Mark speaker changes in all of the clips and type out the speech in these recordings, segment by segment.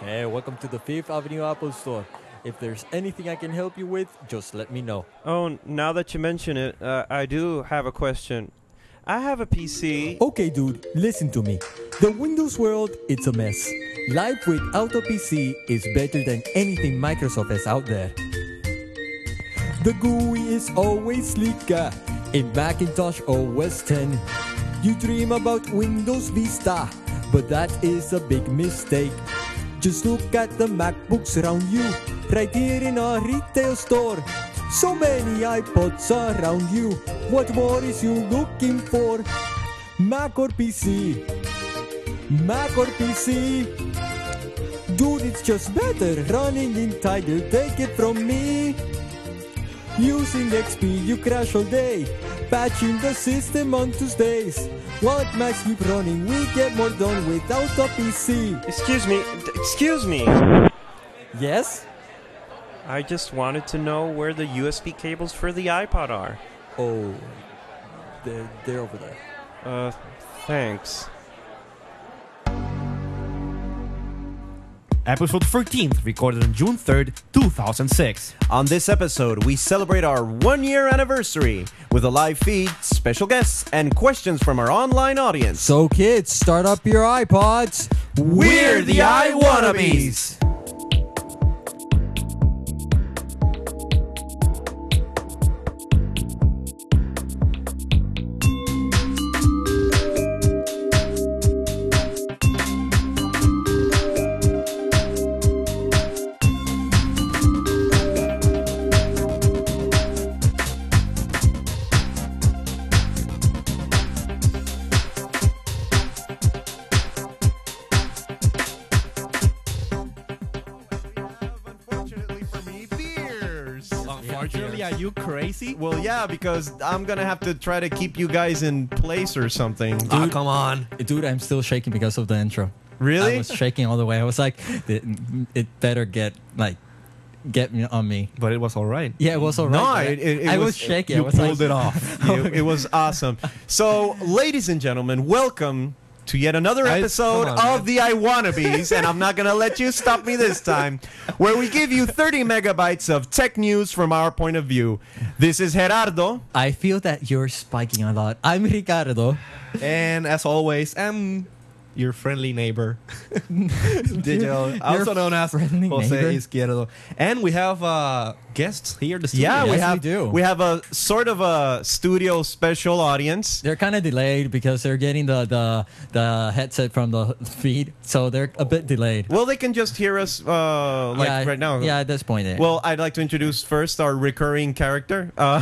Speaker 1: Hey, welcome to the Fifth Avenue Apple Store. If there's anything I can help you with, just let me know.
Speaker 2: Oh, now that you mention it, uh, I do have a question. I have a PC.
Speaker 1: Okay, dude, listen to me. The Windows world, it's a mess. Life without a PC is better than anything Microsoft has out there. The GUI is always slicker in Macintosh OS 10. You dream about Windows Vista, but that is a big mistake. Just look at the MacBooks around you, right here in our retail store. So many iPods around you. What more is you looking for? Mac or PC? Mac or PC? Dude, it's just better running in Tiger. Take it from me. Using XP, you crash all day. Patching the system on Tuesdays. What Macs keep running, we get more done without a PC.
Speaker 2: Excuse me. d- Excuse me.
Speaker 1: Yes?
Speaker 2: I just wanted to know where the USB cables for the iPod are.
Speaker 1: Oh, they're, they're over there.
Speaker 2: Uh, thanks.
Speaker 3: Episode 13th, recorded on June 3rd, 2006.
Speaker 4: On this episode, we celebrate our one year anniversary with a live feed, special guests, and questions from our online audience.
Speaker 1: So, kids, start up your iPods.
Speaker 4: We're the I Wannabes!
Speaker 5: Unfortunately for me, beers.
Speaker 3: Unfortunately, are you crazy?
Speaker 4: Well, yeah, because I'm gonna have to try to keep you guys in place or something.
Speaker 3: Ah, come on.
Speaker 1: Dude, I'm still shaking because of the intro.
Speaker 4: Really?
Speaker 1: I was shaking all the way. I was like, it, it better get like get me on me.
Speaker 3: But it was all right.
Speaker 1: Yeah, it was alright.
Speaker 4: No,
Speaker 1: right?
Speaker 4: it, it, it
Speaker 1: I was, shaking.
Speaker 4: You
Speaker 1: I was like-
Speaker 4: pulled it off. You- it was awesome. So, ladies and gentlemen, welcome to yet another
Speaker 3: I-
Speaker 4: episode
Speaker 3: come on,
Speaker 4: of the I Wannabes, and I'm not going to let you stop me this time, where we give you 30 megabytes of tech news from our point of view. This is Gerardo.
Speaker 1: I feel that you're spiking a lot. I'm Ricardo.
Speaker 3: And as always, I'm your friendly neighbor, Digital, also known as
Speaker 1: friendly
Speaker 3: Jose
Speaker 1: neighbor?
Speaker 3: Izquierdo. And we have uh, guests here. in The studio.
Speaker 4: Yeah, we
Speaker 1: Yes,
Speaker 4: have
Speaker 1: we do.
Speaker 4: we have a sort of a studio special audience.
Speaker 1: They're kind of delayed because they're getting the, the the headset from the feed, so they're a bit delayed.
Speaker 4: Well, they can just hear us uh, like
Speaker 1: yeah,
Speaker 4: right now.
Speaker 1: Yeah, at this point. eh.
Speaker 4: Well, I'd like to introduce first our recurring character, uh,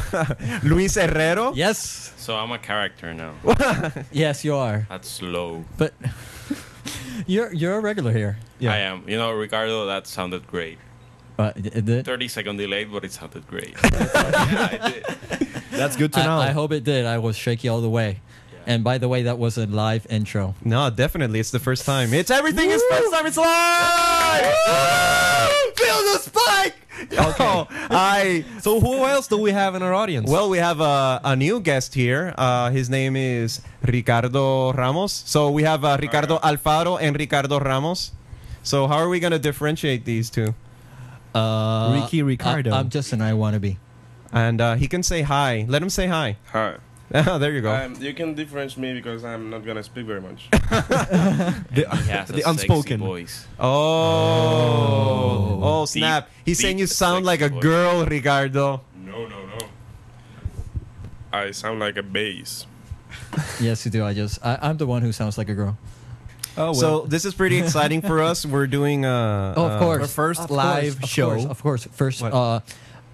Speaker 4: Luis Herrero.
Speaker 1: yes,
Speaker 6: So I'm a character now.
Speaker 1: yes, you are.
Speaker 6: That's slow.
Speaker 1: But you're you're a regular here.
Speaker 3: Yeah.
Speaker 6: I am. You know, Ricardo, that sounded great.
Speaker 1: Uh, d- d-
Speaker 6: 30 second delay, but it sounded great. yeah, I did.
Speaker 4: That's good
Speaker 1: I, I hope it did. I was shaky all the way. And by the way, that was a live intro.
Speaker 4: No, definitely. It's the first time. It's everything is first time. It's live. Feel the spike. Oh, I.
Speaker 3: So who else do we have in our audience?
Speaker 4: Well, we have a, a new guest here. Uh, his name is Ricardo Ramos. So we have uh, Ricardo Alfaro and Ricardo Ramos. So how are we gonna differentiate these two?
Speaker 1: Uh,
Speaker 3: Ricky Ricardo.
Speaker 1: I, am just an I wannabe.
Speaker 4: And uh, he can say hi. Let him say hi.
Speaker 7: Hi.
Speaker 4: there you go.
Speaker 7: Um, you can differentiate me because I'm not gonna speak very much.
Speaker 6: He has a
Speaker 3: the
Speaker 6: sexy
Speaker 3: unspoken.
Speaker 6: voice.
Speaker 4: Oh. Oh, snap. He's
Speaker 6: deep
Speaker 4: saying you sound like a
Speaker 6: voice.
Speaker 4: girl, Ricardo.
Speaker 7: no, no, no. I sound like a bass.
Speaker 1: Yes, you do. I just I, I'm the one who sounds like a girl.
Speaker 3: oh, well.
Speaker 4: So this is pretty exciting for us. We're doing uh,
Speaker 1: Oh, of
Speaker 4: uh,
Speaker 1: course.
Speaker 3: our first
Speaker 1: Of course,
Speaker 3: live
Speaker 1: of
Speaker 3: show.
Speaker 1: course, of course. First,
Speaker 3: What?
Speaker 1: uh,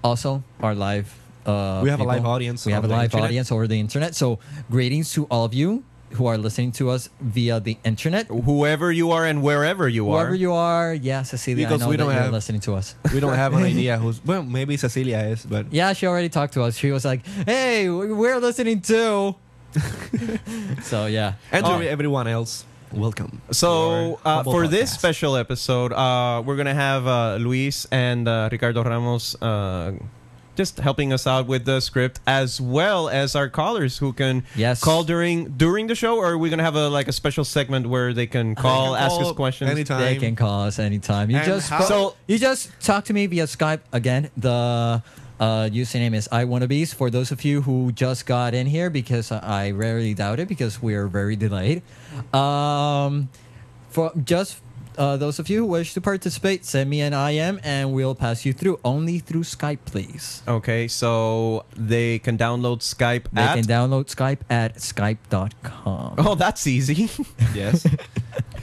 Speaker 1: also our live. Uh,
Speaker 3: We have a
Speaker 1: people.
Speaker 3: live audience
Speaker 1: We have a
Speaker 3: on the
Speaker 1: live
Speaker 3: internet.
Speaker 1: audience over the internet. So greetings to all of you who are listening to us via the internet.
Speaker 4: whoever you are and wherever you are.
Speaker 1: Whoever you are, yeah, Cecilia,
Speaker 3: Because
Speaker 1: I know
Speaker 3: we
Speaker 1: that
Speaker 3: don't
Speaker 1: you're
Speaker 3: have-
Speaker 1: listening to us.
Speaker 3: we don't have an idea who's. Well, maybe Cecilia is, but
Speaker 1: Yeah, she already talked to us. She was like, "Hey, w- we're listening too." so yeah,
Speaker 3: and to
Speaker 4: Oh.
Speaker 3: everyone else, welcome.
Speaker 4: so
Speaker 3: Or
Speaker 4: uh,
Speaker 3: Humble
Speaker 4: for this
Speaker 3: Podcast.
Speaker 4: special episode, uh, we're gonna have uh, Luis and uh, Ricardo Ramos uh, just helping us out with the script, as well as our callers who can
Speaker 1: Yes.
Speaker 4: call during during the show. Or are we gonna have a like a special segment where they can call,
Speaker 3: can
Speaker 4: ask
Speaker 3: call
Speaker 4: us questions?
Speaker 3: anytime.
Speaker 1: They can call us anytime. You
Speaker 3: And
Speaker 1: just
Speaker 3: how-
Speaker 1: so you just talk to me via Skype again. The uh, username is I Wannabes. For those of you who just got in here, because I rarely doubt it, because we are very delayed. Um, for just uh, those of you who wish to participate, send me an IM and we'll pass you through. Only through Skype, please.
Speaker 4: Okay, so they can download Skype
Speaker 1: They
Speaker 4: at.
Speaker 1: can download Skype at skype.com.
Speaker 4: oh, that's easy.
Speaker 3: Yes.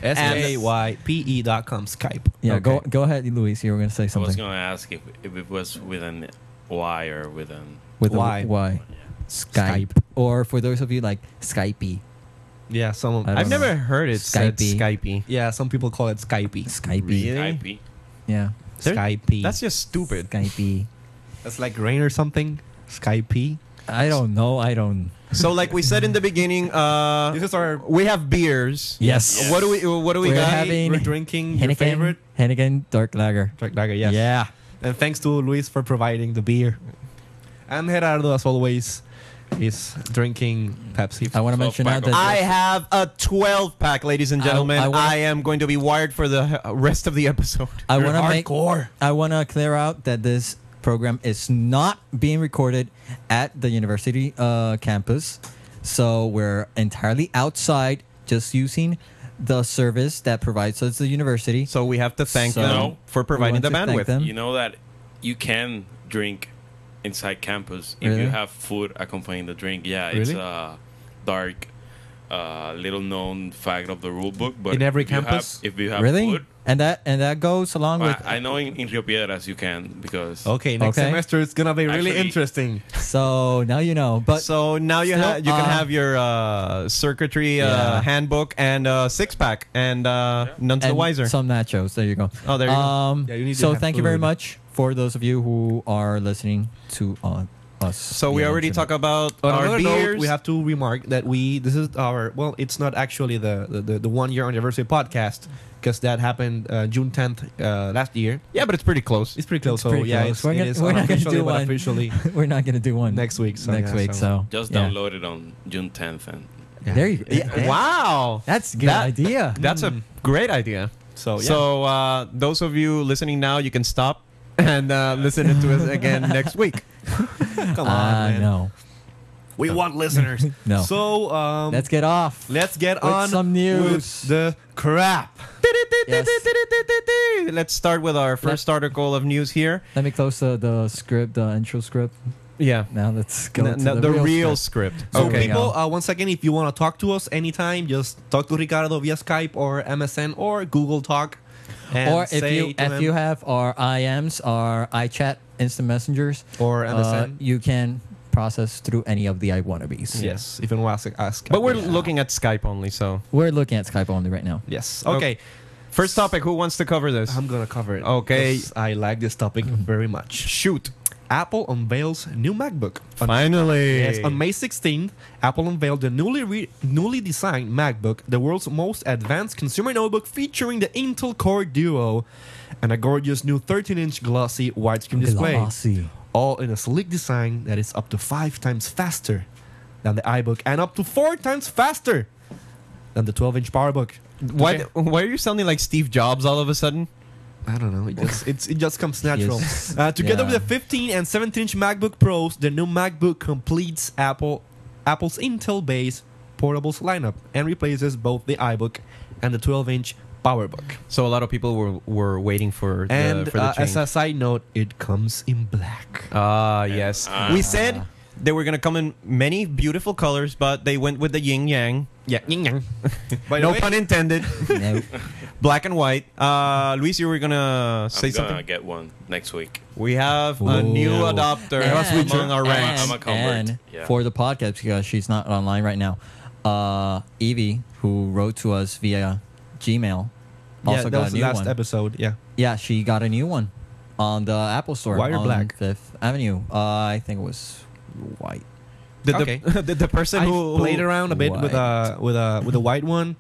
Speaker 3: S A Y P E dot com Skype.
Speaker 1: yeah, go
Speaker 4: okay.
Speaker 1: go ahead, Luis. You were going to say
Speaker 6: I was
Speaker 1: something.
Speaker 6: gonna ask if, if it was with an Y or with an.
Speaker 1: With a
Speaker 3: Why?
Speaker 1: why? Skype.
Speaker 3: Skype.
Speaker 1: Or for those of you like Skypey.
Speaker 3: Yeah, some of
Speaker 1: I
Speaker 4: I've
Speaker 1: don't
Speaker 4: never heard it said
Speaker 1: Skypey.
Speaker 4: Skypey.
Speaker 3: Yeah, some people call it Skypey.
Speaker 1: Skypey.
Speaker 6: IP.
Speaker 1: Yeah.
Speaker 4: There-
Speaker 3: Skypey.
Speaker 4: That's just stupid.
Speaker 1: Skypey.
Speaker 3: That's like rain or something. Skypey.
Speaker 1: I don't know. I don't.
Speaker 4: So, like we said in the beginning, uh,
Speaker 3: This is our
Speaker 4: we have beers.
Speaker 1: Yes.
Speaker 4: What do we? What do we
Speaker 1: We're
Speaker 4: got?
Speaker 1: having
Speaker 3: we're drinking your
Speaker 1: Hennigan,
Speaker 3: favorite
Speaker 1: Hennigan Dark Lager.
Speaker 3: Jack Dagger. Yes.
Speaker 1: Yeah.
Speaker 3: And thanks to Luis for providing the beer. And Gerardo, as always, is drinking Pepsi.
Speaker 1: I want to
Speaker 7: So
Speaker 1: mention
Speaker 7: back
Speaker 1: out
Speaker 7: up.
Speaker 1: that
Speaker 4: I have a 12 pack, ladies and
Speaker 1: I-
Speaker 4: gentlemen.
Speaker 1: I
Speaker 4: I,
Speaker 1: wanna-
Speaker 4: am going to be wired for the uh, rest of the episode.
Speaker 1: I want to make
Speaker 3: Hardcore.
Speaker 1: I want to clear out that this program is not being recorded at the university uh, campus. So we're entirely outside, just using the service that provides us the university.
Speaker 4: So we have to thank
Speaker 1: So-
Speaker 4: them for providing the
Speaker 1: We want to thank
Speaker 4: bandwidth.
Speaker 1: them.
Speaker 6: You know that you can drink inside campus if
Speaker 1: Really?
Speaker 6: you have food accompanying the drink. Yeah, it's
Speaker 3: Really?
Speaker 6: a dark, uh, little known fact of the rule book. But
Speaker 3: In every
Speaker 6: if you have-
Speaker 3: campus?
Speaker 6: if you have
Speaker 1: really,
Speaker 6: food,
Speaker 1: and that and that goes along
Speaker 6: I-
Speaker 1: with Oh,
Speaker 6: I, know in, in Rio Piedras you can because
Speaker 3: Okay, next
Speaker 1: Okay.
Speaker 3: semester it's gonna be really
Speaker 6: Actually-
Speaker 3: interesting.
Speaker 1: So now you know. But
Speaker 4: So now you
Speaker 1: Still,
Speaker 4: ha- you can
Speaker 1: uh,
Speaker 4: have your uh, circuitry uh,
Speaker 1: Yeah.
Speaker 4: handbook and uh, six pack, and uh, none to the
Speaker 1: and
Speaker 4: wiser.
Speaker 1: some nachos. There you go.
Speaker 4: Oh, there you go.
Speaker 1: um,
Speaker 3: Yeah, you need to
Speaker 1: so
Speaker 3: have
Speaker 1: thank you very
Speaker 3: food.
Speaker 1: much for those of you who are listening to uh, us.
Speaker 4: So we
Speaker 1: via
Speaker 4: already
Speaker 1: internet.
Speaker 4: talk about
Speaker 3: On
Speaker 4: our
Speaker 3: another note,
Speaker 4: beers.
Speaker 3: we have to remark that we this is our well, it's not actually the the, the, the one year anniversary podcast because that happened uh, June tenth uh, last year.
Speaker 4: yeah, but it's pretty close.
Speaker 3: It's pretty close. so
Speaker 1: pretty
Speaker 3: yeah,
Speaker 1: close.
Speaker 3: it's,
Speaker 1: We're
Speaker 3: it
Speaker 1: gonna-
Speaker 3: is
Speaker 1: we're not gonna
Speaker 3: unofficially,
Speaker 1: do
Speaker 3: but
Speaker 1: one.
Speaker 3: officially.
Speaker 1: We're not gonna do one
Speaker 3: Next week, so
Speaker 1: next
Speaker 3: yeah,
Speaker 1: week.
Speaker 3: so-
Speaker 1: So
Speaker 6: just
Speaker 1: yeah.
Speaker 6: download it on June 10th and
Speaker 1: There you.
Speaker 4: Yeah,
Speaker 1: damn,
Speaker 4: Wow,
Speaker 1: That's a good
Speaker 4: That-
Speaker 1: idea.
Speaker 4: that's a great idea.
Speaker 3: So Oh, yeah.
Speaker 4: So uh, those of you listening now, you can stop and uh, listen to us again next week.
Speaker 3: come on,
Speaker 1: Ah,
Speaker 3: man.
Speaker 1: no,
Speaker 3: We want listeners.
Speaker 1: No.
Speaker 3: So um,
Speaker 1: let's get off.
Speaker 3: let's get
Speaker 1: with
Speaker 3: on
Speaker 1: some news.
Speaker 3: with the crap.
Speaker 1: Yes.
Speaker 4: Let's start with our first article of news here.
Speaker 1: Let me close the, the script, the intro script.
Speaker 4: Yeah.
Speaker 1: Now let's go
Speaker 4: N-
Speaker 1: to
Speaker 4: n-
Speaker 1: the,
Speaker 4: the real,
Speaker 1: script.
Speaker 4: script.
Speaker 3: So
Speaker 1: Okay.
Speaker 3: people, uh, once again, if you want to talk to us anytime, just talk to Ricardo via Skype or MSN or Google Talk. and
Speaker 1: Or if
Speaker 3: say
Speaker 1: you
Speaker 3: to
Speaker 1: if
Speaker 3: him-
Speaker 1: you have our IMs, our iChat, instant messengers,
Speaker 3: Or
Speaker 1: uh,
Speaker 3: MSN.
Speaker 1: you can process through any of the I wannabes.
Speaker 3: yes, if you want to ask, ask.
Speaker 4: But we're
Speaker 3: Yeah.
Speaker 4: looking at Skype only, so.
Speaker 1: We're looking at Skype only right now.
Speaker 3: Yes. Okay.
Speaker 4: First topic, who wants to cover this?
Speaker 3: I'm gonna cover it.
Speaker 4: Okay.
Speaker 3: 'cause I like this topic very much.
Speaker 4: Shoot.
Speaker 3: Apple unveils new MacBook. On-
Speaker 4: Finally.
Speaker 3: Yes, on May 16th, Apple unveiled the newly re- newly designed MacBook, the world's most advanced consumer notebook featuring the Intel Core Duo and a gorgeous new 13-inch glossy widescreen display,
Speaker 1: Glossy.
Speaker 3: all in a sleek design that is up to 5 times faster than the iBook and up to 4 times faster than the 12-inch PowerBook.
Speaker 4: why,
Speaker 3: Okay.
Speaker 4: why are you sounding like Steve Jobs all of a sudden?
Speaker 3: I don't know. It just it's, it just comes natural.
Speaker 1: Yes.
Speaker 3: Uh, together
Speaker 1: Yeah.
Speaker 3: with the 15 and 17 inch MacBook Pros, the new MacBook completes Apple Apple's Intel-based portables lineup and replaces both the iBook and the 12-inch PowerBook.
Speaker 4: So a lot of people were, were waiting for
Speaker 3: And
Speaker 4: the, for the
Speaker 3: uh, as
Speaker 4: change.
Speaker 3: a side note, it comes in black.
Speaker 4: Ah, yes.
Speaker 6: Ah.
Speaker 4: we said they were going to come in many beautiful colors, but they went with the yin yang.
Speaker 3: Yeah, yin yang. By the
Speaker 4: No
Speaker 3: way,
Speaker 4: pun intended.
Speaker 1: No.
Speaker 4: Black and white. Uh, Luis, you were going to
Speaker 6: I'm
Speaker 4: say
Speaker 6: gonna
Speaker 4: something?
Speaker 6: get one next week.
Speaker 4: We have a new
Speaker 1: Ooh.
Speaker 4: adopter
Speaker 1: And-
Speaker 4: among our ranks.
Speaker 6: I'm a convert.
Speaker 1: and
Speaker 6: Yeah.
Speaker 1: for the podcast because she's not online right now. Uh, Evie, who wrote to us via Gmail, also
Speaker 3: yeah, that
Speaker 1: got
Speaker 3: was
Speaker 1: a
Speaker 3: the
Speaker 1: new
Speaker 3: last
Speaker 1: one.
Speaker 3: episode. Yeah,
Speaker 1: Yeah, she got a new one on the Apple Store.
Speaker 3: White or
Speaker 1: on
Speaker 3: black?
Speaker 1: Fifth Avenue. Uh, I think it was white.
Speaker 4: Did
Speaker 3: Okay.
Speaker 4: the, did the person
Speaker 3: I
Speaker 4: who
Speaker 3: played around a bit with a with a with a white one,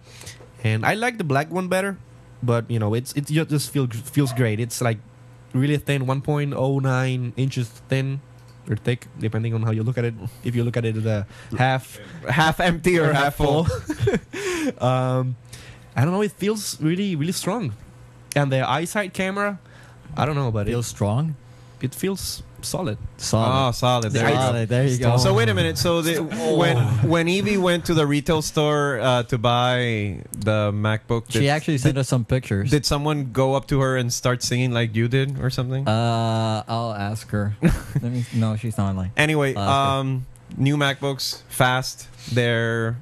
Speaker 3: and I like the black one better. But you know, it's it ju- just feels feels great. It's like really thin, 1.09 inches thin, or thick, depending on how you look at it. If you look at it as a half
Speaker 4: half empty or, half full.
Speaker 3: um, I don't know. It feels really, really strong. And the eyesight camera, I don't know, but
Speaker 1: Feel
Speaker 3: it,
Speaker 1: strong,
Speaker 3: it feels solid.
Speaker 1: solid,
Speaker 4: Oh, solid. Oh. There you go.
Speaker 1: solid. There you go.
Speaker 4: So wait a minute. So the,
Speaker 6: Oh.
Speaker 4: when when Evie went to the retail store uh, to buy the MacBook, did,
Speaker 1: she actually sent us some pictures.
Speaker 4: did someone go up to her and start singing like you did or something?
Speaker 1: uh, I'll ask her. Let me. No, she's not online.
Speaker 4: anyway,
Speaker 1: okay.
Speaker 4: um, new MacBooks, fast. Their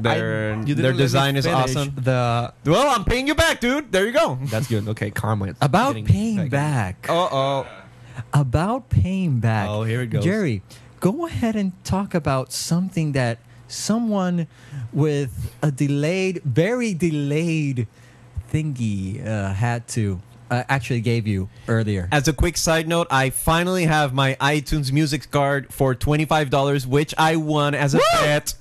Speaker 4: their
Speaker 3: I- you didn't let
Speaker 4: their
Speaker 3: me
Speaker 4: design is
Speaker 3: finish
Speaker 4: awesome.
Speaker 3: The
Speaker 4: Well, I'm paying you back, dude. There you go.
Speaker 3: that's good. Okay, karma. It's
Speaker 1: About
Speaker 3: getting
Speaker 1: paying back.
Speaker 4: Uh oh.
Speaker 1: About paying back.
Speaker 3: Oh, here it goes.
Speaker 1: Jerry, go ahead and talk about something that someone with a delayed, very delayed thingy uh, had to uh, actually gave you earlier.
Speaker 4: As a quick side note, I finally have my iTunes Music card for twenty five dollars, which I won as a bet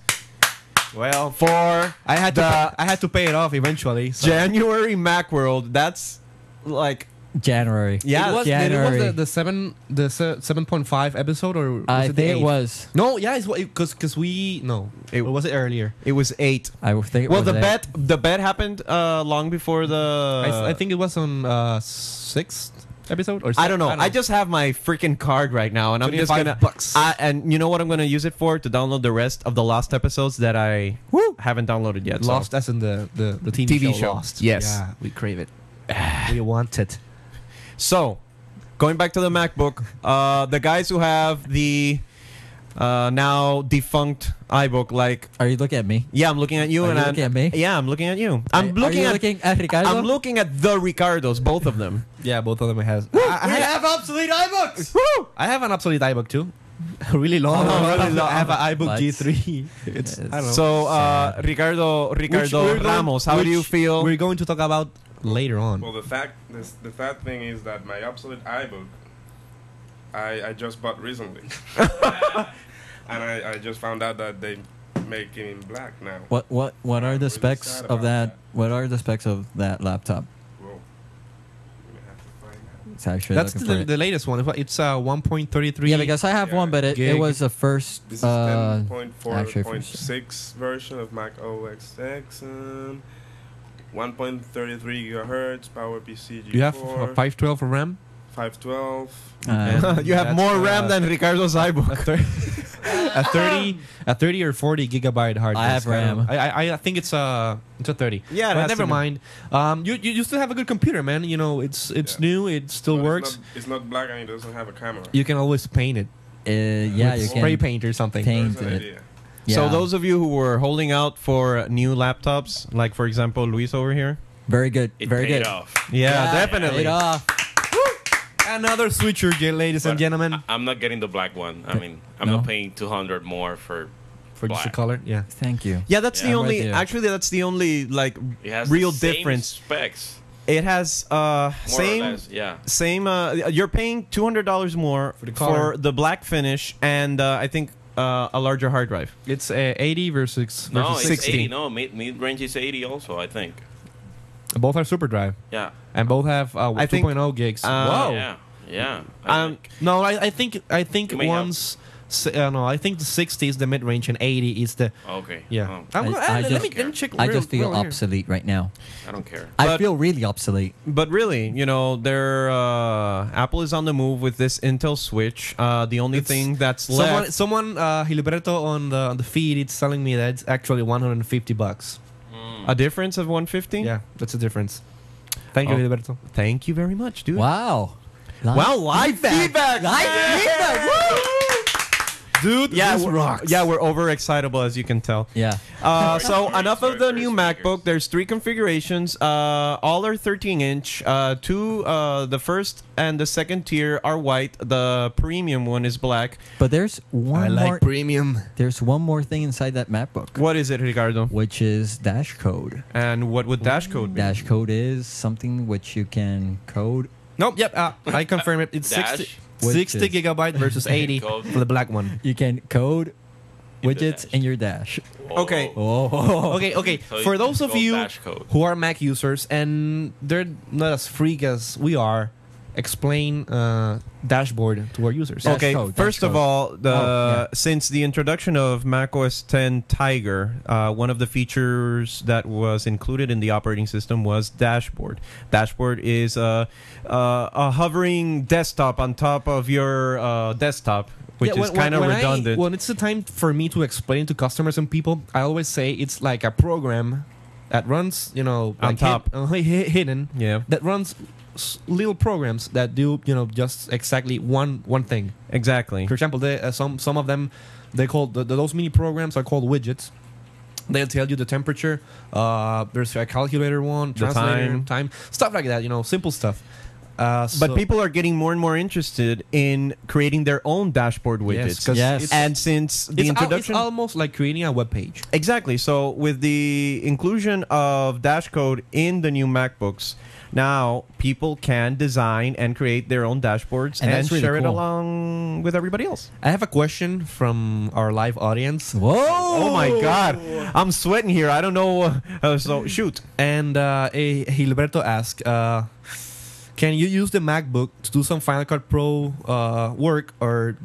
Speaker 3: Well,
Speaker 4: for I
Speaker 3: I had to
Speaker 4: The-
Speaker 3: I had to pay it off eventually. So.
Speaker 4: January Macworld. That's like
Speaker 1: January.
Speaker 4: yeah,
Speaker 3: it was,
Speaker 1: yeah.
Speaker 3: it was
Speaker 1: January.
Speaker 3: the, the seven the se- seven point five episode or was
Speaker 1: I
Speaker 3: it the
Speaker 1: think it
Speaker 3: eight?
Speaker 1: was.
Speaker 3: No, yeah, it's because because we no,
Speaker 4: It-
Speaker 3: it was it earlier.
Speaker 4: it was eight.
Speaker 1: I would think. It
Speaker 4: Well,
Speaker 1: was
Speaker 4: the
Speaker 1: that.
Speaker 4: bet the bet happened uh, long before the.
Speaker 3: I, th- I think it was on uh sixth episode or
Speaker 4: I don't know. I, just have my freaking card right now, and I'm just
Speaker 3: 25
Speaker 4: gonna.
Speaker 3: bucks.
Speaker 4: I, and you know what I'm gonna use it for? To download the rest of the lost episodes that I haven't downloaded yet. so-
Speaker 3: lost as in the the, the TV,
Speaker 4: TV
Speaker 3: show,
Speaker 4: show.
Speaker 3: Lost.
Speaker 4: Yes.
Speaker 3: yeah, we crave it. we want it.
Speaker 4: So, going back to the MacBook, uh, the guys who have the uh, now defunct iBook, like
Speaker 1: Are you looking at me?
Speaker 4: yeah, I'm looking at you,
Speaker 1: Are
Speaker 4: and
Speaker 1: you
Speaker 4: I'm,
Speaker 1: looking at me?
Speaker 4: Yeah, I'm looking at you. I'm
Speaker 1: Are-
Speaker 4: looking
Speaker 1: are you
Speaker 4: at
Speaker 1: looking at Ricardo.
Speaker 4: I'm looking at the Ricardos, both of them.
Speaker 3: Yeah, both of them has. I, I have,
Speaker 4: obsolete iBooks.
Speaker 3: I have an obsolete iBook too. really long.
Speaker 4: Oh, really long.
Speaker 3: I have an iBook
Speaker 1: But-
Speaker 3: G three. It's I don't know.
Speaker 4: So, uh, Ricardo, Ricardo
Speaker 3: we're going-
Speaker 4: Ramos, how do you
Speaker 3: which
Speaker 4: feel?
Speaker 3: We're going to talk about later on.
Speaker 7: Well, the fact this, the sad thing is that my obsolete iBook, I I just bought recently, and I, I just found out that they make it in black now.
Speaker 1: What what what are the
Speaker 7: really
Speaker 1: specs of
Speaker 7: sad about
Speaker 1: that?
Speaker 7: that.
Speaker 1: What are the specs of that laptop?
Speaker 7: Whoa. We have to find out.
Speaker 1: It's actually
Speaker 3: That's
Speaker 1: looking for
Speaker 3: the,
Speaker 1: it.
Speaker 3: the latest one. It's uh, 1.33.
Speaker 1: yeah, because I have one, but it, it
Speaker 3: gig.
Speaker 1: was the first.
Speaker 7: This is
Speaker 1: Uh,
Speaker 7: ten point four
Speaker 1: actually,
Speaker 7: point six version of Mac OS X and 1.33 gigahertz power PC G4
Speaker 3: you have uh, 512 of RAM.
Speaker 7: 512
Speaker 1: uh,
Speaker 4: you
Speaker 3: That's,
Speaker 4: have more
Speaker 3: uh,
Speaker 4: RAM than Ricardo's
Speaker 3: A,
Speaker 4: iBook.
Speaker 3: thir- a 30, a 30 or 40 gigabyte hard
Speaker 1: I have
Speaker 3: disk. don't
Speaker 1: RAM.
Speaker 3: know. I, I, I think it's a, it's a 30.
Speaker 4: Yeah, it
Speaker 3: but
Speaker 4: has to
Speaker 3: never
Speaker 4: be.
Speaker 3: mind. Um, you, you used to have a good computer, man. You know, it's it's
Speaker 7: Yeah.
Speaker 3: new. It still
Speaker 7: But
Speaker 3: works.
Speaker 7: It's not, it's not black and it doesn't have a camera.
Speaker 3: you can always paint it.
Speaker 1: uh, yeah,
Speaker 3: with
Speaker 1: you
Speaker 3: spray
Speaker 1: can.
Speaker 3: paint or something.
Speaker 1: paint.
Speaker 7: There's an
Speaker 1: painted it.
Speaker 7: idea.
Speaker 1: Yeah.
Speaker 4: So those of you who were holding out for new laptops, like for example Luis over here,
Speaker 1: very good,
Speaker 6: It
Speaker 1: very
Speaker 6: paid
Speaker 1: good.
Speaker 6: off.
Speaker 4: yeah,
Speaker 1: paid
Speaker 4: definitely.
Speaker 1: off.
Speaker 3: Another switcher, ladies and
Speaker 6: But ah,
Speaker 3: gentlemen.
Speaker 6: I, am not getting the black one. I mean, I'm
Speaker 1: No?
Speaker 6: not paying 200 more for.
Speaker 3: For just the
Speaker 6: black.
Speaker 3: color, yeah.
Speaker 1: Thank you.
Speaker 4: Yeah, that's
Speaker 6: Yeah,
Speaker 4: the
Speaker 1: I'm
Speaker 4: only.
Speaker 1: with you.
Speaker 4: Actually, that's the only like
Speaker 6: It has the
Speaker 4: real
Speaker 6: same
Speaker 4: difference.
Speaker 6: Specs.
Speaker 4: It has uh
Speaker 6: More Or
Speaker 4: same
Speaker 6: less. Yeah.
Speaker 4: same. Uh, you're paying two hundred dollars more for
Speaker 3: the
Speaker 4: the,
Speaker 3: color.
Speaker 4: black finish and uh, I think uh, a larger hard drive.
Speaker 3: It's uh, 80 versus, versus
Speaker 6: No, it's
Speaker 4: 60.
Speaker 6: 80. No, mid, mid range is 80 also, I think.
Speaker 3: Both have super drive.
Speaker 6: Yeah.
Speaker 3: and both have uh,
Speaker 4: I think,
Speaker 3: 2.0 gigs.
Speaker 4: uh,
Speaker 3: Whoa.
Speaker 6: Yeah. Yeah. I
Speaker 4: Um,
Speaker 6: think.
Speaker 3: No, I, I think I think
Speaker 6: You may
Speaker 3: once. s uh, no, I think the 60 is the mid range and 80 is the
Speaker 6: Okay.
Speaker 3: yeah.
Speaker 6: Oh,
Speaker 3: I'm
Speaker 1: I-
Speaker 3: gonna-
Speaker 1: I
Speaker 3: let,
Speaker 1: just-
Speaker 3: me, let me check.
Speaker 1: I
Speaker 3: real-
Speaker 1: just feel
Speaker 3: real here.
Speaker 1: obsolete right now.
Speaker 6: I don't care.
Speaker 1: I
Speaker 4: But-
Speaker 1: feel really obsolete.
Speaker 4: But really, you know, they're uh, Apple is on the move with this Intel Switch. Uh, the only
Speaker 3: It's-
Speaker 4: thing that's
Speaker 3: Someone,
Speaker 4: left.
Speaker 3: someone, uh, Gilberto on the on the feed, it's telling me that it's actually 150 bucks.
Speaker 4: A difference of 150?
Speaker 3: Yeah, that's the difference. Thank you,
Speaker 4: Oh.
Speaker 3: Gilberto.
Speaker 4: Thank you very much, dude.
Speaker 1: Wow. Live-
Speaker 4: Wow, live feedback.
Speaker 1: Live feedback. Woo!
Speaker 4: Dude, yeah,
Speaker 3: this
Speaker 4: we're-
Speaker 3: rocks.
Speaker 4: Yeah, we're overexcitable as you can tell.
Speaker 1: Yeah.
Speaker 4: Uh,
Speaker 7: Sorry,
Speaker 4: so
Speaker 7: sorry,
Speaker 4: enough
Speaker 7: sorry,
Speaker 4: of the
Speaker 7: sorry,
Speaker 4: new
Speaker 7: sorry,
Speaker 4: MacBook.
Speaker 7: guys.
Speaker 4: There's three configurations. Uh, all are 13 inch. Uh, two, uh, the first and the second tier are white. The premium one is black.
Speaker 1: But there's one
Speaker 3: I
Speaker 1: more.
Speaker 3: like premium.
Speaker 1: there's one more thing inside that MacBook,
Speaker 4: What is it, Ricardo?
Speaker 1: which is dash code.
Speaker 4: And what would dash code be?
Speaker 1: Dash code is something which you can code.
Speaker 3: Nope. Yep. Uh, I confirm it. It's
Speaker 6: Dash.
Speaker 3: 60,
Speaker 1: Which
Speaker 3: 60
Speaker 1: is-
Speaker 3: gigabyte versus 80
Speaker 6: Code.
Speaker 3: for the black one.
Speaker 1: You can code
Speaker 6: In the
Speaker 1: widgets
Speaker 6: dash.
Speaker 1: in your dash.
Speaker 6: Whoa.
Speaker 4: Okay.
Speaker 1: Oh.
Speaker 3: Okay, okay.
Speaker 6: So you
Speaker 3: For
Speaker 6: can
Speaker 3: those of
Speaker 6: go
Speaker 3: you
Speaker 6: dash code.
Speaker 3: who are Mac users and they're not as freak as we are, explain uh, dashboard to our users.
Speaker 1: Dash
Speaker 4: okay,
Speaker 1: code, dash
Speaker 4: first of
Speaker 1: code.
Speaker 4: all, the
Speaker 3: Oh, yeah.
Speaker 4: since the introduction of macOS 10 Tiger, uh, one of the features that was included in the operating system was dashboard. Dashboard is uh, uh, a hovering desktop on top of your uh, desktop, which
Speaker 3: Yeah,
Speaker 4: is
Speaker 3: when- when-
Speaker 4: kind of
Speaker 3: when I-
Speaker 4: redundant.
Speaker 3: when it's the time for me to explain to customers and people, I always say it's like a program that runs, you know,
Speaker 4: On
Speaker 3: like
Speaker 4: top.
Speaker 3: hid- uh, hi- hi- hidden,
Speaker 4: yeah,
Speaker 3: that runs s- little programs that do, you know, just exactly one one thing.
Speaker 4: exactly.
Speaker 3: For example, they, uh, some some of them they call the, those mini programs are called widgets. They'll tell you the temperature. Uh, there's a calculator one,
Speaker 4: The
Speaker 3: translator,
Speaker 4: time.
Speaker 3: time. stuff like that. You know, simple stuff. Uh,
Speaker 4: But
Speaker 3: so-
Speaker 4: people are getting more and more interested in creating their own dashboard
Speaker 3: Yes,
Speaker 4: widgets.
Speaker 3: 'cause
Speaker 1: Yes.
Speaker 3: it's-
Speaker 4: and since the
Speaker 3: it's, al-
Speaker 4: introduction
Speaker 3: it's almost like creating a web page.
Speaker 4: Exactly. So with the inclusion of Dash Code in the new MacBooks, now people can design and create their own dashboards and,
Speaker 1: And that's really
Speaker 4: share it
Speaker 1: cool.
Speaker 4: along with everybody else.
Speaker 3: I have a question from our live audience,
Speaker 1: Whoa!
Speaker 4: Oh, my God, I'm sweating here. I don't know. uh, Uh, so shoot.
Speaker 3: and uh, eh, Gilberto asked, uh, "Can you use the MacBook to do some Final Cut Pro uh, work, or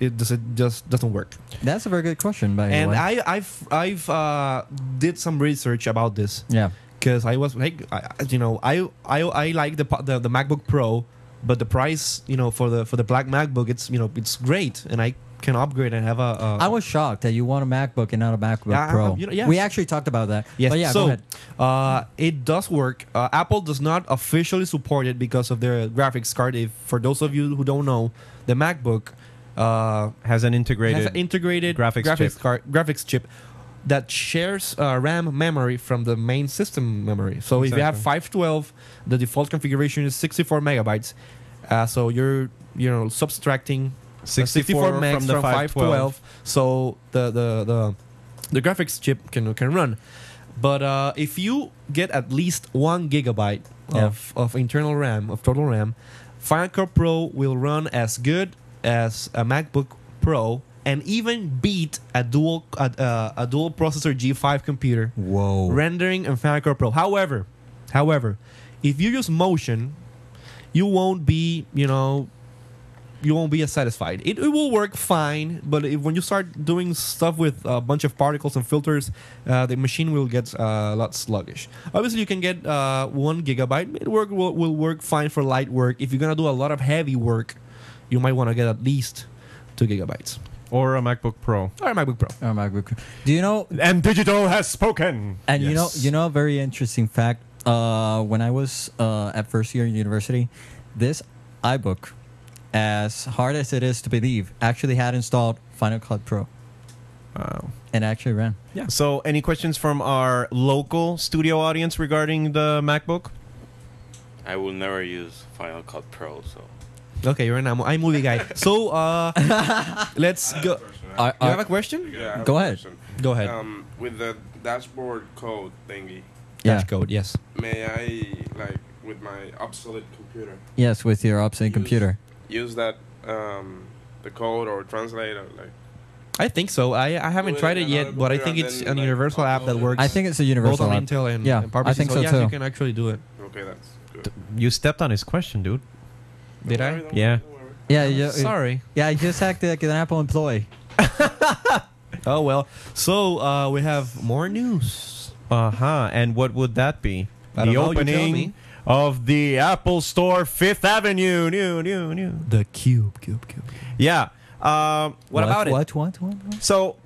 Speaker 3: it does it just doesn't work?"
Speaker 1: That's a very good question, by
Speaker 3: And
Speaker 1: the way.
Speaker 3: I, I've I've uh, did some research about this
Speaker 1: yeah.
Speaker 3: because I was like, I, I- you know, I I, I like the, pa- the the MacBook Pro, but the price, you know, for the for the black MacBook, it's you know, it's great, and I can upgrade and have a. a
Speaker 1: I was shocked that you want a MacBook and not a MacBook
Speaker 3: Yeah, I-
Speaker 1: Pro.
Speaker 3: you know, yeah.
Speaker 1: We actually talked about that.
Speaker 3: Yes.
Speaker 1: But yeah,
Speaker 3: so
Speaker 1: go ahead.
Speaker 3: Uh, it does work. Uh, Apple does not officially support it because of their graphics card. If for those of you who don't know, the MacBook uh,
Speaker 4: Has an
Speaker 3: has
Speaker 4: integrated.
Speaker 3: an integrated
Speaker 4: graphics chip.
Speaker 3: card graphics chip that shares uh, RAM memory from the main system memory. So if you have 512, the default configuration is 64 megabytes. Uh, so you're you know subtracting
Speaker 4: 64
Speaker 3: 64 megs
Speaker 4: from the 512.
Speaker 3: So the, the the the graphics chip can can run, but uh, if you get at least one gigabyte
Speaker 1: Yeah.
Speaker 3: of of internal RAM of total RAM, Final Cut Pro will run as good as a MacBook Pro and even beat a dual a, uh, a dual processor G5 computer
Speaker 1: Whoa.
Speaker 3: rendering in Final Cut Pro. However, however, if you use motion, you won't be, you know, you won't be as satisfied. It, it will work fine, but if, when you start doing stuff with a bunch of particles and filters, uh, the machine will get uh, a lot sluggish. Obviously, you can get uh, one gigabyte. It work will, will work fine for light work. If you're gonna do a lot of heavy work, you might want to get at least two gigabytes
Speaker 4: or a MacBook Pro.
Speaker 3: or a MacBook Pro.
Speaker 1: Or MacBook. Pro. Do you know
Speaker 4: And digital has spoken.
Speaker 1: And you know,
Speaker 3: Yes.
Speaker 1: you know, a very interesting fact. Uh, when I was uh, at first year in university, this iBook, as hard as it is to believe, actually had installed Final Cut Pro
Speaker 4: Wow.
Speaker 1: and actually ran.
Speaker 4: Yeah. So any questions from our local studio audience regarding the MacBook?
Speaker 6: I will never use Final Cut Pro, so
Speaker 3: Okay, you're an iMo- iMovie guy. So uh, let's go.
Speaker 1: Are-
Speaker 3: You
Speaker 1: are-
Speaker 3: have a question?
Speaker 7: Yeah, I have
Speaker 1: Go
Speaker 7: a
Speaker 1: ahead.
Speaker 7: question.
Speaker 3: Go ahead.
Speaker 7: Um, with the dashboard code thingy,
Speaker 1: yeah.
Speaker 3: Dash code, yes.
Speaker 7: may I like with my obsolete computer
Speaker 1: Yes, with your obsolete
Speaker 7: Use-
Speaker 1: computer.
Speaker 7: use that um the code or translate or like
Speaker 3: I think so. I, I haven't
Speaker 7: Do it
Speaker 3: tried it
Speaker 7: in
Speaker 3: yet,
Speaker 7: another
Speaker 3: but I
Speaker 7: computer
Speaker 3: think
Speaker 7: and
Speaker 3: it's
Speaker 7: then,
Speaker 3: an
Speaker 7: like,
Speaker 3: universal app that
Speaker 7: upload it.
Speaker 3: works.
Speaker 1: I think it's a
Speaker 3: both
Speaker 1: universal
Speaker 3: on
Speaker 1: app.
Speaker 3: Intel and,
Speaker 1: Yeah,
Speaker 3: and Power
Speaker 1: I
Speaker 3: PCs.
Speaker 1: think so
Speaker 3: yes,
Speaker 1: too.
Speaker 3: you can actually do it.
Speaker 7: okay that's good.
Speaker 4: You stepped on his question, dude.
Speaker 7: Don't
Speaker 3: Did
Speaker 7: worry,
Speaker 3: I?
Speaker 7: don't
Speaker 4: Yeah.
Speaker 7: worry, don't worry.
Speaker 1: Yeah, yeah,
Speaker 3: Sorry.
Speaker 1: yeah. You just acted like an Apple employee.
Speaker 3: Oh well. So uh, we have more news.
Speaker 4: Uh huh. And what would that be?
Speaker 3: I don't
Speaker 4: the
Speaker 3: know, you tell me.
Speaker 4: opening of the Apple Store, Fifth Avenue. New, new, new.
Speaker 3: The cube, cube, cube.
Speaker 4: Yeah. Um, what, about it?
Speaker 1: What? What? What? what?
Speaker 4: So,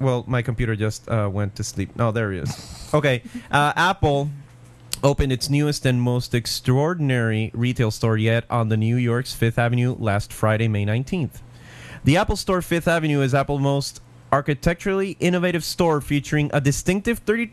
Speaker 4: well, my computer just uh, went to sleep. No, there he is. Okay. Uh, Apple opened its newest and most extraordinary retail store yet on the New York's Fifth Avenue last Friday, May 19th. The Apple Store Fifth Avenue is Apple's most architecturally innovative store featuring a distinctive 30,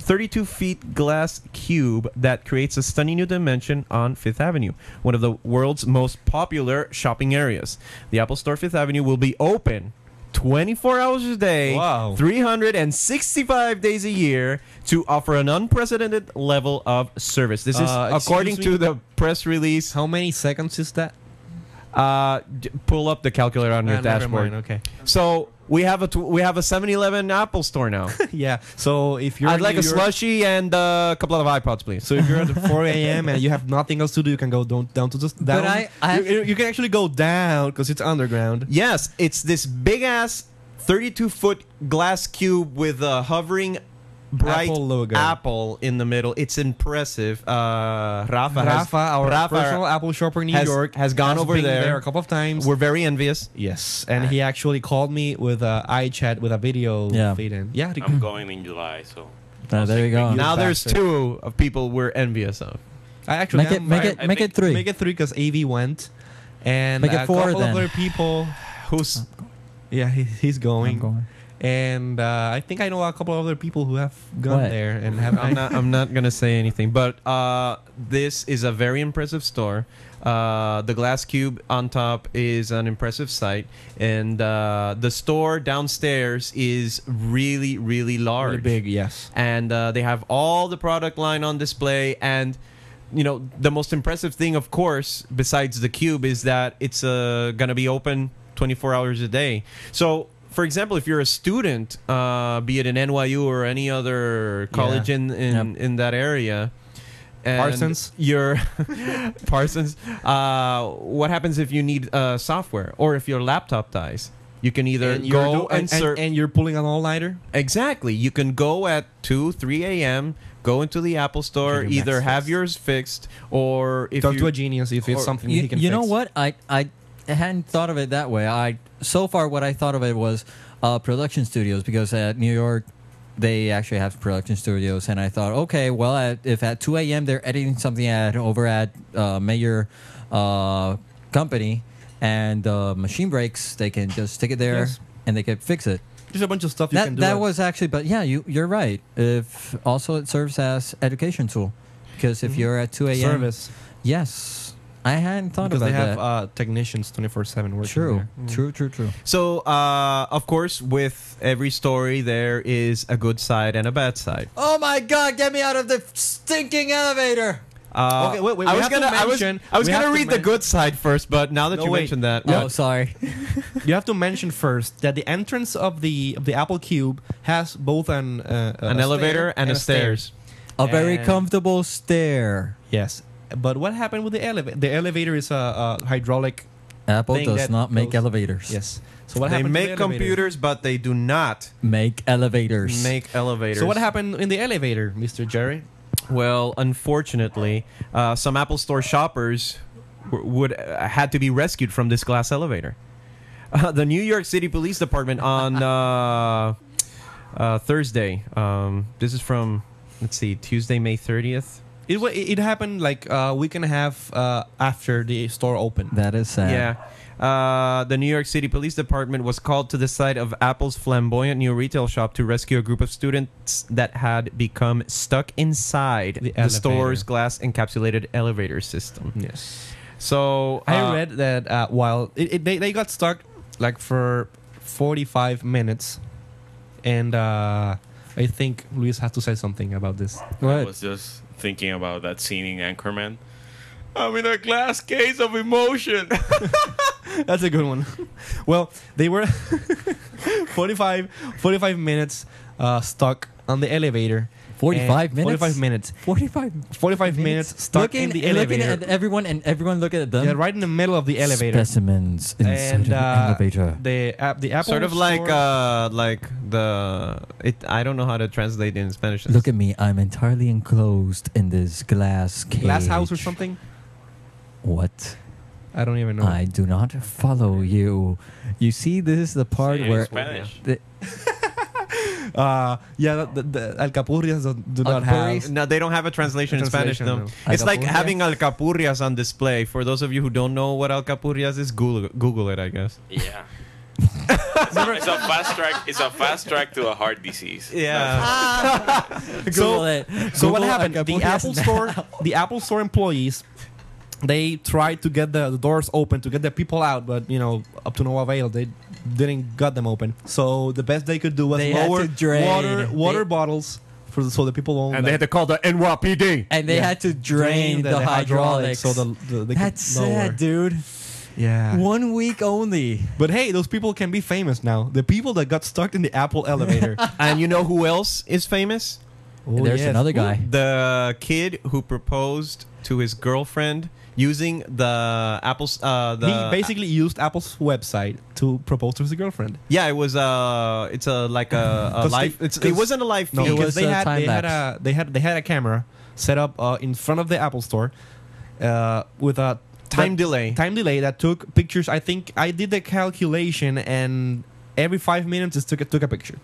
Speaker 4: 32 feet glass cube that creates a stunning new dimension on Fifth Avenue, one of the world's most popular shopping areas. The Apple Store Fifth Avenue will be open 24 hours a day,
Speaker 3: Wow.
Speaker 4: 365 days a year to offer an unprecedented level of service. This is
Speaker 3: Uh, excuse
Speaker 4: according
Speaker 3: me?
Speaker 4: to the press release.
Speaker 3: How many seconds is that?
Speaker 4: Uh, d- pull up the calculator on your
Speaker 3: Ah, never
Speaker 4: dashboard.
Speaker 3: mind, Okay.
Speaker 4: So we have a tw- we have a 7-Eleven Apple store now.
Speaker 3: yeah. So if you're
Speaker 4: I'd
Speaker 3: in
Speaker 4: like
Speaker 3: New
Speaker 4: a
Speaker 3: York-
Speaker 4: slushie and uh, a couple of iPods, please.
Speaker 3: So if you're at 4 a.m. and you have nothing else to do, you can go down, down to just down.
Speaker 1: But I- I
Speaker 3: you,
Speaker 1: have-
Speaker 3: you- you can actually go down because it's underground.
Speaker 4: Yes, it's this big ass 32 foot glass cube with a hovering bright
Speaker 3: Apple logo.
Speaker 4: apple in the middle. It's impressive. Uh, Rafa, has-
Speaker 3: Rafa, our
Speaker 4: Rafa
Speaker 3: personal Apple shopper in New
Speaker 4: has-
Speaker 3: York,
Speaker 4: has gone over
Speaker 3: been
Speaker 4: there.
Speaker 3: a couple of times.
Speaker 4: We're very envious.
Speaker 3: yes, and he actually called me with a iChat with a video
Speaker 1: Yeah.
Speaker 3: feed in. Yeah, the-
Speaker 6: I'm going in July, so
Speaker 1: Ah, there you go.
Speaker 3: You
Speaker 4: now there's
Speaker 3: bastard.
Speaker 4: two of people we're envious of.
Speaker 3: I actually
Speaker 1: Make it,
Speaker 3: am-
Speaker 1: make
Speaker 3: I-
Speaker 1: it,
Speaker 6: I
Speaker 1: make
Speaker 6: think-
Speaker 1: it three.
Speaker 3: Make it three because Av went, and
Speaker 1: Make it
Speaker 3: a
Speaker 1: four
Speaker 3: couple
Speaker 1: then.
Speaker 3: of other people.
Speaker 4: Who's
Speaker 3: Yeah, he, he's
Speaker 1: I'm
Speaker 3: going,
Speaker 1: going.
Speaker 3: and uh, I think I know a couple of other people who have gone
Speaker 1: What?
Speaker 3: there and have.
Speaker 4: I'm not. I'm not gonna say anything. But uh, this is a very impressive store. Uh, the glass cube on top is an impressive sight, and uh, the store downstairs is really, really large,
Speaker 3: really big. Yes.
Speaker 4: and uh, they have all the product line on display. And you know, the most impressive thing, of course, besides the cube, is that it's uh, gonna be open 24 hours a day. So. For example, if you're a student, uh, be it in NYU or any other college
Speaker 3: Yeah.
Speaker 4: in in, in that area. And
Speaker 3: Parsons?
Speaker 4: Your Parsons. Uh, what happens if you need uh, software or if your laptop dies? You can either
Speaker 3: you're do-
Speaker 4: go and, search.
Speaker 3: and, and you're pulling an all nighter.
Speaker 4: Exactly. You can go at 2, 3 a.m., go into the Apple store,
Speaker 3: Get your
Speaker 4: either
Speaker 3: Macs
Speaker 4: have
Speaker 3: fixed.
Speaker 4: yours fixed or if
Speaker 3: Talk
Speaker 4: you,
Speaker 3: to a genius if
Speaker 4: or-
Speaker 3: it's something
Speaker 1: you,
Speaker 3: he can.
Speaker 1: you know
Speaker 3: fix.
Speaker 1: what I, I hadn't thought of it that way i so far what i thought of it was uh, production studios because at new york they actually have production studios and i thought okay well at, if at 2 a.m they're editing something at over at uh, mayor uh, company and uh, machine breaks they can just take it there
Speaker 3: Yes.
Speaker 1: and they can fix it
Speaker 3: There's a bunch of stuff you can
Speaker 1: that,
Speaker 3: do.
Speaker 1: that
Speaker 3: at-
Speaker 1: was actually but yeah you, you're right if also it serves as education tool because if you're at 2 a.m
Speaker 3: Mm-hmm. service
Speaker 1: yes i hadn't thought
Speaker 3: because
Speaker 1: about
Speaker 3: they
Speaker 1: that
Speaker 3: have uh, technicians 24 seven working
Speaker 1: True,
Speaker 3: there. Mm.
Speaker 1: true, true, true.
Speaker 4: So, uh, of course, with every story, there is a good side and a bad side.
Speaker 1: Oh my god, get me out of the stinking elevator!
Speaker 4: Uh,
Speaker 3: Okay, wait, wait,
Speaker 4: I
Speaker 3: we
Speaker 4: was
Speaker 3: have to
Speaker 4: gonna, I was,
Speaker 3: mention-
Speaker 4: I was
Speaker 3: we
Speaker 4: gonna
Speaker 3: have to
Speaker 4: read the
Speaker 3: men-
Speaker 4: good side first, but now that
Speaker 3: No,
Speaker 4: you
Speaker 3: wait.
Speaker 4: mentioned that,
Speaker 1: Oh, sorry.
Speaker 3: You have to mention first that the entrance of the of the Apple Cube has both an uh, a
Speaker 4: an
Speaker 3: stair
Speaker 4: elevator and, a stairs.
Speaker 1: A very
Speaker 3: And-
Speaker 1: comfortable stair.
Speaker 3: Yes, but what happened with the elevator? The elevator is a, a hydraulic.
Speaker 1: Apple
Speaker 3: Thing
Speaker 1: does
Speaker 3: that
Speaker 1: not make
Speaker 3: goes-
Speaker 1: elevators.
Speaker 3: Yes. So what
Speaker 4: they
Speaker 3: happened? to the elevator?
Speaker 4: make computers, but they do not
Speaker 1: Make elevators.
Speaker 4: make elevators.
Speaker 3: So what happened in the elevator, Mister Jerry?
Speaker 4: Well, unfortunately, uh, some Apple Store shoppers w- would uh, had to be rescued from this glass elevator. Uh, the New York City Police Department on uh, uh, Thursday. Um, this is from let's see, Tuesday, May thirtieth.
Speaker 3: It wa- it happened like a week and a half uh, after the store opened.
Speaker 1: That is sad.
Speaker 4: Yeah. Uh, the New York City Police Department was called to the site of Apple's flamboyant new retail shop to rescue a group of students that had become stuck inside
Speaker 3: The
Speaker 4: the, store's
Speaker 3: elevator.
Speaker 4: glass encapsulated elevator system.
Speaker 3: Yes.
Speaker 4: So uh,
Speaker 3: I read that uh, while it, it, they, they got stuck like for 45 minutes and uh, I think Luis has to say something about this.
Speaker 1: Go
Speaker 6: I
Speaker 1: ahead.
Speaker 6: was just thinking about that scene in Anchorman. I'm in a glass case of emotion.
Speaker 3: That's a good one. well, they were 45 45 minutes uh, stuck on the elevator.
Speaker 1: 45
Speaker 3: And-
Speaker 1: minutes?
Speaker 3: 45 minutes.
Speaker 1: 45
Speaker 3: 45 minutes, stuck
Speaker 1: looking,
Speaker 3: in the
Speaker 1: looking
Speaker 3: elevator.
Speaker 1: at everyone and everyone looking at them.
Speaker 3: yeah, right in the middle of the elevator.
Speaker 1: Specimens inside
Speaker 3: And
Speaker 1: an
Speaker 3: uh,
Speaker 1: elevator.
Speaker 3: the app, the Apple
Speaker 4: sort of like
Speaker 3: Store-
Speaker 4: uh like the it I don't know how to translate it in Spanish.
Speaker 1: Look at me. I'm entirely enclosed in this glass cage.
Speaker 3: glass house or something.
Speaker 1: What?
Speaker 3: I don't even know.
Speaker 1: I do not follow you. You see, this is the part
Speaker 6: Say it in
Speaker 1: where
Speaker 6: Spanish.
Speaker 1: the-
Speaker 3: Uh, yeah, the, the Alcapurrias do, do not have.
Speaker 4: no, they don't have a translation,
Speaker 3: Translation,
Speaker 4: in Spanish though.
Speaker 1: no.
Speaker 4: It's like
Speaker 1: Alcapurrias?
Speaker 4: having alcapurrias on display. For those of you who don't know what alcapurrias is, Google Google it, I guess.
Speaker 6: yeah. it's, a, it's a fast track. It's a fast track to a heart disease.
Speaker 4: Yeah.
Speaker 1: Google it.
Speaker 3: So what
Speaker 1: Google
Speaker 3: happened? The
Speaker 1: Acapulco
Speaker 3: Apple
Speaker 1: Snap.
Speaker 3: store, the Apple store employees, they tried to get the, the doors open to get the people out, but you know, up to no avail. They didn't got them open. So the best they could do was
Speaker 1: They had
Speaker 3: lower
Speaker 1: to drain.
Speaker 3: water water
Speaker 1: They-
Speaker 3: bottles for the, so the people won't. like,
Speaker 4: to call the NYPD.
Speaker 1: and they
Speaker 3: Yeah.
Speaker 1: had to drain, the, hydraulics.
Speaker 3: so the, the they
Speaker 1: That's
Speaker 3: could lower.
Speaker 1: sad, dude.
Speaker 3: Yeah.
Speaker 1: One week only.
Speaker 3: But hey, those people can be famous now. The people that got stuck in the Apple elevator.
Speaker 4: And you know who else is famous?
Speaker 3: Oh,
Speaker 1: there's
Speaker 3: yes.
Speaker 1: another guy.
Speaker 4: The kid who proposed to his girlfriend using the Apple's uh the
Speaker 3: he basically used Apple's website to propose to his girlfriend.
Speaker 4: Yeah, it was uh it's a like a, a
Speaker 3: 'Cause
Speaker 4: live
Speaker 3: they-
Speaker 4: it's, it
Speaker 3: 'cause-
Speaker 4: wasn't a live feed.
Speaker 3: No,
Speaker 1: It
Speaker 3: because
Speaker 1: was
Speaker 3: they
Speaker 1: a
Speaker 3: had
Speaker 1: time
Speaker 3: they had
Speaker 1: lapse.
Speaker 3: a they had they had a camera set up uh, in front of the Apple store uh, with a that-
Speaker 4: time delay.
Speaker 3: time delay that took pictures. I think I did the calculation, and every five minutes it took it took a picture.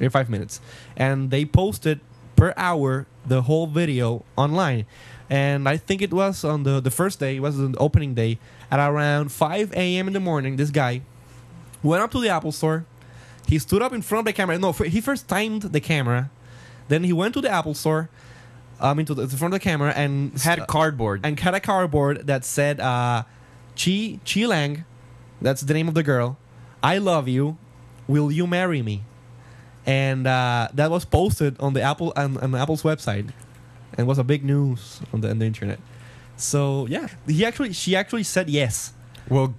Speaker 3: Every five minutes, and they posted per hour the whole video online. And I think it was on the the first day, it was on the opening day, at around five a.m. in the morning. This guy went up to the Apple store. He stood up in front of the camera. No, fir- he first timed the camera. Then he went to the Apple store, um, into the, the front of the camera and
Speaker 4: had cardboard.
Speaker 3: and cut a cardboard that said uh, Chi Chi Lang, that's the name of the girl. I love you. Will you marry me? And uh, that was posted on the Apple on, on Apple's website, and was a big news on the, on the internet. So yeah, he actually she actually said yes,
Speaker 4: well,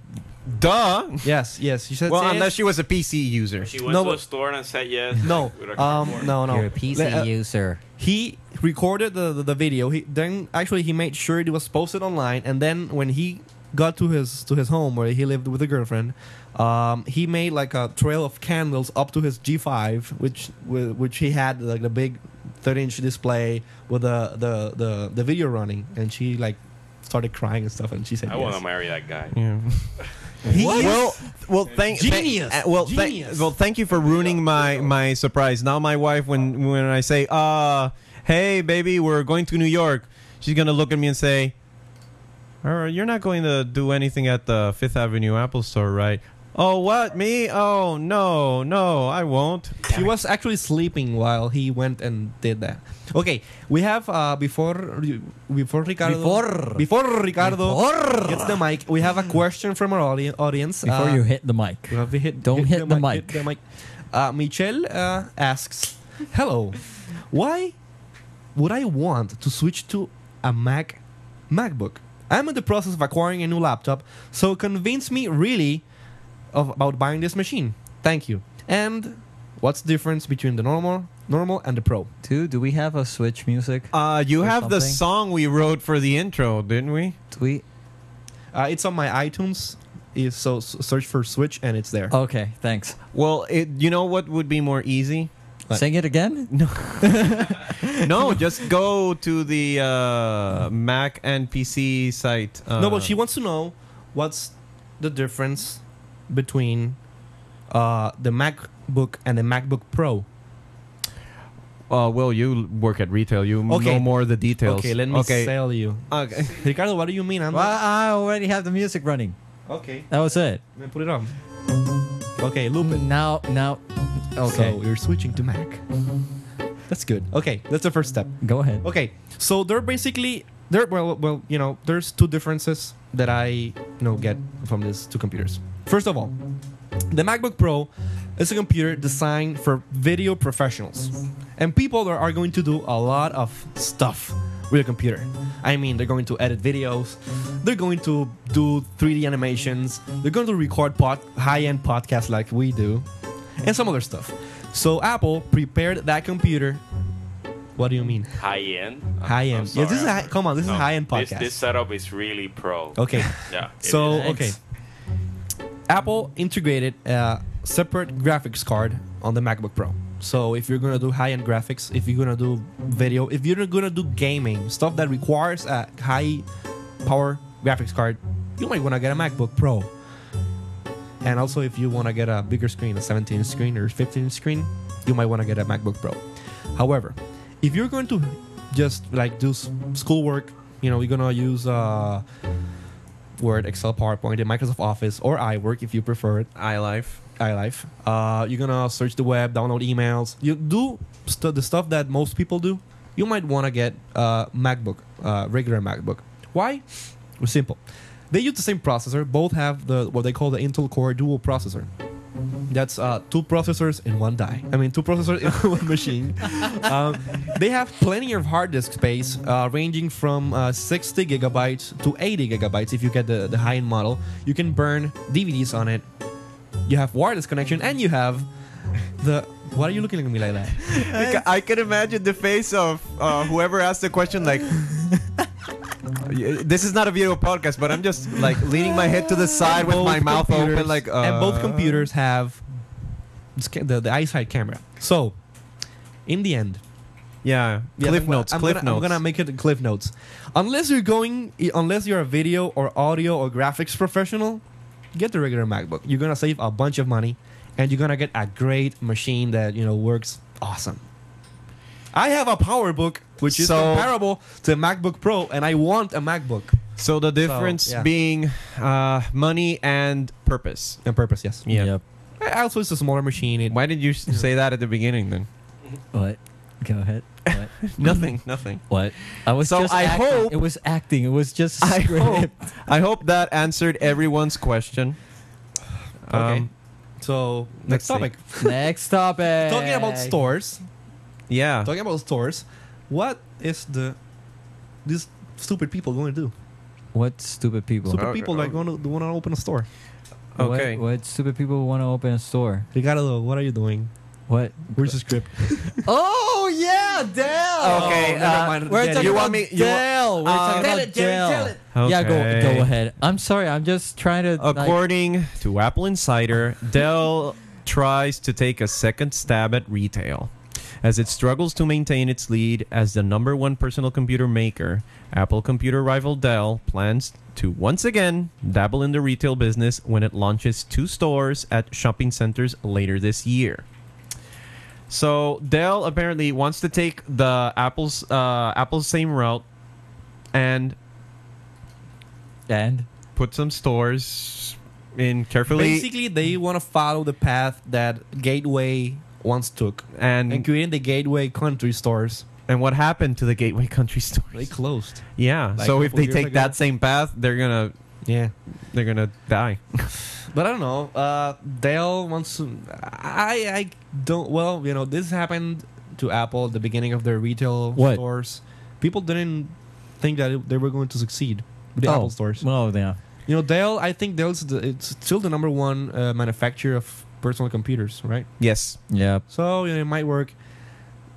Speaker 4: duh.
Speaker 3: yes, yes. She said
Speaker 4: Well,
Speaker 3: yes.
Speaker 4: unless she was a PC user.
Speaker 6: She went
Speaker 3: No,
Speaker 6: to a
Speaker 3: but-
Speaker 6: store and said yes.
Speaker 3: no,
Speaker 6: with a
Speaker 3: um,
Speaker 6: cardboard.
Speaker 3: no, no.
Speaker 1: You're a PC
Speaker 3: Le- uh,
Speaker 1: user.
Speaker 3: he recorded the, the, the video he then actually he made sure it was posted online and then when he got to his to his home where he lived with a girlfriend um, he made like a trail of candles up to his g5 which wi- which he had like the big 30 inch display with the, the the the video running and she like started crying and stuff and she said
Speaker 6: I want to
Speaker 3: yes.
Speaker 6: marry that guy.
Speaker 4: Yeah.
Speaker 3: He is-
Speaker 4: Well, well, thank thank-
Speaker 3: Genius.
Speaker 4: uh, well, thank-
Speaker 3: Genius.
Speaker 4: well, thank you for ruining my my surprise. Now my wife, when when I say, "Uh, hey, baby, we're going to New York," she's gonna look at me and say, "Uh, you're not going to do anything at the Fifth Avenue Apple Store, right?" Oh, what me? Oh no, no, I won't.
Speaker 3: he was actually sleeping while he went and did that. Okay, we have uh, before before Ricardo
Speaker 1: Before.
Speaker 3: before Ricardo
Speaker 1: Before.
Speaker 3: gets the mic. We have a question from our audi- audience.
Speaker 1: Before
Speaker 3: Uh,
Speaker 1: you hit the mic.
Speaker 3: we have to hit,
Speaker 1: Don't hit the mic.
Speaker 3: hit the mic. Uh, Michelle uh, asks, "Hello, why would I want to switch to a Mac MacBook? I'm in the process of acquiring a new laptop, so convince me really of about buying this machine. Thank you. And what's the difference between the normal, normal and the Pro?
Speaker 1: Two, do we have a Switch music?
Speaker 4: Uh, you
Speaker 1: Or
Speaker 4: have the
Speaker 1: something.
Speaker 4: song we wrote for the intro, didn't we?
Speaker 1: Tweet.
Speaker 3: Uh, it's on my iTunes." Is so s- search for Switch and it's there.
Speaker 1: Okay, thanks.
Speaker 4: Well, it, you know what would be more easy?
Speaker 3: What?
Speaker 1: Sing it again?
Speaker 4: No, just go to the uh, Mac and PC site. Uh,
Speaker 3: no, but she wants to know what's the difference between uh, the MacBook and the MacBook Pro.
Speaker 4: Uh, well, you work at retail. You
Speaker 3: Okay.
Speaker 4: know more of the details.
Speaker 3: Okay, let me
Speaker 4: okay.
Speaker 3: sell you.
Speaker 4: Okay.
Speaker 3: Ricardo, what do you mean? I'm
Speaker 1: Well, I already have the music running.
Speaker 3: okay.
Speaker 1: That was it.
Speaker 3: Let me put it on. Okay, loop it.
Speaker 1: Now, now, okay.
Speaker 3: So you're switching to Mac. That's good. Okay, that's the first step.
Speaker 1: Go ahead.
Speaker 3: Okay, so they're basically there. Well, well, you know, there's two differences that I you know get from these two computers. First of all, the MacBook Pro is a computer designed for video professionals and people that are going to do a lot of stuff with a computer. I mean, they're going to edit videos, they're going to do 3D animations, they're going to record pod- high-end podcasts like we do, and some other stuff. So Apple prepared that computer. What do you mean?
Speaker 6: High end.
Speaker 3: High end. Yes, this is a high, come on. This is a high end podcast.
Speaker 6: This, this setup is really pro.
Speaker 3: okay,
Speaker 6: Yeah. it
Speaker 3: so
Speaker 6: is.
Speaker 3: okay, Apple integrated a separate graphics card on the MacBook Pro. So if you're gonna do high end graphics, if you're gonna do video, if you're gonna do gaming stuff that requires a high power graphics card, you might wanna get a MacBook Pro. And also, if you want to get a bigger screen, a 17 inch screen or 15 inch screen, you might want to get a MacBook Pro. However, if you're going to just like do s- schoolwork, you know, you're gonna use uh, Word, Excel, PowerPoint, and Microsoft Office or iWork if you prefer it,
Speaker 4: iLife.
Speaker 3: iLife. Uh, you're gonna search the web, download emails. You do st- the stuff that most people do. You might want to get a MacBook, uh, regular MacBook. Why? Well, simple. They use the same processor. Both have the what they call the Intel Core Dual Processor. That's uh, two processors in one die. I mean, two processors in one machine. Um, they have plenty of hard disk space, uh, ranging from uh, 60 gigabytes to 80 gigabytes if you get the, the high end model. You can burn DVDs on it. You have wireless connection, and you have the. Why are you looking at me like that?
Speaker 4: Beca- I can imagine the face of uh, whoever asked the question, like, this is not a video podcast, but I'm just like leaning my head to the side with
Speaker 3: both
Speaker 4: my mouth open,
Speaker 3: computers-
Speaker 4: like, uh,
Speaker 3: and both computers have the, sca- the, the eyesight camera. So, in the end,
Speaker 4: Yeah,
Speaker 3: Yeah,
Speaker 4: cliff
Speaker 3: I'm gonna-
Speaker 4: notes,
Speaker 3: I'm
Speaker 4: cliff
Speaker 3: gonna,
Speaker 4: notes.
Speaker 3: I'm gonna make it cliff notes. Unless you're going, i- unless you're a video or audio or graphics professional, get the regular MacBook. You're gonna save a bunch of money, and you're gonna get a great machine that you know works awesome. I have a PowerBook, which is
Speaker 4: So-
Speaker 3: comparable to MacBook Pro, and I want a MacBook.
Speaker 4: so the difference
Speaker 3: yeah.
Speaker 4: being uh, money and purpose.
Speaker 3: On purpose, yes.
Speaker 4: Yeah.
Speaker 1: Yep.
Speaker 3: I- Also, it's a smaller machine. It,
Speaker 4: Why did you s- say that at the beginning then?
Speaker 1: What? Go ahead. What?
Speaker 4: nothing, nothing.
Speaker 1: What? I was
Speaker 4: So
Speaker 1: just
Speaker 4: I
Speaker 1: acting.
Speaker 4: hope-
Speaker 1: it was acting. It was just
Speaker 4: I
Speaker 1: script.
Speaker 4: hope, I hope that answered everyone's question.
Speaker 3: okay.
Speaker 4: Um,
Speaker 3: so
Speaker 4: let's
Speaker 3: next
Speaker 4: see.
Speaker 3: topic.
Speaker 1: Next topic.
Speaker 3: Talking about stores.
Speaker 4: yeah.
Speaker 3: Talking about stores, what is the these stupid people going to do?
Speaker 1: What stupid people?
Speaker 3: Stupid
Speaker 7: Okay.
Speaker 3: people that going to want to open a store.
Speaker 4: Okay.
Speaker 1: What, what stupid people want to open a store?
Speaker 3: Ricardo, what are you doing?
Speaker 1: What?
Speaker 3: Where's the script?
Speaker 1: Oh yeah, Dell.
Speaker 4: Okay,
Speaker 1: never
Speaker 4: uh,
Speaker 1: mind.
Speaker 4: yeah,
Speaker 1: We're talking
Speaker 4: you
Speaker 1: about
Speaker 4: want me- you wa-
Speaker 1: Dell. We're
Speaker 4: Uh,
Speaker 1: talking
Speaker 4: Tell
Speaker 1: about Dell.
Speaker 4: Okay.
Speaker 1: Yeah, go go ahead. I'm sorry. I'm just trying to. like-
Speaker 4: According to Apple Insider, Dell tries to take a second stab at retail. As it struggles to maintain its lead as the number one personal computer maker, Apple computer rival Dell plans to once again dabble in the retail business when it launches two stores at shopping centers later this year. So Dell apparently wants to take the Apple's uh, Apple's same route and
Speaker 1: and
Speaker 4: put some stores in carefully
Speaker 3: Basically, they want to follow the path that Gateway once took Mm.
Speaker 4: and
Speaker 3: and creating the Gateway country stores.
Speaker 4: and what happened to the gateway country
Speaker 3: They
Speaker 4: stores
Speaker 3: closed.
Speaker 4: yeah
Speaker 3: Like
Speaker 4: so
Speaker 3: a
Speaker 4: if
Speaker 3: couple
Speaker 4: they
Speaker 3: years
Speaker 4: take
Speaker 3: ago.
Speaker 4: that same path they're gonna
Speaker 3: Yeah,
Speaker 4: they're gonna die
Speaker 3: but I don't know. Uh, Dell wants to. I I don't. Well, you know, this happened to Apple at the beginning of their retail
Speaker 1: What?
Speaker 3: stores. People didn't think that it, they were going to succeed. The
Speaker 1: oh,
Speaker 3: Apple stores.
Speaker 1: Oh yeah.
Speaker 3: You know, Dell. I think Dell's the, it's still the number one uh, manufacturer of personal computers, right?
Speaker 4: yes
Speaker 1: Yeah.
Speaker 3: So you know, it might work.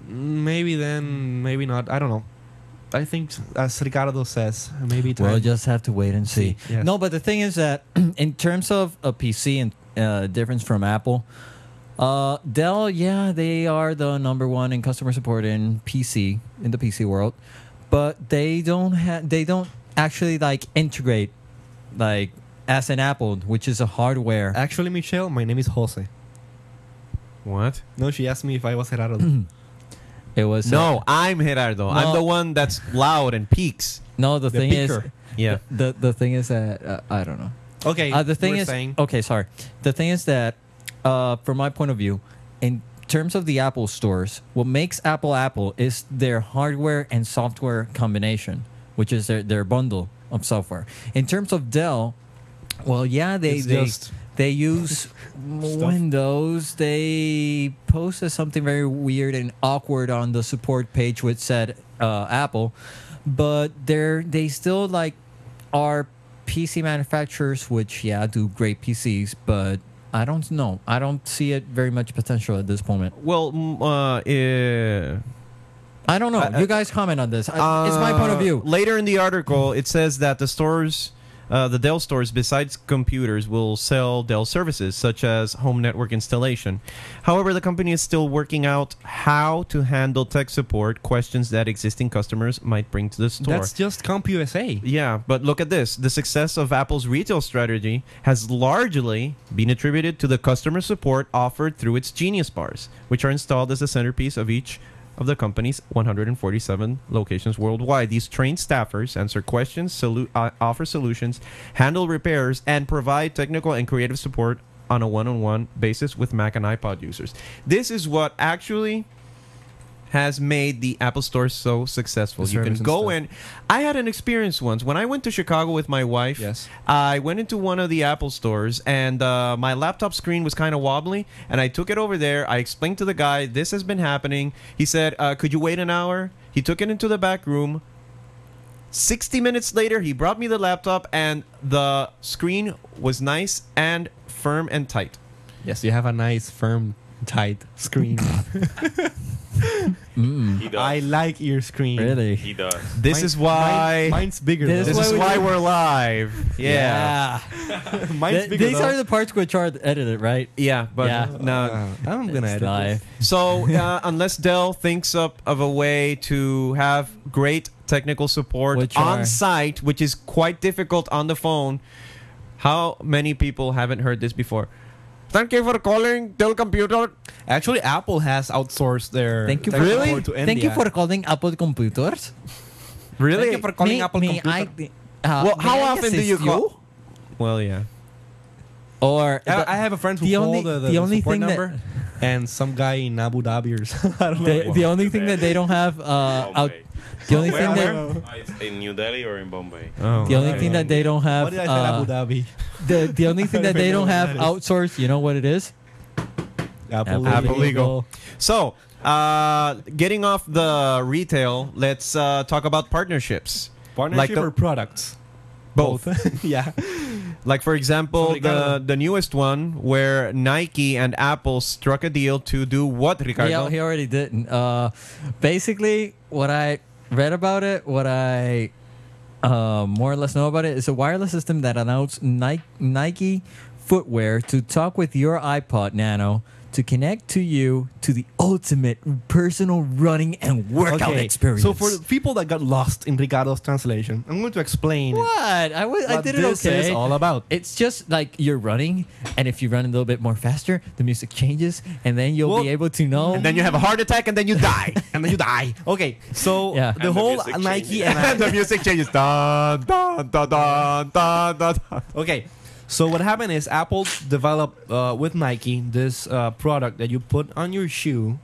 Speaker 3: Maybe then, maybe not. I don't know. I think, as Ricardo says, maybe time.
Speaker 1: We'll just have to wait and see.
Speaker 3: Yes.
Speaker 1: No, but the thing is that in terms of a PC and uh, difference from Apple, uh, Dell, yeah, they are the number one in customer support in PC in the PC world, but they don't have they don't actually like integrate like as an Apple, which is a hardware.
Speaker 3: Actually, Michelle, my name is Jose.
Speaker 4: what
Speaker 3: No, she asked me if I was Gerardo.
Speaker 1: It was uh,
Speaker 4: no i'm gerardo i'm
Speaker 1: No.
Speaker 4: the one that's loud and peaks
Speaker 1: no. The,
Speaker 3: The
Speaker 1: thing is,
Speaker 3: picker.
Speaker 4: yeah
Speaker 1: the the thing is that uh, I don't know.
Speaker 3: okay.
Speaker 1: Uh, the thing
Speaker 3: we're
Speaker 1: is,
Speaker 3: saying-
Speaker 1: okay, sorry. The thing is that, uh, from my point of view, in terms of the Apple stores, what makes Apple Apple is their hardware and software combination, which is their, their bundle of software. In terms of Dell, well, yeah, they
Speaker 3: It's
Speaker 1: they,
Speaker 3: just-
Speaker 1: they use Windows. They posted something very weird and awkward on the support page, which said uh, Apple, but they're they still like are PC manufacturers, which yeah do great PCs, but I don't know. I don't see it very much potential at this moment.
Speaker 4: well mm, uh, eh,
Speaker 1: I don't know.
Speaker 4: I- I-
Speaker 1: you guys comment on this. I, it's my point of
Speaker 4: Uh,
Speaker 1: view.
Speaker 4: Later in the article, it says that the stores, uh, the Dell stores, besides computers, will sell Dell services such as home network installation. However, the company is still working out how to handle tech support questions that existing customers might bring to the store.
Speaker 3: that's just CompUSA.
Speaker 4: Yeah, but look at this. The success of Apple's retail strategy has largely been attributed to the customer support offered through its Genius Bars, which are installed as the centerpiece of each of the company's 147 locations worldwide. These trained staffers answer questions, solu- uh, offer solutions, handle repairs, and provide technical and creative support on a one on one basis with Mac and iPod users. This is what actually has made the Apple Store so successful.
Speaker 3: The
Speaker 4: you can
Speaker 3: service and
Speaker 4: go
Speaker 3: stuff.
Speaker 4: in. I had an experience once when I went to Chicago with my wife.
Speaker 3: Yes.
Speaker 4: I went into one of the Apple stores and uh, my laptop screen was kind of wobbly. And I took it over there. I explained to the guy, this has been happening. He said, uh, Could you wait an hour? He took it into the back room. 60 minutes later, he brought me the laptop and the screen was nice and firm and tight.
Speaker 3: Yes, you have a nice, firm, tight screen.
Speaker 6: He does.
Speaker 3: I like your screen.
Speaker 6: he does.
Speaker 4: This
Speaker 3: Mine-
Speaker 4: is why.
Speaker 3: mine- mine's bigger.
Speaker 1: This
Speaker 4: this
Speaker 1: That's
Speaker 4: is
Speaker 1: why
Speaker 4: why
Speaker 1: we do-
Speaker 4: we're live. Yeah.
Speaker 3: though.
Speaker 1: Th-
Speaker 3: mine's bigger.
Speaker 1: these
Speaker 3: though.
Speaker 1: are the parts which are edited, right?
Speaker 4: Yeah, but
Speaker 1: Yeah.
Speaker 4: no.
Speaker 3: Uh, I'm gonna edit.
Speaker 1: It's
Speaker 3: this.
Speaker 1: live.
Speaker 4: So uh, unless Dell thinks up of a way to have great technical support
Speaker 1: Which
Speaker 4: on
Speaker 1: are-
Speaker 4: site, which is quite difficult on the phone, how many people haven't heard this before? Thank you for calling Dell Computer.
Speaker 3: Actually, Apple has outsourced their.
Speaker 1: Thank you. For,
Speaker 3: tech support To India.
Speaker 1: Thank you for calling Apple Computers.
Speaker 4: Really?
Speaker 3: Thank you for calling Apple Computer.
Speaker 1: I, uh,
Speaker 4: well,
Speaker 1: may
Speaker 4: how
Speaker 1: I
Speaker 4: often do
Speaker 1: assist
Speaker 4: you call? Well, yeah.
Speaker 1: Or
Speaker 3: I, I have a friend who
Speaker 1: the
Speaker 3: called
Speaker 1: only-
Speaker 3: the, the,
Speaker 1: the only
Speaker 3: support
Speaker 1: thing that-
Speaker 3: number, and some guy in Abu Dhabi or something. I don't know. Oh,
Speaker 1: the, the only thing that they don't have uh, out,
Speaker 6: Bombay.
Speaker 1: the only
Speaker 6: Where-
Speaker 1: thing that
Speaker 6: where? Uh, it's in New Delhi or in Bombay?
Speaker 4: Oh.
Speaker 1: the only thing that they don't
Speaker 3: What
Speaker 1: have
Speaker 3: did I say?
Speaker 1: uh,
Speaker 3: Abu Dhabi.
Speaker 1: the the only thing
Speaker 3: I
Speaker 1: that
Speaker 3: don't
Speaker 1: they
Speaker 3: know
Speaker 1: don't
Speaker 3: what
Speaker 1: have
Speaker 3: that is.
Speaker 1: outsourced. You know what it is? uh,
Speaker 3: Apple.
Speaker 4: Apple Legal. So, uh, getting off the retail, let's uh, talk about partnerships.
Speaker 3: Partnership
Speaker 4: Like the-
Speaker 3: or products?
Speaker 4: Both.
Speaker 3: yeah.
Speaker 4: Like for example,
Speaker 3: From Ricardo.
Speaker 4: the the newest one where Nike and Apple struck a deal to do what, Ricardo?
Speaker 1: Yeah, he already didn't. Uh, basically, what I read about it, what I uh, more or less know about it, is a wireless system that allows Nike, Nike footwear to talk with your iPod Nano to connect to you to the ultimate personal running and workout experience.
Speaker 3: So for the people that got lost in Ricardo's translation, I'm going to explain
Speaker 1: what I was, I
Speaker 3: what
Speaker 1: did it
Speaker 3: this
Speaker 1: okay.
Speaker 3: is all about.
Speaker 1: It's just like you're running, and if you run a little bit more faster, the music changes, and then you'll
Speaker 3: Well,
Speaker 1: be able to know.
Speaker 4: And then you have a heart attack and then you die.
Speaker 3: and then you die. Okay, so
Speaker 1: Yeah.
Speaker 3: the
Speaker 6: And the
Speaker 3: whole
Speaker 6: music
Speaker 3: Nike
Speaker 6: changes.
Speaker 3: and
Speaker 4: and the music changes. Dun, dun, dun, dun, dun, dun, dun.
Speaker 3: okay. So what happened is Apple developed uh, with Nike this uh, product that you put on your shoe,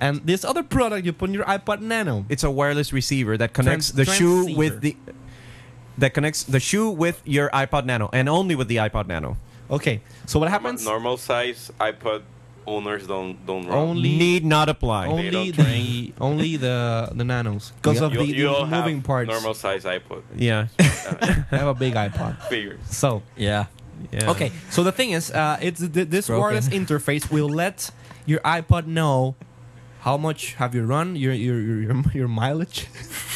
Speaker 3: and this other product you put on your iPod Nano.
Speaker 4: It's a wireless receiver that connects
Speaker 3: Trans-
Speaker 4: the shoe
Speaker 3: transceiver.
Speaker 4: with the that connects the shoe with your iPod Nano and only with the iPod Nano.
Speaker 3: Okay, so what happens?
Speaker 6: Normal size iPod owners don't don't run.
Speaker 3: Only-
Speaker 4: Need not apply.
Speaker 3: Only
Speaker 6: don't
Speaker 3: the only the the nanos because
Speaker 1: Yeah.
Speaker 3: of
Speaker 6: you,
Speaker 3: the,
Speaker 6: you
Speaker 3: the
Speaker 6: all have
Speaker 3: moving parts.
Speaker 6: Normal size iPod
Speaker 4: Yeah.
Speaker 3: I have a big iPod.
Speaker 6: figures.
Speaker 3: So
Speaker 1: yeah.
Speaker 4: yeah.
Speaker 3: Okay, so the thing is, uh, it's th- this
Speaker 1: Broken.
Speaker 3: wireless interface will let your iPod know how much have you run, your your your, your, your mileage.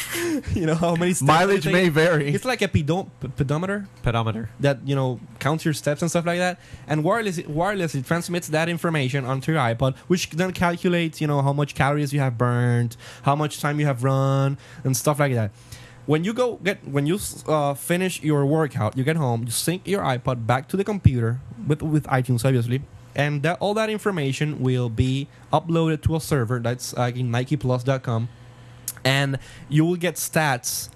Speaker 3: you know how many steps
Speaker 4: Mileage
Speaker 3: you
Speaker 4: may
Speaker 3: take.
Speaker 4: vary.
Speaker 3: It's like a pedo- p- pedometer
Speaker 4: Pedometer.
Speaker 3: that you know counts your steps and stuff like that. And wireless wireless it transmits that information onto your iPod, which then calculates you know how much calories you have burned, how much time you have run, and stuff like that. When you go get when you uh, finish your workout, you get home, you sync your iPod back to the computer with with iTunes obviously, and that all that information will be uploaded to a server that's uh, in NikePlus.com, and you will get stats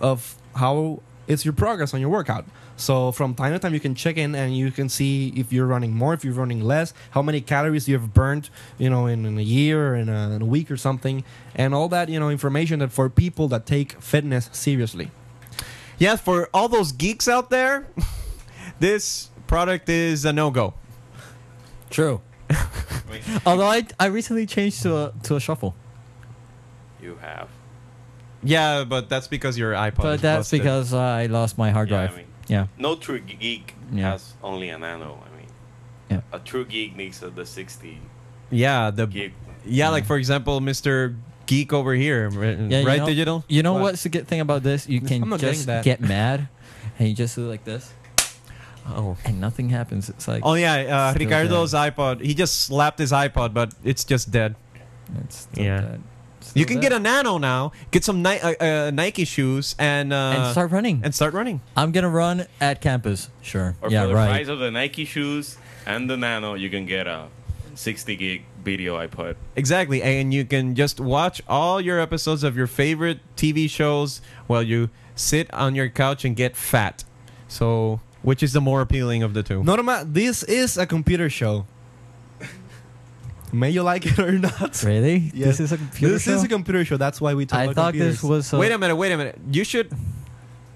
Speaker 3: of how is your progress on your workout. So from time to time, you can check in and you can see if you're running more, if you're running less, how many calories you have burned, you know, in, in a year, or in a, in a week, or something, and all that, you know, information that for people that take fitness seriously.
Speaker 4: Yeah, for all those geeks out there, this product is a no-go.
Speaker 1: True. Although I, I recently changed to a, to a shuffle,
Speaker 6: You have.
Speaker 4: Yeah, but that's because your iPod.
Speaker 1: but
Speaker 4: is
Speaker 1: that's
Speaker 4: busted.
Speaker 1: because I lost my hard
Speaker 6: Yeah, I
Speaker 1: drive.
Speaker 6: mean-
Speaker 1: Yeah,
Speaker 6: No true geek
Speaker 1: Yeah.
Speaker 6: has only a nano. I mean,
Speaker 1: Yeah.
Speaker 6: a true geek needs the 60
Speaker 4: yeah the
Speaker 6: gig.
Speaker 4: yeah like for example, Mister Geek over here, r-
Speaker 1: yeah. you
Speaker 4: right?
Speaker 1: know-
Speaker 4: digital.
Speaker 1: You know
Speaker 3: What?
Speaker 1: what's the good thing about this? You
Speaker 3: I'm
Speaker 1: can
Speaker 3: not
Speaker 1: just
Speaker 3: getting that.
Speaker 1: get mad, and you just do like this,
Speaker 4: Oh.
Speaker 1: and nothing happens. It's like
Speaker 4: Oh yeah, uh,
Speaker 1: Still
Speaker 4: Ricardo's iPod. He just slapped his iPod, but it's just dead.
Speaker 1: it's still
Speaker 4: Yeah.
Speaker 1: dead. It's
Speaker 4: You
Speaker 1: still
Speaker 4: can
Speaker 1: dead.
Speaker 4: get a Nano now. Get some Ni- uh, uh, Nike shoes and uh,
Speaker 1: and start running.
Speaker 4: and start running.
Speaker 1: I'm gonna run at campus. Sure.
Speaker 6: Or
Speaker 1: yeah.
Speaker 6: for the
Speaker 1: Right.
Speaker 6: price of the Nike shoes and the nano, you can get a 60 gig video iPod.
Speaker 4: Exactly, and you can just watch all your episodes of your favorite TV shows while you sit on your couch and get fat. So, which is the more appealing of the two?
Speaker 3: Norma, this is a computer show. May you like it or not.
Speaker 1: Really?
Speaker 3: Yeah.
Speaker 1: This is a computer
Speaker 3: this
Speaker 1: show?
Speaker 3: is a computer show. That's why we talk
Speaker 1: I
Speaker 3: about
Speaker 1: thought
Speaker 3: computers.
Speaker 1: this was a
Speaker 4: wait a minute, wait a minute. You should,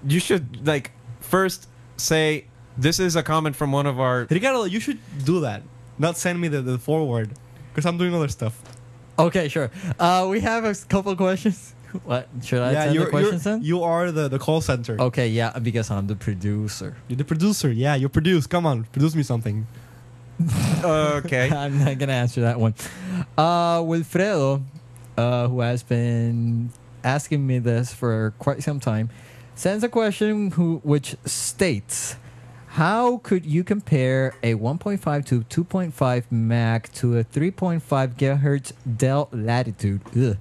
Speaker 4: you should like first say this is a comment from one of our.
Speaker 3: Ricardo, you should do that. Not send me the, the forward. Because I'm doing other stuff.
Speaker 1: Okay, sure. Uh, we have a s- couple questions. What should I send Oh.
Speaker 3: you're,
Speaker 1: the questions
Speaker 3: you're,
Speaker 1: in?
Speaker 3: you are the, the call center.
Speaker 1: okay, yeah, because I'm the producer.
Speaker 3: You're the producer. Yeah, you produce. Come on, produce me something.
Speaker 4: Okay.
Speaker 1: I'm not gonna answer that one. Uh, Wilfredo, uh, who has been asking me this for quite some time, sends a question who, which states, "How could you compare a 1.5 to 2.5 Mac to a 3.5 gigahertz Dell Latitude?" Ugh.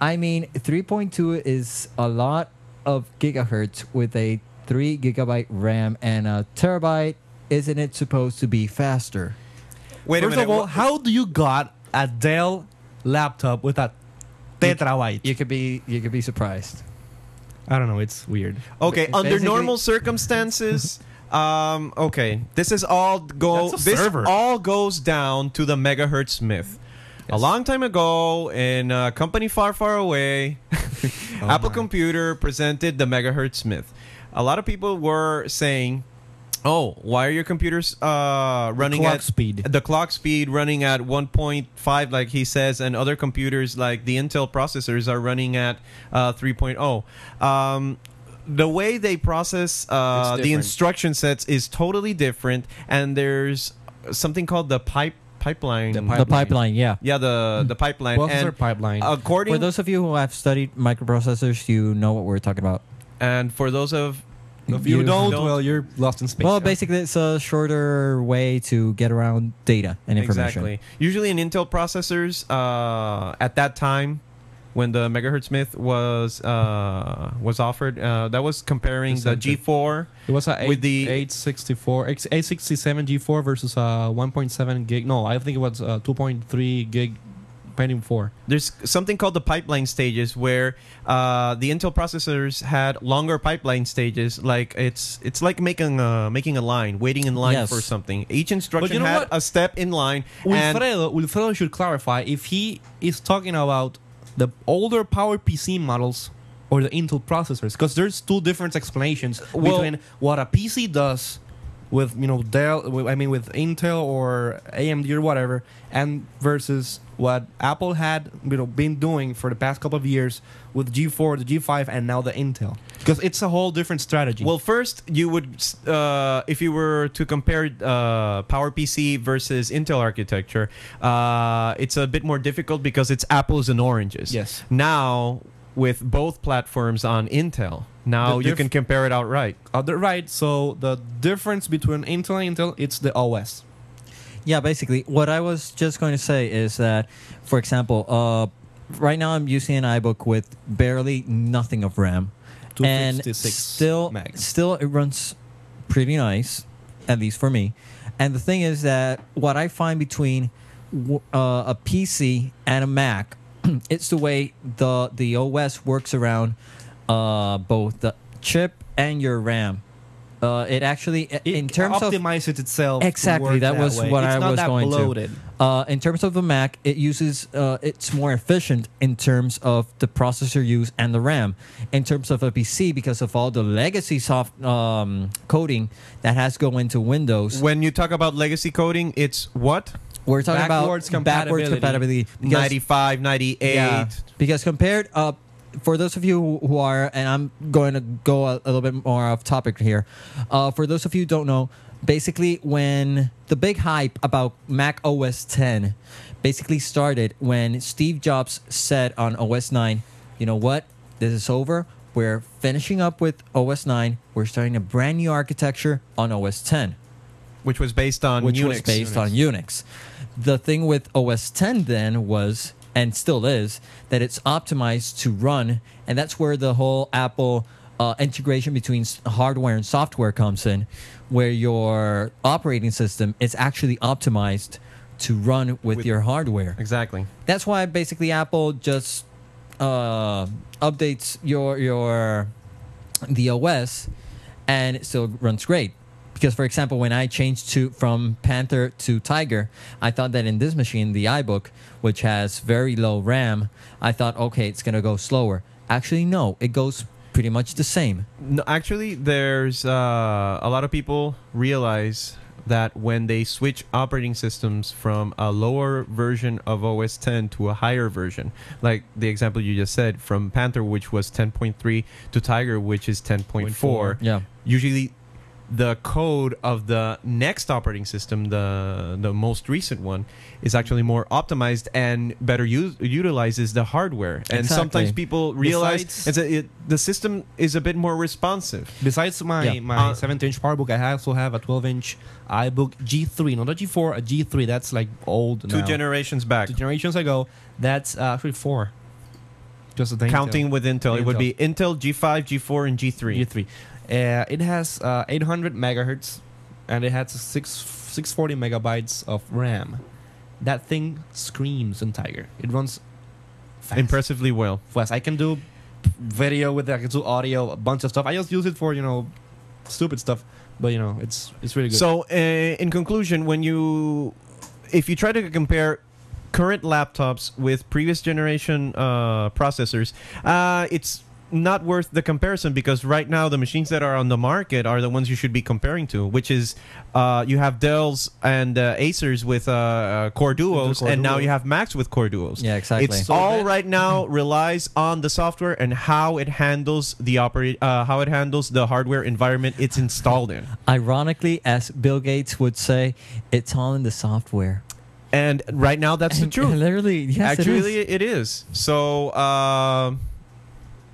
Speaker 1: I mean, 3.2 is a lot of gigahertz with a 3 gigabyte RAM and a terabyte. Isn't it supposed to be faster?
Speaker 4: Wait
Speaker 3: First
Speaker 4: a minute.
Speaker 3: of all,
Speaker 4: wha-
Speaker 3: how do you got a Dell laptop with a terabyte?
Speaker 1: you could be you could be surprised.
Speaker 3: I don't know. It's weird.
Speaker 4: Okay, under
Speaker 1: Basically-
Speaker 4: normal circumstances, um, okay, this is all go.
Speaker 3: That's a
Speaker 4: This
Speaker 3: server.
Speaker 4: all goes down to the megahertz myth. A long time ago, in a company far, far away, Apple
Speaker 3: my.
Speaker 4: Computer presented the megahertz myth. A lot of people were saying, "Oh, why are your computers uh, running
Speaker 3: Clock
Speaker 4: at
Speaker 3: speed.
Speaker 4: the clock speed running at 1.5 like he says and other computers like the intel processors are running at uh, 3.0 um, the way they process uh,
Speaker 6: It's
Speaker 4: the
Speaker 6: different.
Speaker 4: instruction sets is totally different and there's something called the pipe pipeline
Speaker 6: The pi-
Speaker 1: The pipeline, yeah.
Speaker 4: yeah the the pipeline
Speaker 3: Processor
Speaker 4: and
Speaker 3: pipeline.
Speaker 4: according
Speaker 1: For those of you who have studied microprocessors, you know what we're talking about.
Speaker 4: and for those of
Speaker 3: if you,
Speaker 1: you
Speaker 3: don't,
Speaker 4: don't-
Speaker 3: well, you're lost in space.
Speaker 1: Well, basically, it's a shorter way to get around data and information.
Speaker 4: Exactly. Usually in Intel processors, uh, at that time, when the megahertz myth was uh, was offered, uh, that was comparing the
Speaker 3: Presented.
Speaker 4: G4.
Speaker 3: It was a
Speaker 4: With
Speaker 3: eight,
Speaker 4: the-
Speaker 3: 864, ex- 867 G4 versus a 1.7 gig. No, I think it was uh 2.3 gig Pentium 4.
Speaker 4: There's something called the pipeline stages, where uh, the Intel processors had longer pipeline stages. Like it's it's like making a making a line, waiting in line
Speaker 1: Yes.
Speaker 4: for something. Each instruction
Speaker 3: know
Speaker 4: had
Speaker 3: what?
Speaker 4: a step in line, and
Speaker 3: Wilfredo, Wilfredo should clarify if he is talking about the older Power PC models or the Intel processors, because there's two different explanations
Speaker 4: Well-
Speaker 3: between what a PC does with you know Dell, wi- I mean with Intel or AMD or whatever, and versus what Apple had you know been doing for the past couple of years with G4, the G5, and now the Intel, because it's a whole different strategy.
Speaker 4: Well, first you would, uh, if you were to compare uh, PowerPC versus Intel architecture, uh, it's a bit more difficult because it's apples and oranges.
Speaker 3: Yes.
Speaker 4: Now with both platforms on Intel, now
Speaker 3: The
Speaker 4: you
Speaker 3: diff-
Speaker 4: can compare it outright.
Speaker 3: on Uh, the right, so the difference between Intel and Intel, it's the OS.
Speaker 1: Yeah, basically, what I was just going to say is that, for example, uh, right now I'm using an iBook with barely nothing of RAM, and
Speaker 3: 256
Speaker 1: still,
Speaker 3: meg.
Speaker 1: still it runs pretty nice, at least for me. And the thing is that what I find between w- uh, a PC and a Mac, it's the way the the OS works around uh, both the chip and your RAM. Uh, it actually, in terms of
Speaker 3: optimizes itself to
Speaker 1: Exactly,
Speaker 3: work
Speaker 1: that was what
Speaker 3: it's
Speaker 1: I
Speaker 3: not
Speaker 1: was
Speaker 3: that
Speaker 1: going to.
Speaker 3: bloated.
Speaker 1: Uh, in terms of the Mac, it uses uh, it's more efficient in terms of the processor use and the RAM. In terms of a PC, because of all the legacy soft um, coding that has to go into Windows,
Speaker 4: When you talk about legacy coding, it's what
Speaker 1: we're talking
Speaker 3: Backwards
Speaker 1: about backwards
Speaker 3: compatibility.
Speaker 1: compatibility. because-
Speaker 4: 95, 98.
Speaker 1: because compared uh, for those of you who are, and I'm going to go a, a little bit more off topic here. Uh, for those of you who don't know, basically when the big hype about Mac OS 10 basically started when Steve Jobs said on OS 9, you know what, this is over. We're finishing up with OS 9. We're starting a brand new architecture on OS 10
Speaker 4: Which was based on
Speaker 1: which
Speaker 4: Unix.
Speaker 1: was based on Unix. The thing with OS 10 then was, and still is, that it's optimized to run, and that's where the whole Apple uh, integration between s- hardware and software comes in, where your operating system is actually optimized to run with,
Speaker 4: With-
Speaker 1: your hardware.
Speaker 4: Exactly.
Speaker 1: That's why basically Apple just uh, updates your your the OS, and it still runs great. Because, for example, when I changed to from Panther to Tiger, I thought that in this machine, the iBook, which has very low RAM, I thought, okay, it's gonna go slower. Actually, no, it goes pretty much the same.
Speaker 4: No, actually, there's uh, a lot of people realize that when they switch operating systems from a lower version of OS 10 to a higher version, like the example you just said, from Panther, which was 10.3, to Tiger, which is 10.4,
Speaker 1: Yeah.
Speaker 4: usually the code of the next operating system, the the most recent one, is actually more optimized and better use, utilizes the hardware. And
Speaker 1: Exactly.
Speaker 4: sometimes people realize
Speaker 3: Besides-
Speaker 4: it's a, it, the system is a bit more responsive.
Speaker 3: Besides my
Speaker 1: Yeah.
Speaker 3: my
Speaker 4: Uh,
Speaker 3: 17 inch PowerBook, I also have a 12 inch iBook G3, not a G4, a G3. That's like old
Speaker 4: Two
Speaker 3: now.
Speaker 4: generations back,
Speaker 3: Two generations ago. That's uh, actually four. Just a thing.
Speaker 4: counting with Intel, it would
Speaker 3: Intel.
Speaker 4: be Intel G5, G4, and G3.
Speaker 3: G3. Uh, it has uh, 800 megahertz, and it has six 640 megabytes of RAM. That thing screams in Tiger. It runs fast.
Speaker 4: Impressively well.
Speaker 3: Fast. I can do video with it. I can do audio, a bunch of stuff. I just use it for you know stupid stuff, but you know it's it's really good.
Speaker 4: So, uh, in conclusion, when you, if you try to compare current laptops with previous generation uh, processors, uh, it's not worth the comparison because right now the machines that are on the market are the ones you should be comparing to, which is uh, you have Dells and uh, Acers with uh, uh, Core Duos,
Speaker 3: Core
Speaker 4: and now
Speaker 3: Duo.
Speaker 4: you have Macs with Core Duos.
Speaker 1: Yeah, exactly.
Speaker 4: It's all
Speaker 3: that-
Speaker 4: right now relies on the software and how it handles the operate, uh, how it handles the hardware environment it's installed in.
Speaker 1: Ironically, as Bill Gates would say, it's all in the software.
Speaker 4: And right now, that's the
Speaker 1: And-
Speaker 4: truth.
Speaker 1: and Literally, yes, it
Speaker 4: Actually,
Speaker 1: is.
Speaker 4: it is. So, um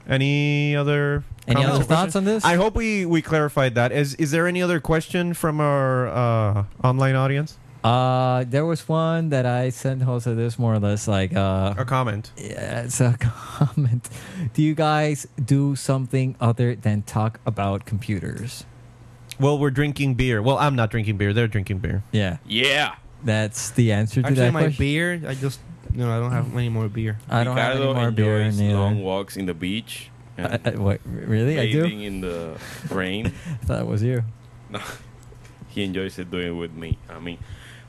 Speaker 4: any other
Speaker 1: Any
Speaker 4: comments
Speaker 1: other
Speaker 4: or questions?
Speaker 1: thoughts on this?
Speaker 4: I hope we we clarified that. Is is there any other question from our uh, online audience?
Speaker 1: Uh, there was one that I sent Jose this more or less like uh,
Speaker 4: A comment.
Speaker 1: yeah, it's a comment. Do you guys do something other than talk about computers?
Speaker 4: Well, we're drinking beer. Well, I'm not drinking beer. They're drinking beer.
Speaker 1: Yeah,
Speaker 6: Yeah.
Speaker 1: that's the answer to
Speaker 3: Actually,
Speaker 1: that
Speaker 3: my
Speaker 1: question.
Speaker 3: beer, I just no, I don't have any more beer.
Speaker 1: I don't have any
Speaker 6: Ricardo
Speaker 1: more beer in
Speaker 6: enjoys
Speaker 1: the
Speaker 6: long walks in the beach. And
Speaker 1: Uh, uh, what, really? I do.
Speaker 6: bathing in the rain.
Speaker 1: I thought it was you.
Speaker 6: he enjoys it doing it with me. I mean,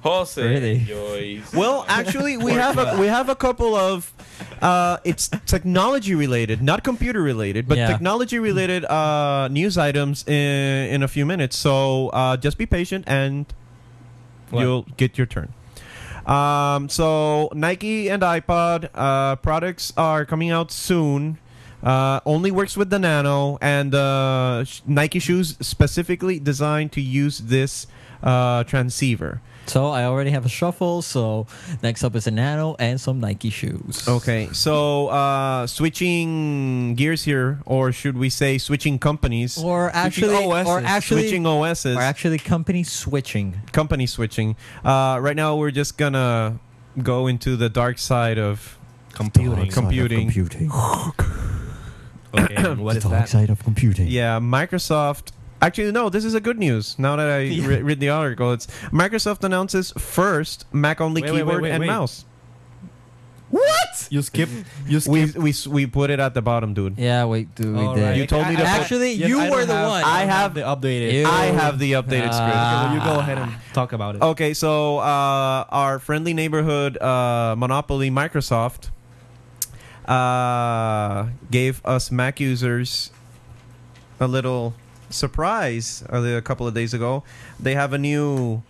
Speaker 6: Jose
Speaker 1: Really?
Speaker 6: enjoys.
Speaker 4: Well, actually, we have a we have a couple of. Uh, it's technology related, not computer related, but
Speaker 1: Yeah.
Speaker 4: technology related uh, news items in, in a few minutes. So uh, just be patient and
Speaker 3: What?
Speaker 4: you'll get your turn. Um, so Nike and iPod uh, products are coming out soon. Uh, only works with the Nano and uh, sh- Nike shoes specifically designed to use this uh, transceiver.
Speaker 1: So I already have a shuffle. So next up is a nano and some Nike shoes.
Speaker 4: Okay, so uh, switching gears here, or should we say switching companies?
Speaker 1: Or actually, or
Speaker 4: OSs.
Speaker 1: actually,
Speaker 4: switching OSs,
Speaker 1: or actually, company switching.
Speaker 4: company switching. Uh, right now, we're just gonna go into the dark side of
Speaker 3: Computing.
Speaker 4: computing.
Speaker 1: computing.
Speaker 3: Okay, what is that?
Speaker 1: side of computing.
Speaker 4: Yeah, Microsoft. Actually, no. This is a good news. Now that I re- read the article, it's Microsoft announces first Mac-only
Speaker 3: Wait, wait, wait,
Speaker 4: keyboard
Speaker 3: wait,
Speaker 4: and
Speaker 3: wait.
Speaker 4: mouse.
Speaker 3: You skip. You skip.
Speaker 4: We, we we put it at the bottom, dude.
Speaker 1: Yeah, wait, dude, we
Speaker 3: All
Speaker 1: did.
Speaker 3: right.
Speaker 4: You told me to
Speaker 3: I- I-
Speaker 4: put-
Speaker 1: Actually,
Speaker 3: yes,
Speaker 1: you
Speaker 3: I
Speaker 1: were
Speaker 3: don't
Speaker 1: the
Speaker 3: have-
Speaker 1: one.
Speaker 3: I have the updated.
Speaker 1: Ew.
Speaker 4: I have the updated script.
Speaker 1: Ah.
Speaker 3: Okay, well, you go ahead and talk about it.
Speaker 4: Okay, so uh, our friendly neighborhood uh, monopoly, Microsoft, uh, gave us Mac users a little surprise uh, a couple of days ago. They have a new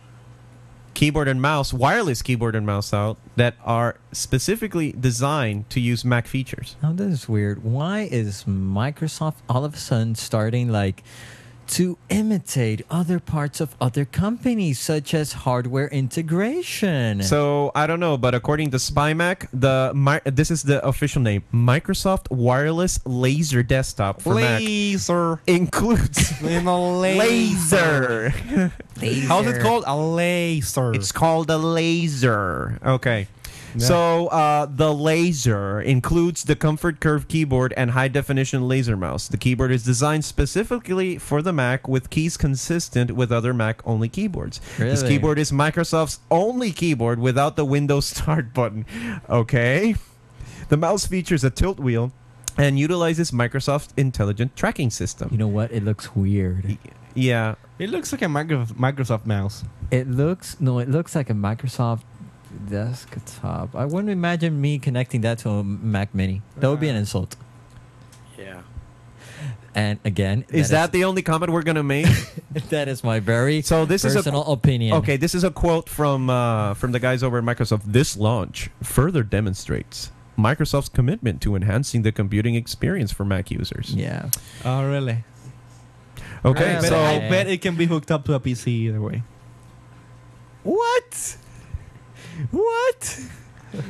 Speaker 4: keyboard and mouse, wireless keyboard and mouse out that are specifically designed to use Mac features.
Speaker 1: Now Oh, this is weird. Why is Microsoft all of a sudden starting like to imitate other parts of other companies, such as hardware integration?
Speaker 4: So I don't know, but according to SpyMac, the mi- this is the official name: Microsoft Wireless Laser Desktop for Mac
Speaker 3: Laser.
Speaker 4: includes
Speaker 3: In a
Speaker 4: laser.
Speaker 3: How's it called? A laser.
Speaker 4: It's called a laser. Okay.
Speaker 3: Yeah.
Speaker 4: So uh, the laser includes the Comfort Curve keyboard and high definition laser mouse. The keyboard is designed specifically for the Mac with keys consistent with other Mac only keyboards. This
Speaker 1: Really?
Speaker 4: keyboard is Microsoft's only keyboard without the Windows Start button. Okay. The mouse features a tilt wheel and utilizes Microsoft's intelligent tracking system. E-
Speaker 1: You know what? It looks weird.
Speaker 4: Yeah,
Speaker 3: It looks like a micro- Microsoft mouse.
Speaker 1: It looks no, it looks like a Microsoft desktop. I wouldn't imagine me connecting that to a Mac Mini. That would be an
Speaker 4: Uh.
Speaker 1: insult.
Speaker 6: Yeah.
Speaker 1: And again,
Speaker 4: is that the only comment we're gonna make?
Speaker 1: is- that is my very
Speaker 4: so this is a
Speaker 1: personal opinion.
Speaker 4: Okay, this is a quote from uh, from the guys over at Microsoft. This launch further demonstrates Microsoft's commitment to enhancing the computing experience for Mac users.
Speaker 1: Yeah.
Speaker 3: Oh, really?
Speaker 4: Okay,
Speaker 1: Yeah,
Speaker 3: I bet,
Speaker 4: so
Speaker 3: I bet it can be hooked up to a PC either way.
Speaker 1: What? What?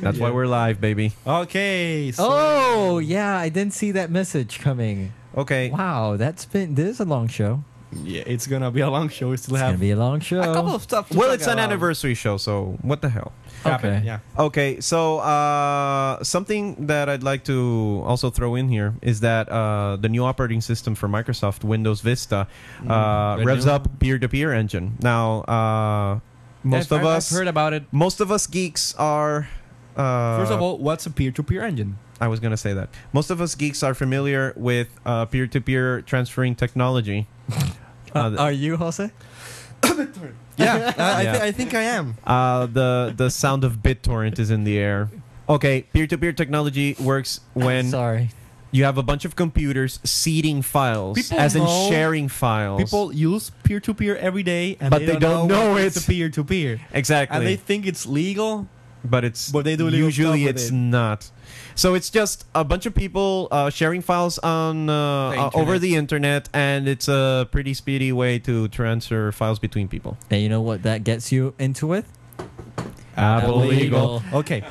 Speaker 4: that's why we're live, baby.
Speaker 3: Okay. So
Speaker 1: Oh yeah, I didn't see that message coming.
Speaker 4: Okay,
Speaker 1: Wow, that's been this is a long show.
Speaker 3: yeah, it's gonna be a long show. We still
Speaker 1: It's gonna
Speaker 3: have
Speaker 1: be a long show.
Speaker 3: a couple of stuff. to
Speaker 4: well,
Speaker 3: talk
Speaker 4: it's an
Speaker 3: about.
Speaker 4: anniversary show, so what the hell?
Speaker 3: Happen,
Speaker 1: Okay.
Speaker 3: Yeah.
Speaker 4: Okay, Uh, so uh, something that I'd like to also throw in here is that uh, the new operating system for Microsoft, Windows Vista,
Speaker 3: Mm-hmm.
Speaker 4: uh,
Speaker 3: the
Speaker 4: revs
Speaker 3: new-
Speaker 4: up peer-to-peer engine. Now, uh, most
Speaker 6: I've-
Speaker 4: of
Speaker 6: I've-
Speaker 4: us,
Speaker 6: I've heard about it.
Speaker 4: most of us geeks are. Uh,
Speaker 3: First of all, what's a peer-to-peer engine?
Speaker 4: I was gonna say that most of us geeks are familiar with uh, peer-to-peer transferring technology. Uh,
Speaker 1: Are you Jose?
Speaker 3: Yeah, I,
Speaker 4: Yeah.
Speaker 3: I, thi- I think I am.
Speaker 4: Uh, the the sound of BitTorrent is in the air. Okay, peer-to-peer technology works when
Speaker 1: Sorry.
Speaker 4: you have a bunch of computers seeding files,
Speaker 3: People
Speaker 4: as in
Speaker 3: know-
Speaker 4: sharing files.
Speaker 3: People use peer-to-peer every day, and
Speaker 4: But
Speaker 3: they,
Speaker 4: they don't know
Speaker 3: what
Speaker 4: it.
Speaker 3: It's a peer-to-peer,
Speaker 4: exactly,
Speaker 3: and they think it's legal.
Speaker 4: but it's
Speaker 3: but they do legal
Speaker 4: usually
Speaker 3: stuff with
Speaker 4: it's
Speaker 3: it.
Speaker 4: not. So it's just a bunch of people uh, sharing files on uh, uh,
Speaker 3: internet.
Speaker 4: over the internet, and it's a pretty speedy way to transfer files between people.
Speaker 1: And you know what that gets you into with?
Speaker 4: Apple
Speaker 1: Legal.
Speaker 3: Okay.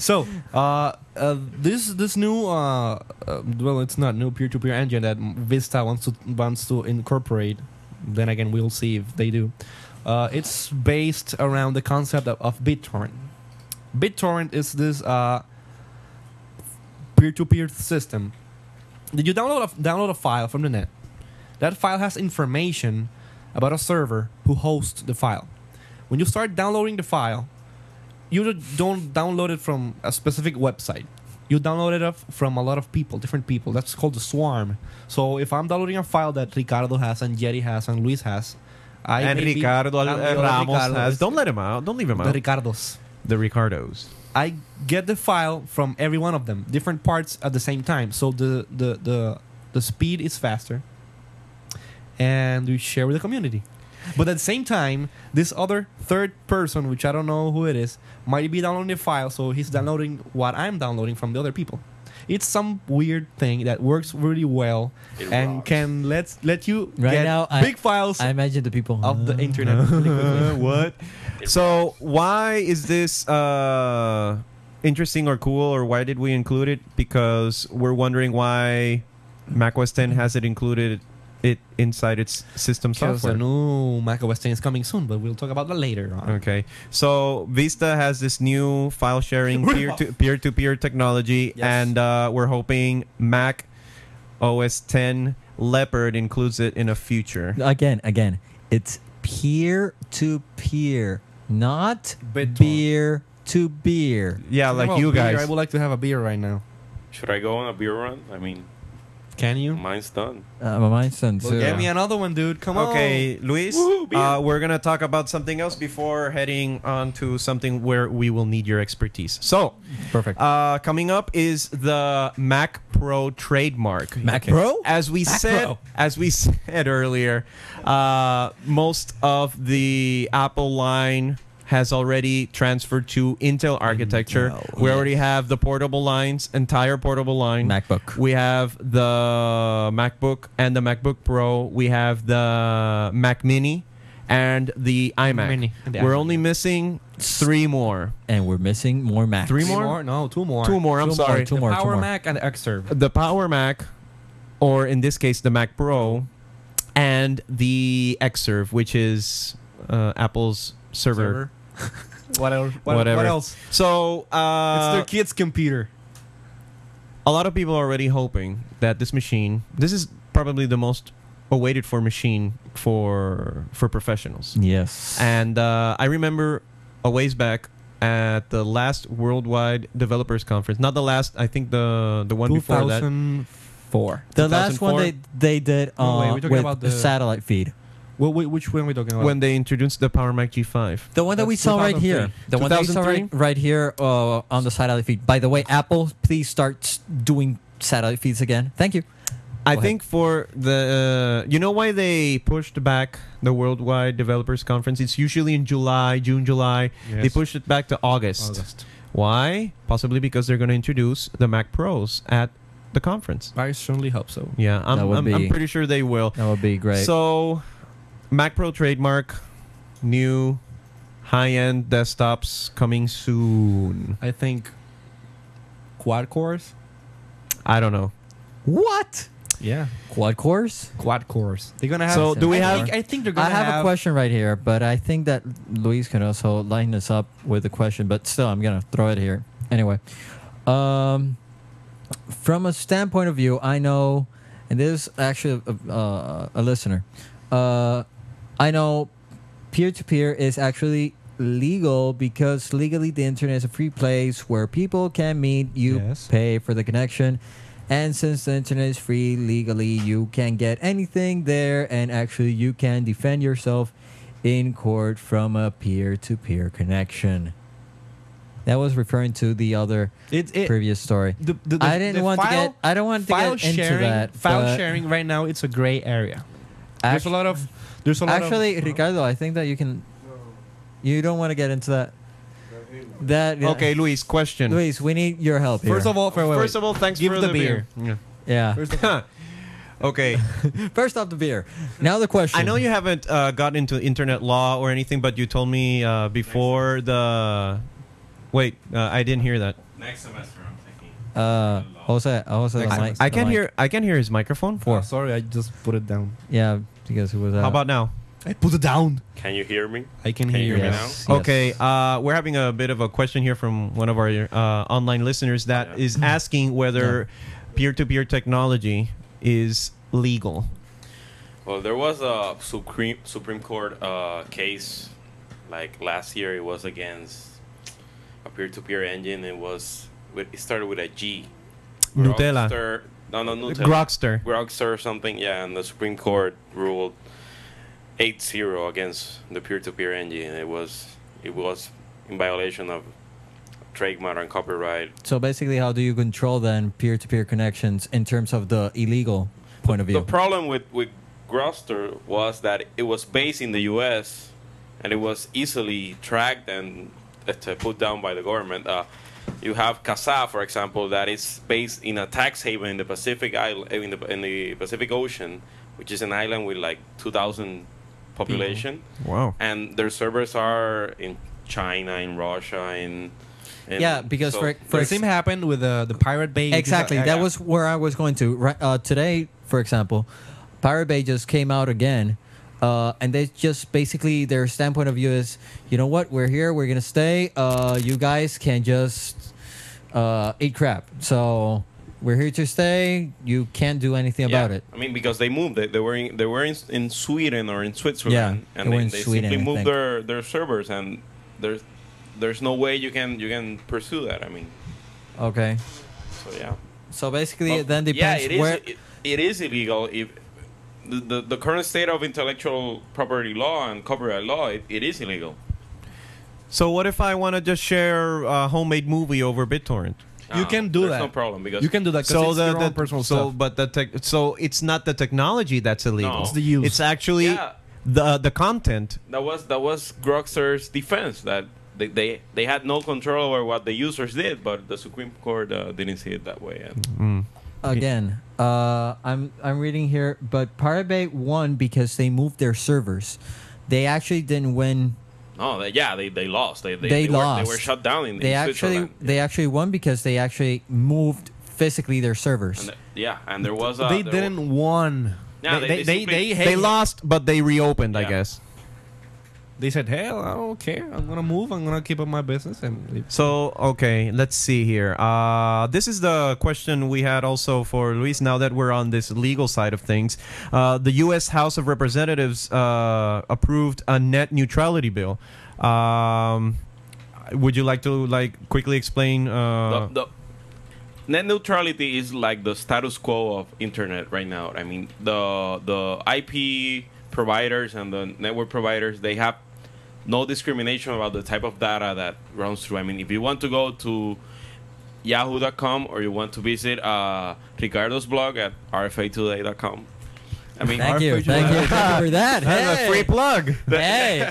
Speaker 3: So, uh, uh, this this new uh, uh, well, it's not new peer-to-peer engine that Vista wants to wants to incorporate. Then again, we'll see if they do. Uh, it's based around the concept of, of BitTorrent. BitTorrent is this uh, peer-to-peer system. Did you download a, download a file from the net? That file has information about a server who hosts the file. When you start downloading the file, you don't- don't download it from a specific website. You download it off from a lot of people, different people. That's called the swarm. So if I'm downloading a file that Ricardo has and Jerry has and Luis has, I
Speaker 4: and
Speaker 3: maybe
Speaker 4: Ricardo
Speaker 3: I'm the other
Speaker 4: Ramos
Speaker 3: Ricardo.
Speaker 4: has. Don't let him out. Don't leave him
Speaker 3: the
Speaker 4: out.
Speaker 3: Ricardos.
Speaker 4: the Ricardos.
Speaker 3: I get the file from every one of them, different parts at the same time. So the the the, the speed is faster, and we share with the community. But at the same time, this other third person, which I don't know who it is, might be downloading the file, so he's downloading what I'm downloading from the other people. It's some weird thing that works really well
Speaker 6: It
Speaker 3: and
Speaker 6: rocks.
Speaker 3: can let let you
Speaker 1: Right
Speaker 3: get
Speaker 1: now, I-
Speaker 3: big files
Speaker 1: I imagine the people
Speaker 3: of the internet really quickly.
Speaker 4: what? So why is this uh, interesting or cool, or why did we include it? Because we're wondering why macOS 10 has it included it inside its system
Speaker 3: Because the
Speaker 4: software.
Speaker 3: new Mac OS 10 is coming soon, but we'll talk about that later on.
Speaker 4: Okay, so Vista has this new file sharing peer to peer to peer technology,
Speaker 3: Yes.
Speaker 4: and uh, we're hoping Mac OS 10 Leopard includes it in a future.
Speaker 1: again, again, it's peer to peer, not
Speaker 3: BitTorrent.
Speaker 1: beer to beer.
Speaker 4: Yeah,
Speaker 3: Talking
Speaker 4: like
Speaker 3: about
Speaker 4: you
Speaker 3: beer,
Speaker 4: guys.
Speaker 3: I would like to have a beer right now.
Speaker 6: Should I go on a beer run? I mean,
Speaker 3: Can you?
Speaker 6: mine's done.
Speaker 1: Uh, my mind's done
Speaker 3: Well,
Speaker 1: too.
Speaker 3: Get me another one, dude. Come on.
Speaker 4: Okay, Luis,
Speaker 6: Woohoo, beer.
Speaker 4: uh, we're going to talk about something else before heading on to something where we will need your expertise. So,
Speaker 3: Perfect.
Speaker 4: uh, coming up is the Mac Pro trademark.
Speaker 1: Mac Pro?
Speaker 4: As we said,
Speaker 3: Pro.
Speaker 4: as we said earlier, uh, most of the Apple line has already transferred to Intel architecture.
Speaker 1: Intel,
Speaker 4: we
Speaker 1: yes.
Speaker 4: already have the portable lines, entire portable line.
Speaker 1: MacBook.
Speaker 4: We have the MacBook and the MacBook Pro. We have the Mac Mini and the iMac.
Speaker 3: Mini and the
Speaker 4: We're
Speaker 3: iMac,
Speaker 4: only
Speaker 3: yeah.
Speaker 4: missing three more.
Speaker 1: And we're missing more Macs.
Speaker 4: Three
Speaker 3: Three
Speaker 4: more?
Speaker 3: No, two more.
Speaker 4: Two more. I'm
Speaker 1: Two more,
Speaker 4: sorry.
Speaker 1: two
Speaker 3: The
Speaker 1: more,
Speaker 3: Power
Speaker 1: more.
Speaker 3: Mac and the Xserve.
Speaker 4: The Power Mac, or in this case, the Mac Pro, and the Xserve, which is uh, Apple's server.
Speaker 3: what, el- what,
Speaker 4: Whatever.
Speaker 3: what else?
Speaker 4: So
Speaker 3: it's
Speaker 4: uh,
Speaker 3: their kid's computer.
Speaker 4: a lot of people are already hoping that this machine, this is probably the most awaited for machine for for professionals.
Speaker 1: Yes.
Speaker 4: And uh, I remember a ways back at the last Worldwide Developers Conference. Not the last. I think the the one before that.
Speaker 3: 2004.
Speaker 1: the last one they they did
Speaker 3: No,
Speaker 1: uh,
Speaker 3: wait, we're talking
Speaker 1: with
Speaker 3: about
Speaker 1: the
Speaker 3: the-
Speaker 1: satellite feed.
Speaker 3: Wh- wh- which one are we talking about?
Speaker 4: when they introduced the Power Mac G5.
Speaker 1: The one that we
Speaker 4: That's
Speaker 1: saw right here.
Speaker 4: 2003.
Speaker 1: The one that we saw
Speaker 4: 2003?
Speaker 1: right, right here uh, on the satellite feed. By the way, Apple, please start s- doing satellite feeds again. Thank you.
Speaker 4: I
Speaker 1: Go ahead.
Speaker 4: think for the uh, you know why they pushed back the Worldwide Developers Conference. It's usually in July, June, July. They
Speaker 3: Yes. Oh,
Speaker 4: pushed it back to August.
Speaker 3: August.
Speaker 4: Why? Possibly because they're going to introduce the Mac Pros at the conference.
Speaker 3: I certainly hope so.
Speaker 4: Yeah, I'm,
Speaker 1: That would
Speaker 4: I'm, I'm
Speaker 1: be-
Speaker 4: pretty sure they will.
Speaker 1: That would be great.
Speaker 4: So, Mac Pro trademark, new high-end desktops coming soon.
Speaker 3: I think quad cores.
Speaker 4: I don't know.
Speaker 1: what?
Speaker 3: Yeah,
Speaker 1: Quad cores?
Speaker 3: quad cores. They're gonna have.
Speaker 4: So, do we
Speaker 3: I
Speaker 4: have-
Speaker 3: Think, I think they're gonna
Speaker 1: I have, a question right here, but I think that Luis can also line us up with a question, but still, I'm going to throw it here. Anyway, um, from a standpoint of view, I know, and this is actually a, uh, a listener, uh, I know peer to peer is actually legal because legally the internet is a free place where people can meet. You
Speaker 3: Yes.
Speaker 1: pay for the connection. And since the internet is free legally, you can get anything there, and actually, you can defend yourself in court from a peer to peer connection. That was referring to the other
Speaker 3: It, it,
Speaker 1: previous story.
Speaker 3: the, the, the,
Speaker 1: I didn't
Speaker 3: the
Speaker 1: want to
Speaker 3: file-
Speaker 1: get. I don't want to
Speaker 3: file
Speaker 1: get into
Speaker 3: sharing,
Speaker 1: that.
Speaker 3: File
Speaker 1: but
Speaker 3: sharing right now, it's a gray area. there's
Speaker 1: actu-
Speaker 3: a lot of there's a lot
Speaker 1: actually,
Speaker 3: of,
Speaker 1: Ricardo, I think that you can. You don't want to get into that. That
Speaker 4: Okay, Luis, question.
Speaker 1: Luis, we need your help.
Speaker 3: First
Speaker 1: here.
Speaker 3: of all, oh, wait, wait,
Speaker 4: First
Speaker 3: wait.
Speaker 4: of all, thanks
Speaker 3: Give
Speaker 4: for
Speaker 3: the
Speaker 4: the beer. Yeah.
Speaker 1: yeah.
Speaker 3: First of
Speaker 4: Huh. okay.
Speaker 1: First off, the beer. Now the question.
Speaker 4: I know you haven't uh, gotten into internet law or anything, but you told me uh, before the. Wait, uh, I didn't hear that.
Speaker 6: Next semester, I'm thinking.
Speaker 1: Uh, Jose, Jose, the
Speaker 4: I,
Speaker 1: mic,
Speaker 4: I
Speaker 1: the
Speaker 4: can
Speaker 1: mic.
Speaker 4: hear. I can hear his microphone.
Speaker 3: Oh, sorry, I just put it down.
Speaker 1: Yeah, because it was. Uh,
Speaker 4: How about now?
Speaker 3: I put it down.
Speaker 6: Can you hear me?
Speaker 3: I can,
Speaker 6: Can you
Speaker 3: hear
Speaker 6: hear
Speaker 3: you
Speaker 6: me
Speaker 3: now.
Speaker 1: yes, yes.
Speaker 4: Okay, uh, we're having a bit of a question here from one of our uh, online listeners that is
Speaker 6: Yeah.
Speaker 4: asking whether peer-to-peer technology is legal.
Speaker 6: Well, there was a Supreme Supreme Court uh, case like last year. It was against a peer-to-peer engine. It was with, it started with a G.
Speaker 4: Nutella.
Speaker 6: Grokster- No, no, Nutella.
Speaker 4: Grokster.
Speaker 6: Grokster or something. Yeah, and the Supreme Court ruled 8-0 against the peer-to-peer engine. It was it was in violation of trademark and copyright.
Speaker 1: So basically, how do you control then peer-to-peer connections in terms of the illegal point of view?
Speaker 6: The problem with with Grokster was that it was based in the U.S. and it was easily tracked and uh, to put down by the government. Uh, you have Casa, for example, that is based in a tax haven in the Pacific island, in the in the Pacific Ocean, which is an island with like 2,000 population,
Speaker 4: Wow.
Speaker 6: and their servers are in China, in Russia, in, in
Speaker 1: Yeah, because for-
Speaker 3: For the same happened with uh, the Pirate Bay.
Speaker 1: exactly. That was where I was going to. Right, uh, today, for example, Pirate Bay just came out again, uh, and they just basically their standpoint of view is, you know what, we're here, we're gonna stay. Uh, you guys can just uh, eat crap. So we're here to stay. You can't do anything about
Speaker 6: Yeah.
Speaker 1: it.
Speaker 6: I mean, because they moved. They, they were in, they were in, in Sweden or in Switzerland,
Speaker 1: Yeah,
Speaker 6: and
Speaker 1: they
Speaker 6: they,
Speaker 1: were in
Speaker 6: they
Speaker 1: Sweden, I
Speaker 6: simply moved
Speaker 1: think.
Speaker 6: their, their servers, and there's there's no way you can you can pursue that. I mean,
Speaker 1: Okay.
Speaker 6: so yeah.
Speaker 1: So basically,
Speaker 6: Well,
Speaker 1: it then
Speaker 6: yeah,
Speaker 1: depends
Speaker 6: it is
Speaker 1: where.
Speaker 6: it, it is illegal if. The, the, the current state of intellectual property law and copyright law it, it is illegal.
Speaker 4: So what if I want to just share a homemade movie over BitTorrent?
Speaker 3: You
Speaker 6: Uh,
Speaker 3: can do
Speaker 6: there's
Speaker 3: that.
Speaker 6: No problem because
Speaker 3: You can do that. 'cause
Speaker 4: So
Speaker 3: it's
Speaker 4: the,
Speaker 3: your own
Speaker 4: the-
Speaker 3: personal
Speaker 4: so
Speaker 3: stuff.
Speaker 4: but the tech, so it's not the technology that's illegal.
Speaker 6: No. It's
Speaker 3: the use.
Speaker 4: It's actually
Speaker 6: Yeah.
Speaker 4: the the content.
Speaker 6: that was that was Grokster's defense that they, they they had no control over what the users did, but the Supreme Court uh, didn't see it that way. And
Speaker 3: Mm.
Speaker 1: again uh, i'm i'm reading here but pirate bay won because they moved their servers they actually didn't win
Speaker 6: No, they, yeah, they, they lost. They they,
Speaker 1: They
Speaker 6: they Were,
Speaker 1: lost.
Speaker 6: they were shut down in,
Speaker 1: they
Speaker 6: in
Speaker 1: actually
Speaker 6: Switzerland.
Speaker 1: they actually won because they actually moved physically their servers
Speaker 6: And the- yeah, and there was a
Speaker 3: they
Speaker 6: there
Speaker 3: didn't
Speaker 6: wa-
Speaker 3: won.
Speaker 6: Yeah,
Speaker 3: they
Speaker 6: they-
Speaker 3: they they,
Speaker 6: they simply-
Speaker 3: they,
Speaker 4: They
Speaker 3: hey,
Speaker 4: lost, but they reopened, I
Speaker 6: Yeah.
Speaker 4: guess.
Speaker 3: They said, "Hell, I don't care. I'm gonna move. I'm gonna keep up my business." And leave.
Speaker 4: So okay, let's see here. Uh, this is the question we had also for Luis. Now that we're on this legal side of things, uh, the U.S. House of Representatives uh, approved a net neutrality bill. Um, would you like to like quickly explain? Uh,
Speaker 6: the, the, net neutrality is like the status quo of internet right now. I mean, the the IP providers and the network providers, they have no discrimination about the type of data that runs through. I mean, if you want to go to yahoo.com or you want to visit uh, Ricardo's blog at rfatoday.com. I mean,
Speaker 4: Our
Speaker 1: Thank you,
Speaker 4: page-
Speaker 1: thank you, thank you for that.
Speaker 4: That's
Speaker 1: hey.
Speaker 4: a free plug.
Speaker 1: hey,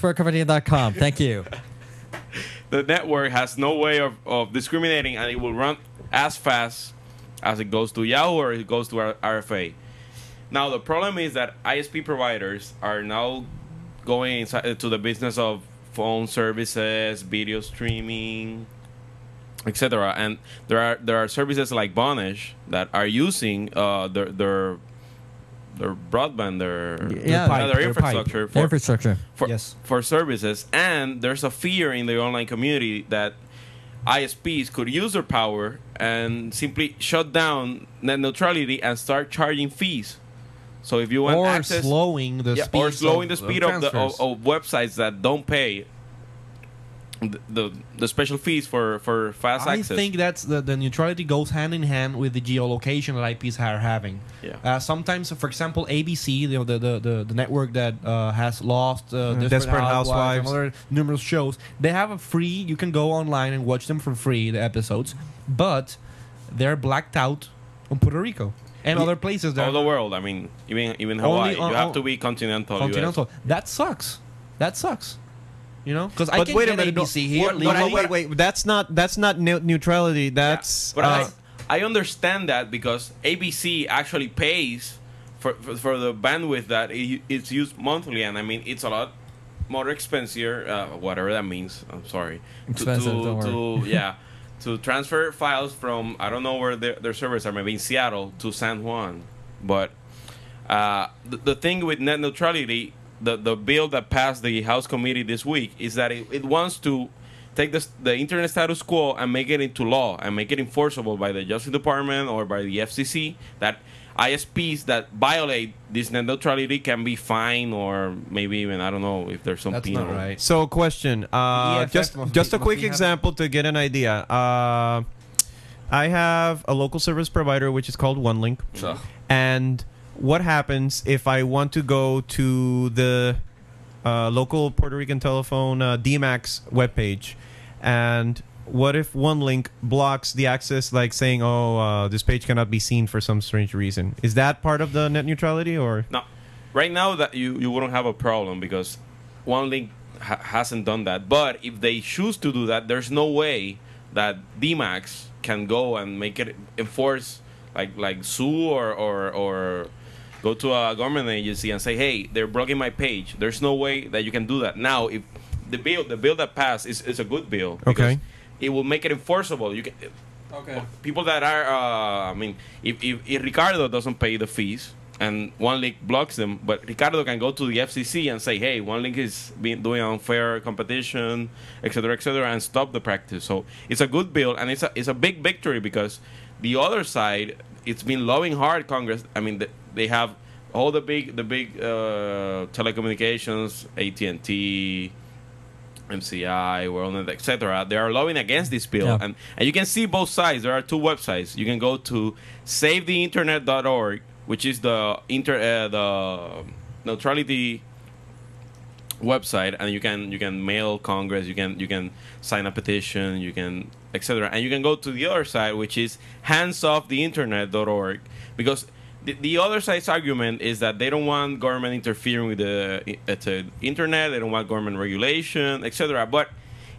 Speaker 1: rfatoday.expertcompany.com. Thank you.
Speaker 6: the network has no way of, of discriminating and it will run as fast as it goes to Yahoo or it goes to R- RFA. Now, the problem is that ISP providers are now going inside uh, to the business of phone services, video streaming, etc. And there are there are services like Bonish that are using uh, their, their their broadband, their,
Speaker 1: Yeah.
Speaker 3: pipe,
Speaker 6: their
Speaker 3: their pipe.
Speaker 6: infrastructure for,
Speaker 1: Infrastructure.
Speaker 6: for,
Speaker 3: Yes.
Speaker 6: for services, and there's a fear in the online community that ISPs could use their power and simply shut down net neutrality and start charging fees. So if you want
Speaker 4: Or
Speaker 6: access,
Speaker 4: slowing the
Speaker 6: yeah,
Speaker 4: speed.
Speaker 6: or slowing the speed of, the, of, of websites that don't pay the the, the special fees for for fast
Speaker 3: I
Speaker 6: access.
Speaker 3: think that's the, the neutrality goes hand in hand with the geolocation that IPs are having.
Speaker 6: Yeah.
Speaker 3: Uh, sometimes, for example, ABC, you know, the, the, the, the network that uh, has lost uh, Desperate,
Speaker 4: Mm-hmm. Desperate
Speaker 3: Housewives,
Speaker 4: Housewives.
Speaker 3: and other numerous shows, they have a free. You can go online and watch them for free the episodes, but they're blacked out on Puerto Rico and other places. that
Speaker 6: all
Speaker 3: are
Speaker 6: the world. I mean, even even
Speaker 3: Only
Speaker 6: Hawaii.
Speaker 3: on-
Speaker 6: you have
Speaker 3: on-
Speaker 6: to be continental. US.
Speaker 3: continental. That sucks. That sucks. You know, because I
Speaker 4: But
Speaker 3: can
Speaker 4: wait a
Speaker 3: get
Speaker 4: minute, no,
Speaker 3: ABC here.
Speaker 6: what-
Speaker 4: No,
Speaker 6: what
Speaker 3: legally.
Speaker 4: no, wait, wait. That's not that's not ne- neutrality. That's
Speaker 6: Yeah, but
Speaker 4: uh,
Speaker 6: I, I understand that because ABC actually pays for for, for the bandwidth that it, it's used monthly, and I mean it's a lot more expensive, uh, whatever that means. I'm sorry. To-
Speaker 1: Expensive,
Speaker 6: To,
Speaker 1: don't
Speaker 6: to, yeah, to transfer files from I don't know where their, their servers are, maybe in Seattle to San Juan, but uh, the, the thing with net neutrality, the, the bill that passed the House committee this week is that it, it wants to take the, the internet status quo and make it into law and make it enforceable by the Justice Department or by the FCC that ISPs that violate this net neutrality can be fined or maybe even, I don't know if there's some
Speaker 3: That's
Speaker 6: penal.
Speaker 3: not right.
Speaker 4: so question. Uh,
Speaker 3: EFF
Speaker 4: just
Speaker 3: must be-
Speaker 4: just a
Speaker 3: must
Speaker 4: quick
Speaker 3: be having-
Speaker 4: example to get an idea. Uh, I have a local service provider which is called OneLink,
Speaker 6: So,
Speaker 4: and what happens if I want to go to the uh, local Puerto Rican telephone uh, DMAX webpage, and what if one link blocks the access, like saying, "Oh, uh, this page cannot be seen for some strange reason"? Is that part of the net neutrality, or
Speaker 6: No, right now that you you wouldn't have a problem because one link ha- hasn't done that. But if they choose to do that, there's no way that DMAX can go and make it enforce like like sue or or or go to a government agency and say, hey, they're blocking my page. There's no way that you can do that now. If the bill the bill that passed is, is a good bill. because
Speaker 4: Okay.
Speaker 6: It will make it enforceable. You can
Speaker 5: Okay.
Speaker 6: people that are uh, I mean if, if, if Ricardo doesn't pay the fees and one link blocks them but Ricardo can go to the FCC and say hey one link is being doing unfair competition etc etc and stop the practice so it's a good bill and it's a, it's a big victory because the other side it's been loving hard Congress I mean th- they have all the big the big uh, telecommunications AT&T MCI, WorldNet, etc. They are lobbying against this bill,
Speaker 1: Yeah.
Speaker 6: and and you can see both sides. There are two websites. You can go to SaveTheInternet.org, which is the inter uh, the neutrality website, and you can you can mail Congress, you can you can sign a petition, you can etc. And you can go to the other side, which is handsofftheinternet.org, because. The, the other side's argument is that they don't want government interfering with the, uh, the internet, they don't want government regulation, etc. But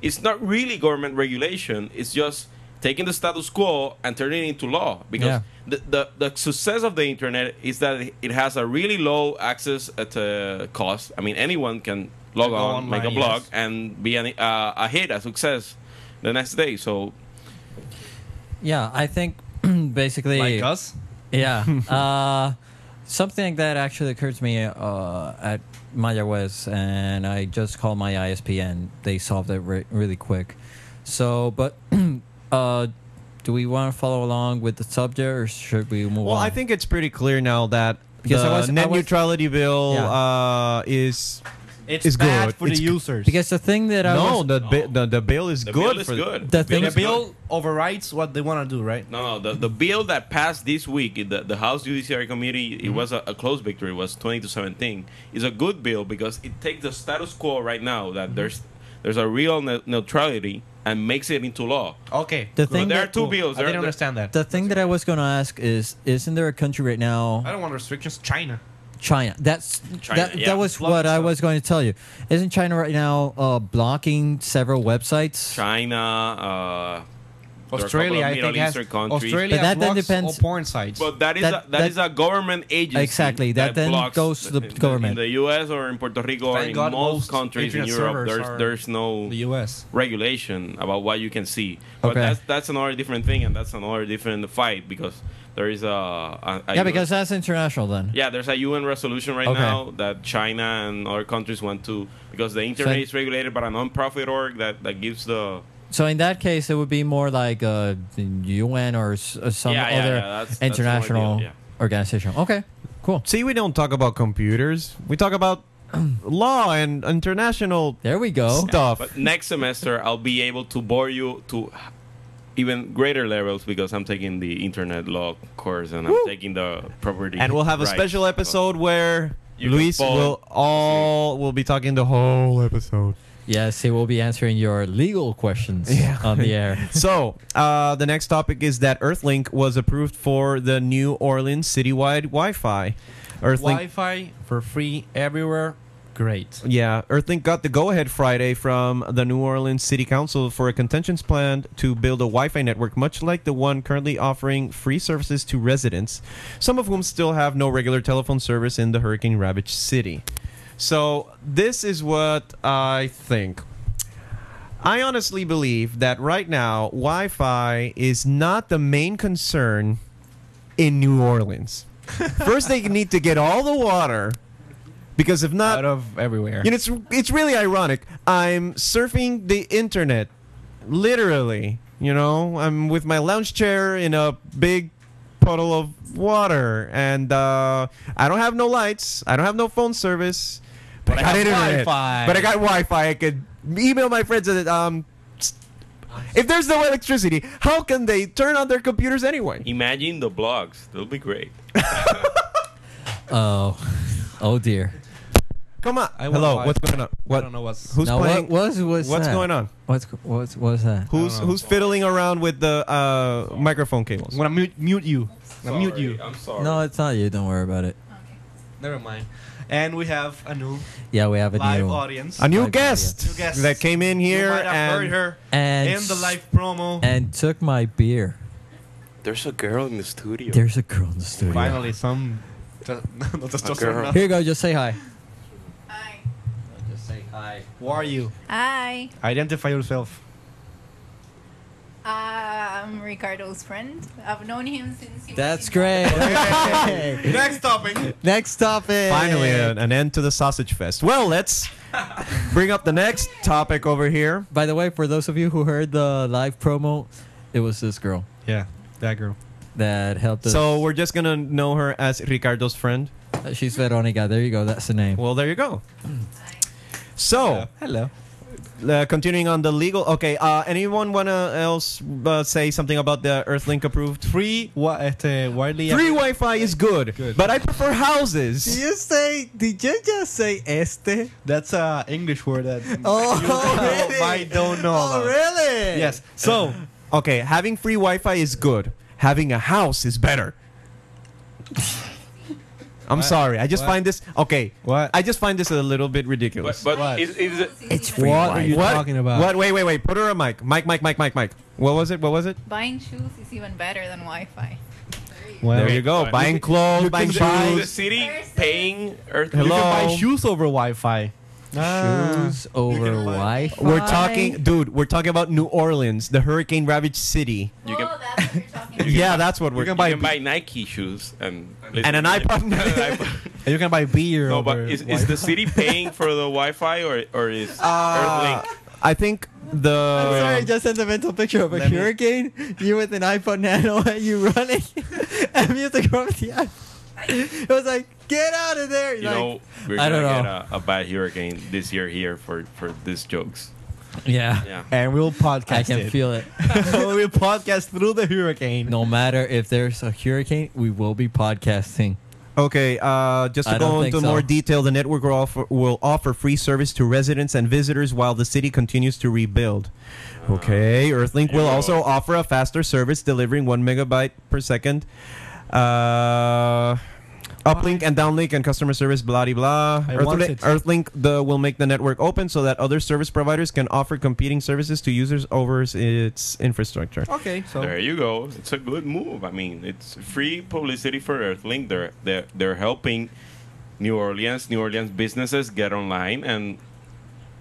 Speaker 6: it's not really government regulation. It's just taking the status quo and turning it into law. Because the, the, the success of the internet is that it has a really low access at uh, cost. I mean, anyone can log
Speaker 3: Go
Speaker 6: on,
Speaker 3: online,
Speaker 6: make a blog,
Speaker 3: yes.
Speaker 6: and be an, uh, a hit, a success the next day. So
Speaker 1: Yeah, I think basically.
Speaker 3: like us.
Speaker 1: Yeah. uh, something that actually occurred to me uh, at Maya West, and I just called my ISP, and they solved it re- really quick. So, but uh, do we want to follow along with the subject, or should we move
Speaker 4: well,
Speaker 1: on?
Speaker 4: I think it's pretty clear now that
Speaker 1: Because
Speaker 4: the
Speaker 1: I was- I
Speaker 4: net
Speaker 1: was-
Speaker 4: neutrality bill
Speaker 1: Yeah.
Speaker 4: uh, is
Speaker 3: It's,
Speaker 4: It's
Speaker 3: bad
Speaker 4: good.
Speaker 3: for
Speaker 4: It's
Speaker 3: the
Speaker 4: g-
Speaker 3: users.
Speaker 1: Because the thing that I
Speaker 4: No,
Speaker 1: was,
Speaker 4: the, bi- the the bill is
Speaker 6: The
Speaker 4: good.
Speaker 6: bill is
Speaker 4: for-
Speaker 6: good.
Speaker 1: The thing-
Speaker 3: the
Speaker 6: is good.
Speaker 3: bill overrides what they want to do, right?
Speaker 6: No, no, the, the bill that passed this week, the, the House Judiciary Committee, it was a, a close victory. It was 20 to 17. It's a good bill because it takes the status quo right now that there's there's a real ne- neutrality and makes it into law.
Speaker 3: Okay.
Speaker 1: The
Speaker 3: cool.
Speaker 1: thing
Speaker 6: there
Speaker 1: that-
Speaker 6: are two
Speaker 3: I
Speaker 6: bills. There-
Speaker 3: didn't
Speaker 6: there-
Speaker 3: understand that.
Speaker 1: the thing that I was gonna ask is, isn't there a country right
Speaker 3: I
Speaker 1: now,
Speaker 3: don't want restrictions. China.
Speaker 1: China? That's
Speaker 6: China,
Speaker 1: that,
Speaker 6: yeah.
Speaker 1: that was
Speaker 3: Blocking
Speaker 1: what I
Speaker 3: stuff.
Speaker 1: was going to tell you. Isn't China right now uh, blocking several websites?
Speaker 6: China, uh, there are a couple
Speaker 3: Australia,
Speaker 6: of
Speaker 3: I
Speaker 6: Middle
Speaker 3: think has,
Speaker 6: Eastern countries.
Speaker 3: Australia
Speaker 1: But that then
Speaker 3: blocks
Speaker 1: depends-
Speaker 3: all porn sites.
Speaker 6: But that is
Speaker 1: That- that-
Speaker 6: a, that is a government agency.
Speaker 1: Exactly, that then goes to the
Speaker 6: in-
Speaker 1: government.
Speaker 6: in the U.S. or in Puerto Rico or
Speaker 3: Thank
Speaker 6: in
Speaker 3: God most
Speaker 6: most countries in
Speaker 3: internet
Speaker 6: Europe.
Speaker 3: servers
Speaker 6: There's
Speaker 3: are-
Speaker 6: there's no
Speaker 3: the U.S.
Speaker 6: regulation about what you can see. But
Speaker 1: Okay.
Speaker 6: that's that's another different thing, and that's another different fight because there is a, a, a
Speaker 1: yeah, because that's international then.
Speaker 6: yeah, there's a UN resolution right
Speaker 1: Okay.
Speaker 6: now that China and other countries want to because the internet
Speaker 1: So-
Speaker 6: is regulated by a non-profit org that, that gives the
Speaker 1: So in that case, it would be more like uh, the UN or s- uh, some
Speaker 6: Yeah, yeah,
Speaker 1: other
Speaker 6: yeah, that's- that's the
Speaker 1: international
Speaker 6: idea,
Speaker 1: organization. Okay, cool.
Speaker 4: See, we don't talk about computers. We talk about law and international
Speaker 1: There we go.
Speaker 4: stuff.
Speaker 6: But next semester, I'll be able to bore you to even greater levels because I'm taking the internet law course and I'm taking the property.
Speaker 4: and we'll have a
Speaker 6: rights
Speaker 4: special
Speaker 6: law.
Speaker 4: episode where
Speaker 6: You can
Speaker 4: Luis
Speaker 6: follow-
Speaker 4: will all will be talking the whole episode.
Speaker 1: Yes, he will be answering your legal questions
Speaker 4: Yeah.
Speaker 1: on the air.
Speaker 4: so uh, the next topic is that Earthlink was approved for the New Orleans citywide Wi-Fi. Earthlink
Speaker 3: Wi-Fi for free everywhere. Great.
Speaker 4: Yeah, Earthlink got the go-ahead Friday from the New Orleans City Council for a contentions plan to build a Wi-Fi network much like the one currently offering free services to residents, some of whom still have no regular telephone service in the hurricane-ravaged city. So, this is what I think. I honestly believe that right now Wi-Fi is not the main concern in New Orleans. First they need to get all the water because if not
Speaker 3: Out of everywhere.
Speaker 4: you know, it's it's really ironic. I'm surfing the internet, literally. You know, I'm with my lounge chair in a big puddle of water, and uh, I don't have no lights. I don't have no phone service, but, I, got
Speaker 3: have
Speaker 4: internet.
Speaker 3: Wi-Fi.
Speaker 4: But I got Wi-Fi. I could email my friends. And, um, if there's no electricity, how can they turn on their computers anyway?
Speaker 6: Imagine the blogs; they'll be great.
Speaker 1: Oh, oh dear.
Speaker 4: Come on.
Speaker 3: I want
Speaker 4: Hello.
Speaker 3: Wi-Fi.
Speaker 4: What's going on?
Speaker 3: I
Speaker 4: What?
Speaker 3: don't know what's.
Speaker 4: Who's
Speaker 1: Now,
Speaker 4: playing?
Speaker 1: what was what's,
Speaker 4: what's
Speaker 1: that?
Speaker 4: going on?
Speaker 1: What's what's what's that?
Speaker 4: Who's who's fiddling around with the uh, microphone cables?
Speaker 3: I'm gonna mute, mute you. I'm gonna mute you.
Speaker 6: I'm sorry.
Speaker 1: No, it's not you. Don't worry about it.
Speaker 3: Never mind. And we have a new
Speaker 1: Yeah, we have a
Speaker 3: live
Speaker 1: new one.
Speaker 3: audience.
Speaker 4: A new
Speaker 1: Like,
Speaker 4: guest,
Speaker 3: New guest.
Speaker 4: that came in here
Speaker 3: you might have heard
Speaker 4: and
Speaker 3: her
Speaker 1: and
Speaker 3: in the live promo.
Speaker 1: and took my beer.
Speaker 6: There's a girl in the studio.
Speaker 1: There's a girl in the studio.
Speaker 3: Finally, some. Just, no, just, just
Speaker 6: girl.
Speaker 1: Here you go. Just say hi.
Speaker 8: Hi.
Speaker 3: just say hi. Who are you?
Speaker 8: Hi. Uh,
Speaker 3: Identify yourself.
Speaker 8: I'm Ricardo's friend. I've known him since he was
Speaker 1: That's
Speaker 8: in-
Speaker 1: great.
Speaker 3: Next topic.
Speaker 1: Next topic.
Speaker 4: finally
Speaker 1: uh,
Speaker 4: an, an end to the sausage fest. Well, let's bring up the next topic over here.
Speaker 1: By the way, for those of you who heard the live promo, it was this girl
Speaker 3: Yeah, that girl.
Speaker 1: that helped us.
Speaker 4: So we're just gonna know her as Ricardo's friend.
Speaker 1: Uh, she's Veronica. There you go. That's the name.
Speaker 4: Well, there you go.
Speaker 3: Oh.
Speaker 4: So,
Speaker 1: Hello.
Speaker 4: uh, continuing on the legal. Okay, uh, anyone wanna else uh, say something about the Earthlink approved?
Speaker 3: Free, wa- este, widely.
Speaker 4: Free Wi-Fi is good,
Speaker 3: Good.
Speaker 4: but I prefer houses.
Speaker 1: you say? Did you just say este?
Speaker 3: That's an English word that
Speaker 1: Oh,
Speaker 3: you- I don't know. about.
Speaker 1: really?
Speaker 3: Yes. So
Speaker 4: Okay, having free Wi-Fi is good. Having a house is better. I'm sorry. I just
Speaker 3: What?
Speaker 4: find this okay.
Speaker 3: What?
Speaker 4: I just find this a little bit
Speaker 6: But,
Speaker 4: ridiculous.
Speaker 3: What?
Speaker 6: but is, is it,
Speaker 1: It's free.
Speaker 3: what are
Speaker 1: Wi-Fi.
Speaker 3: you
Speaker 4: what?
Speaker 3: talking about?
Speaker 4: What? Wait, wait, wait. Put her on mic. Mic, mic, mic, mic, mic. What was it? What was it?
Speaker 8: Buying shoes is even better than Wi-Fi.
Speaker 3: Well,
Speaker 4: there you go.
Speaker 6: fine.
Speaker 4: Buying clothes, buying
Speaker 6: is it the
Speaker 4: shoes.
Speaker 6: city paying Earth?
Speaker 3: You
Speaker 4: Hello?
Speaker 3: can buy shoes over Wi-Fi. Uh,
Speaker 1: Shoes over
Speaker 3: buy-
Speaker 1: Wi-Fi.
Speaker 4: We're talking, dude. We're talking about New Orleans, the hurricane-ravaged city.
Speaker 6: You
Speaker 8: You
Speaker 6: can-
Speaker 8: oh, that's what you're talking about.
Speaker 4: Yeah, that's what we're.
Speaker 6: You can buy, Nike shoes and
Speaker 4: and an iPod.
Speaker 3: And you can buy beer
Speaker 6: No, but
Speaker 3: over
Speaker 6: is, is
Speaker 3: Wi-Fi.
Speaker 6: the city paying for the Wi-Fi or or is Earthlink?
Speaker 4: I think the.
Speaker 1: I'm sorry, I just sent a mental picture of a
Speaker 3: um, Let me-
Speaker 1: hurricane. You with an iPod Nano and you running, and music from the iPod. It was like Get out of there!
Speaker 6: You
Speaker 1: Like,
Speaker 6: know, we're
Speaker 1: I
Speaker 6: gonna
Speaker 1: don't
Speaker 6: get
Speaker 1: know.
Speaker 6: a, a bad hurricane this year here for for these jokes.
Speaker 1: yeah.
Speaker 6: Yeah.
Speaker 3: And we'll podcast
Speaker 1: I can
Speaker 3: it.
Speaker 1: feel it.
Speaker 3: we'll podcast through the hurricane.
Speaker 1: No matter if there's a hurricane, we will be podcasting.
Speaker 4: Okay, uh, just to
Speaker 1: I don't
Speaker 4: go
Speaker 1: think
Speaker 4: into
Speaker 1: so.
Speaker 4: more detail, the network will offer, will offer free service to residents and visitors while the city continues to rebuild. Okay,
Speaker 1: Ah,
Speaker 4: Earthlink will
Speaker 6: Yeah.
Speaker 4: also offer a faster service, delivering one megabyte per second. Uh, uplink and downlink and customer service, blah de blah.
Speaker 3: I want
Speaker 4: Earthli-
Speaker 3: it.
Speaker 4: Earthlink the, will make the network open so that other service providers can offer competing services to users over its infrastructure.
Speaker 3: Okay, so
Speaker 6: There you go. It's a good move. I mean, it's free publicity for Earthlink. They're they're, they're helping New Orleans, New Orleans businesses get online, and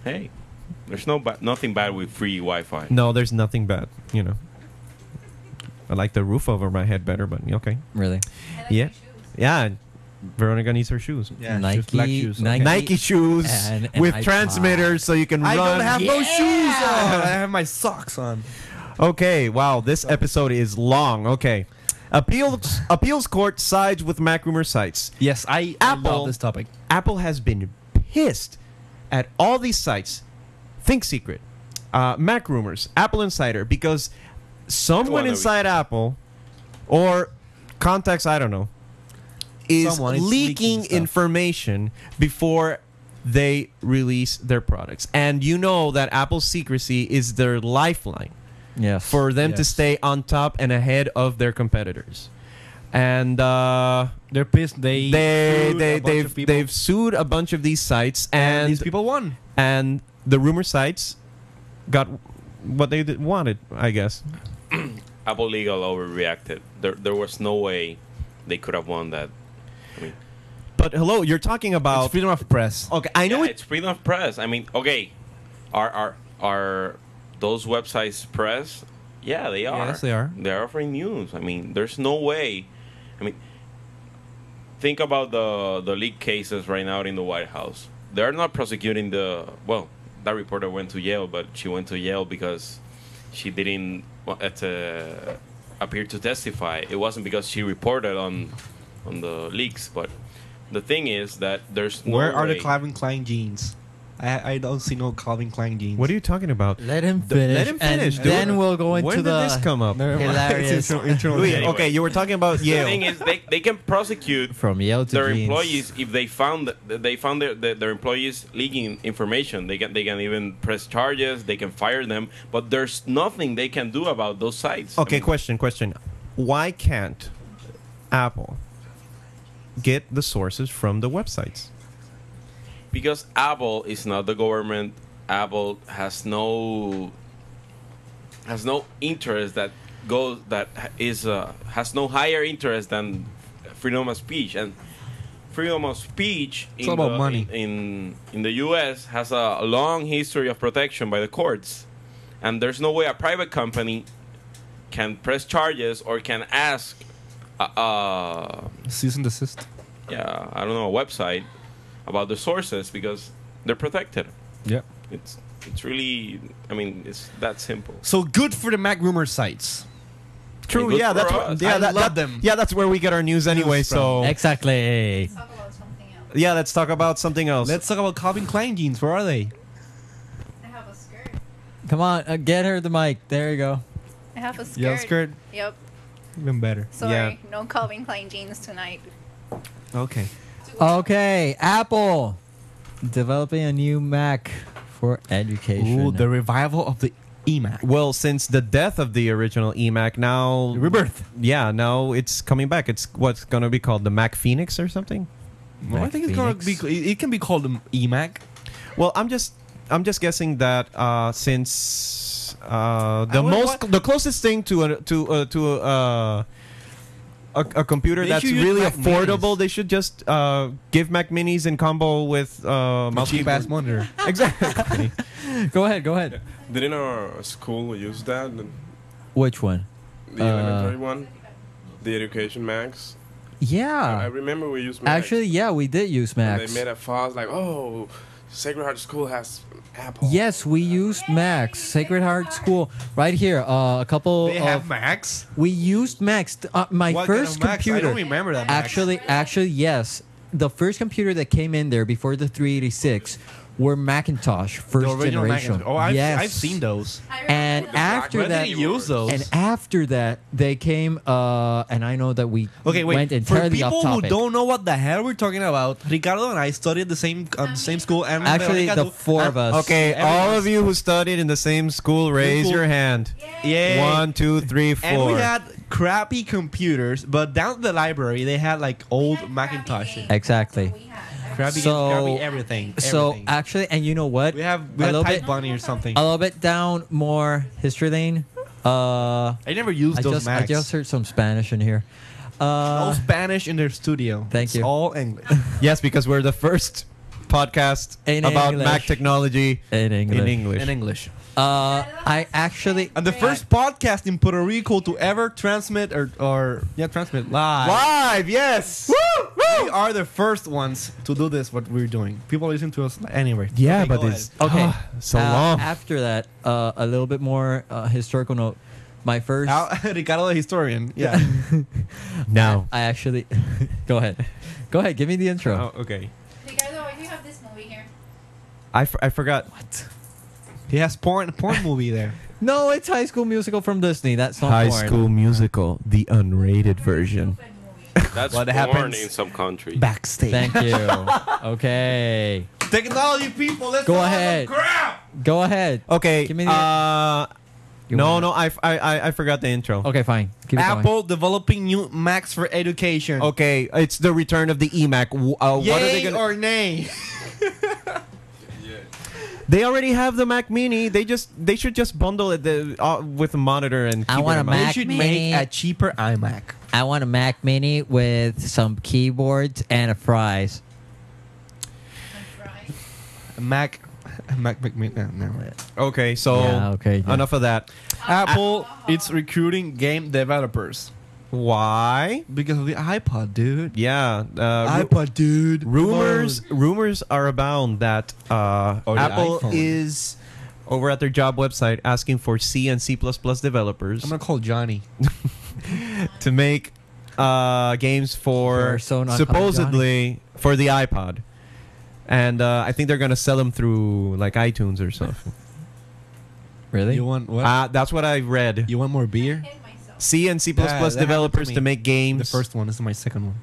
Speaker 6: hey, there's no ba- nothing bad with free Wi-Fi.
Speaker 4: No, there's nothing bad, you know. I like the roof over my head better, but okay.
Speaker 1: Really?
Speaker 8: I like
Speaker 4: Yeah.
Speaker 8: your shoes.
Speaker 4: Yeah, Veronica needs her shoes.
Speaker 3: yeah,
Speaker 1: Nike-
Speaker 3: just black shoes. okay.
Speaker 1: Nike-
Speaker 4: Nike shoes
Speaker 1: And an
Speaker 4: with
Speaker 1: iPod.
Speaker 4: transmitters so you can
Speaker 3: I
Speaker 4: run.
Speaker 3: don't have no
Speaker 1: Yeah.
Speaker 3: shoes on. I have my socks on.
Speaker 4: okay, wow, this episode is long. Okay. Appeals appeals court sides with Mac rumor sites.
Speaker 3: Yes, I, I love
Speaker 4: Apple.
Speaker 3: this topic.
Speaker 4: Apple has been pissed at all these sites. Think Secret, uh, Mac Rumors, Apple Insider, because someone
Speaker 6: One of
Speaker 4: inside Apple or contacts, I don't know, is
Speaker 3: Someone is leaking
Speaker 4: leaking,
Speaker 3: stuff.
Speaker 4: information before they release their products. And you know that Apple's secrecy is their lifeline
Speaker 1: Yes.
Speaker 4: for them to
Speaker 3: Yes.
Speaker 4: stay on top and ahead of their competitors. And uh,
Speaker 3: They're pissed. They
Speaker 4: they
Speaker 3: sued a bunch of
Speaker 4: they they've
Speaker 3: people,
Speaker 4: they've sued a bunch of these sites
Speaker 3: and
Speaker 4: and
Speaker 3: these people won.
Speaker 4: and the rumor sites got what they did- wanted I guess
Speaker 6: Apple Legal overreacted. There there was no way they could have won that. I mean,
Speaker 4: but hello you're talking
Speaker 3: It's
Speaker 4: about
Speaker 3: freedom of press.
Speaker 4: okay I know
Speaker 6: yeah,
Speaker 4: it
Speaker 6: it's freedom of press. I mean, okay, are are are those websites press? Yeah, they are.
Speaker 4: Yes, they are.
Speaker 6: They're offering news. I mean, there's no way. I mean, think about the the leak cases right now in the White House. They're not prosecuting the well. That reporter went to Yale, but she went to Yale because she didn't wa- uh, to appear to testify. It wasn't because she reported on on the leaks, but the thing is that there's no
Speaker 3: Where are the
Speaker 6: way-
Speaker 3: Calvin Klein jeans? I I don't see no Calvin Klein jeans.
Speaker 4: what are you talking about
Speaker 1: Let him
Speaker 4: Th-
Speaker 1: finish.
Speaker 4: let him finish
Speaker 1: And
Speaker 4: dude.
Speaker 1: then we'll go into
Speaker 4: when
Speaker 1: the
Speaker 4: did this come up
Speaker 3: Never mind.
Speaker 1: hilarious
Speaker 3: It's intro- intro-
Speaker 4: Wait,
Speaker 6: Anyway.
Speaker 4: okay you were talking about
Speaker 6: The thing
Speaker 4: Yale
Speaker 6: is, they, they can prosecute
Speaker 1: from Yale to
Speaker 6: their
Speaker 1: jeans.
Speaker 6: employees if they found that they found their, their their employees leaking information. They can they can even press charges. They can fire them. But there's nothing they can do about those sites. I
Speaker 4: okay
Speaker 6: mean,
Speaker 4: question question why can't Apple get the sources from the websites
Speaker 6: because Apple is not the government. Apple has no has no interest that goes that is uh, has no higher interest than freedom of speech and freedom of speech
Speaker 3: all about
Speaker 6: the,
Speaker 3: money.
Speaker 6: in in the U.S. has a long history of protection by the courts, and there's no way a private company can press charges or can ask. Uh, uh,
Speaker 3: Cease and desist.
Speaker 6: yeah, I don't know, a website about the sources because they're protected.
Speaker 3: Yeah.
Speaker 6: It's it's really, I mean, it's that simple.
Speaker 3: So good for the Mac rumor sites.
Speaker 6: True, good yeah, for that's what- us.
Speaker 3: yeah, I that- love that- them.
Speaker 4: yeah that's where we get our news anyway
Speaker 3: from.
Speaker 4: so
Speaker 1: Exactly.
Speaker 8: Let's talk about something else.
Speaker 4: yeah let's talk about something else
Speaker 3: Let's talk about Calvin Klein jeans. Where are they?
Speaker 8: I have a skirt.
Speaker 1: Come on, uh, get her the mic. There you go.
Speaker 8: I have a skirt.
Speaker 3: Yeah, skirt.
Speaker 8: Yep.
Speaker 3: Even better.
Speaker 8: Sorry, no Calvin Klein jeans tonight.
Speaker 3: Okay.
Speaker 1: Okay, Apple developing a new Mac for education.
Speaker 3: Ooh, the revival of the EMAC.
Speaker 4: Well, since the death of the original EMAC, now
Speaker 3: Rebirth.
Speaker 4: Yeah, now it's coming back. It's what's gonna be called the Mac Phoenix or something.
Speaker 3: Well, I
Speaker 1: Mac
Speaker 3: think it's gonna
Speaker 1: Phoenix.
Speaker 3: be. It can be called an EMAC.
Speaker 4: Well, I'm just I'm just guessing that uh, since uh, the
Speaker 3: I wonder
Speaker 4: most
Speaker 3: what-
Speaker 4: the closest thing to a, to uh, to a, uh, a, a computer
Speaker 3: They
Speaker 4: that's
Speaker 3: should use
Speaker 4: really
Speaker 3: Mac
Speaker 4: affordable,
Speaker 3: Minis.
Speaker 4: they should just uh, give Mac Minis in combo with
Speaker 3: My
Speaker 4: uh, mouse
Speaker 3: cheap
Speaker 4: keyboard.
Speaker 3: ass monitor.
Speaker 4: Exactly.
Speaker 1: go ahead, go ahead.
Speaker 7: Didn't our school use that? The
Speaker 1: Which one? Uh,
Speaker 7: elementary one? The education max? I
Speaker 1: Yeah.
Speaker 7: remember we used max.
Speaker 1: Actually, yeah, we did use
Speaker 7: And
Speaker 1: Macs.
Speaker 7: They made a fuss like, oh, Sacred Heart School has Apple.
Speaker 1: Yes, we used Macs. Sacred Heart School, right here. Uh, a couple
Speaker 3: They
Speaker 1: of
Speaker 3: have Macs.
Speaker 1: we used Macs. Th- Uh, my
Speaker 3: What kind
Speaker 1: first
Speaker 3: of Macs? I
Speaker 1: computer.
Speaker 3: don't remember that. Macs.
Speaker 1: Actually, actually, yes. the first computer that came in there before the 386 were Macintosh first
Speaker 3: the original
Speaker 1: generation.
Speaker 3: Macintosh. Oh, I've,
Speaker 1: yes.
Speaker 3: I've seen those.
Speaker 8: I remember
Speaker 1: And
Speaker 8: that.
Speaker 1: after
Speaker 3: Why
Speaker 1: that,
Speaker 3: didn't you use those?
Speaker 1: and after that, they came. Uh, and I know that we
Speaker 3: Okay, wait.
Speaker 1: went
Speaker 3: For
Speaker 1: entirely off
Speaker 3: people who
Speaker 1: topic.
Speaker 3: don't know what the hell we're talking about, Ricardo and I studied at the same uh, the same school. And
Speaker 1: Actually,
Speaker 3: Veronica
Speaker 1: the
Speaker 3: do- Ah,
Speaker 1: four
Speaker 3: and-
Speaker 1: of us.
Speaker 4: Okay,
Speaker 3: Everyone.
Speaker 4: all of you who studied in the same school, raise
Speaker 3: School.
Speaker 4: your hand.
Speaker 3: Yay.
Speaker 4: One, two, three,
Speaker 3: And
Speaker 4: four.
Speaker 3: we had crappy computers, but down at the library they had like
Speaker 8: We
Speaker 3: old
Speaker 8: had
Speaker 3: Macintosh,
Speaker 8: Krabby
Speaker 3: crappy,
Speaker 8: Day.
Speaker 1: Exactly.
Speaker 8: We had.
Speaker 3: crappy,
Speaker 1: So-
Speaker 3: everything.
Speaker 1: So
Speaker 3: everything.
Speaker 1: actually, and you know what?
Speaker 3: we have we
Speaker 1: a
Speaker 3: had
Speaker 1: little
Speaker 3: Tide
Speaker 1: bit-
Speaker 3: Bunny or something.
Speaker 1: a little bit down more history lane. Uh,
Speaker 3: I never used
Speaker 1: I
Speaker 3: those
Speaker 1: just I
Speaker 3: Macs.
Speaker 1: just heard some Spanish in here.
Speaker 3: all
Speaker 4: Oh.
Speaker 1: Uh,
Speaker 3: Spanish in their studio.
Speaker 1: Thank
Speaker 3: It's
Speaker 1: you.
Speaker 3: All English.
Speaker 4: yes, because we're the first podcast
Speaker 1: In
Speaker 4: about
Speaker 1: English.
Speaker 4: Mac technology
Speaker 1: in English.
Speaker 4: in English.
Speaker 3: in English.
Speaker 1: Uh, I actually
Speaker 3: And the first podcast in Puerto Rico to ever transmit or, or yeah, transmit live.
Speaker 4: Live, yes. Woo!
Speaker 3: We are the first ones to do this. What we're doing. People listen to us anyway.
Speaker 4: Yeah,
Speaker 3: Okay,
Speaker 4: but
Speaker 3: go
Speaker 4: it's
Speaker 1: Okay.
Speaker 4: so
Speaker 1: uh,
Speaker 4: long.
Speaker 1: After that, uh, a little bit more uh, historical note. My first,
Speaker 3: ahead. Al- Ricardo the historian. Yeah.
Speaker 4: Now,
Speaker 1: I actually go ahead, go ahead, give me the intro.
Speaker 4: oh, okay.
Speaker 8: Ricardo, why do you have this movie here?
Speaker 4: I, f- I forgot.
Speaker 3: he has porn porn movie there.
Speaker 1: No, it's High School Musical from Disney. That's not
Speaker 4: High
Speaker 1: porn.
Speaker 4: School Musical, the unrated version.
Speaker 8: Stupid movie.
Speaker 6: That's
Speaker 3: What
Speaker 6: born
Speaker 3: happens-
Speaker 6: in some countries.
Speaker 3: Backstage.
Speaker 1: Thank you. okay,
Speaker 3: Technology people, let's
Speaker 1: Go ahead. go ahead.
Speaker 4: Okay.
Speaker 1: Give me the-
Speaker 4: uh,
Speaker 1: You
Speaker 4: Oh, no,
Speaker 1: want-
Speaker 4: no, I, f- I- I- I forgot the intro.
Speaker 1: Okay, fine. Keep it going.
Speaker 3: Apple developing new Macs for education.
Speaker 4: Okay, it's the return of the EMAC. W- Uh,
Speaker 3: Yay
Speaker 4: what are they gonna?
Speaker 3: or nay?
Speaker 4: they already have the Mac Mini. They just they should just bundle it the, uh, with a monitor and.
Speaker 1: I
Speaker 4: keyboard
Speaker 1: want a
Speaker 4: and mouse.
Speaker 1: Mac Mini.
Speaker 3: cheaper iMac.
Speaker 1: I want a Mac Mini with some keyboards and a fries.
Speaker 8: Right.
Speaker 3: A Mac, a Mac, Mac, Mac no, no.
Speaker 4: Okay, so
Speaker 1: Yeah, okay, yeah.
Speaker 4: enough of that.
Speaker 3: Apple, it's recruiting game developers
Speaker 4: Why?
Speaker 3: because of the iPod, dude.
Speaker 4: Yeah, uh, ru-
Speaker 3: iPod, dude.
Speaker 4: rumors rumors are abound that uh,
Speaker 3: Or Oh, the
Speaker 4: Apple
Speaker 3: iPhone.
Speaker 4: is over at their job website asking for C and C++ developers
Speaker 3: I'm gonna call Johnny.
Speaker 4: to make uh, games
Speaker 1: They're
Speaker 4: for
Speaker 1: so not
Speaker 4: supposedly for the iPod, and uh, I think they're gonna sell them through like iTunes or something.
Speaker 1: Really?
Speaker 3: You want what?
Speaker 4: uh, that's what I read.
Speaker 3: you want more
Speaker 8: I
Speaker 3: beer?
Speaker 8: hate myself.
Speaker 4: C and C++
Speaker 3: Yeah, that happened to
Speaker 4: developers to,
Speaker 3: me.
Speaker 4: make games.
Speaker 3: The first one this is my second one.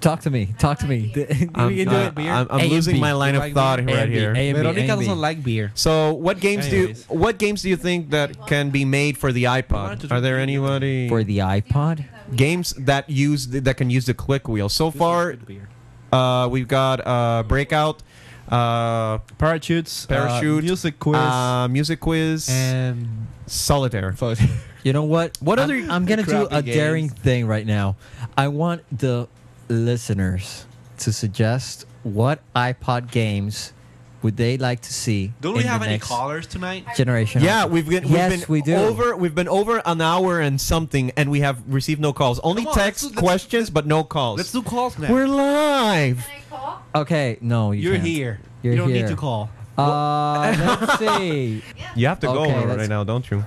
Speaker 1: Talk to me. Talk to me. we can
Speaker 4: I'm,
Speaker 1: do
Speaker 4: uh,
Speaker 1: it. Beer.
Speaker 4: I'm, I'm
Speaker 1: A and
Speaker 4: losing
Speaker 1: B.
Speaker 4: my line
Speaker 3: You
Speaker 4: of
Speaker 3: like
Speaker 4: thought
Speaker 1: beer?
Speaker 4: right
Speaker 1: A and B,
Speaker 4: here.
Speaker 1: A and B.
Speaker 3: Veronica doesn't
Speaker 1: B.
Speaker 3: like beer.
Speaker 4: So, what games
Speaker 3: Anyways.
Speaker 4: do you, what games do you think that can be made for the
Speaker 3: wanted
Speaker 4: iPod?
Speaker 3: to
Speaker 4: Are there
Speaker 3: drink beer.
Speaker 4: anybody
Speaker 1: for the iPod.
Speaker 4: games that use the, that can use the click wheel? So far, uh, we've got uh, Breakout, uh,
Speaker 3: parachutes,
Speaker 4: Parachute,
Speaker 3: music quiz,
Speaker 4: uh, Music Quiz,
Speaker 3: and
Speaker 4: Solitaire.
Speaker 3: vote.
Speaker 1: You know what?
Speaker 4: What
Speaker 1: I'm,
Speaker 4: other
Speaker 1: I'm gonna do
Speaker 3: crappy
Speaker 1: a
Speaker 3: games?
Speaker 1: daring thing right now. I want the listeners to suggest what iPod games would they like to see.
Speaker 3: Don't
Speaker 1: in
Speaker 3: we
Speaker 1: the
Speaker 3: have any
Speaker 1: next
Speaker 3: callers tonight?
Speaker 1: Generation.
Speaker 4: Yeah, we've been, we've
Speaker 1: Yes,
Speaker 4: been
Speaker 1: we do.
Speaker 4: over we've been over an hour and something, and we have received no calls. Only
Speaker 3: Come on,
Speaker 4: text
Speaker 3: let's do- let's-
Speaker 4: questions, but no calls.
Speaker 3: Let's do calls now.
Speaker 4: We're live.
Speaker 8: Can I call?
Speaker 1: Okay. No, you
Speaker 3: You're
Speaker 1: can't.
Speaker 3: here.
Speaker 1: You're
Speaker 3: you don't
Speaker 1: here.
Speaker 3: need to call.
Speaker 1: Uh, let's see.
Speaker 4: You have to go
Speaker 1: Okay,
Speaker 4: right
Speaker 1: let's-
Speaker 4: now, don't you?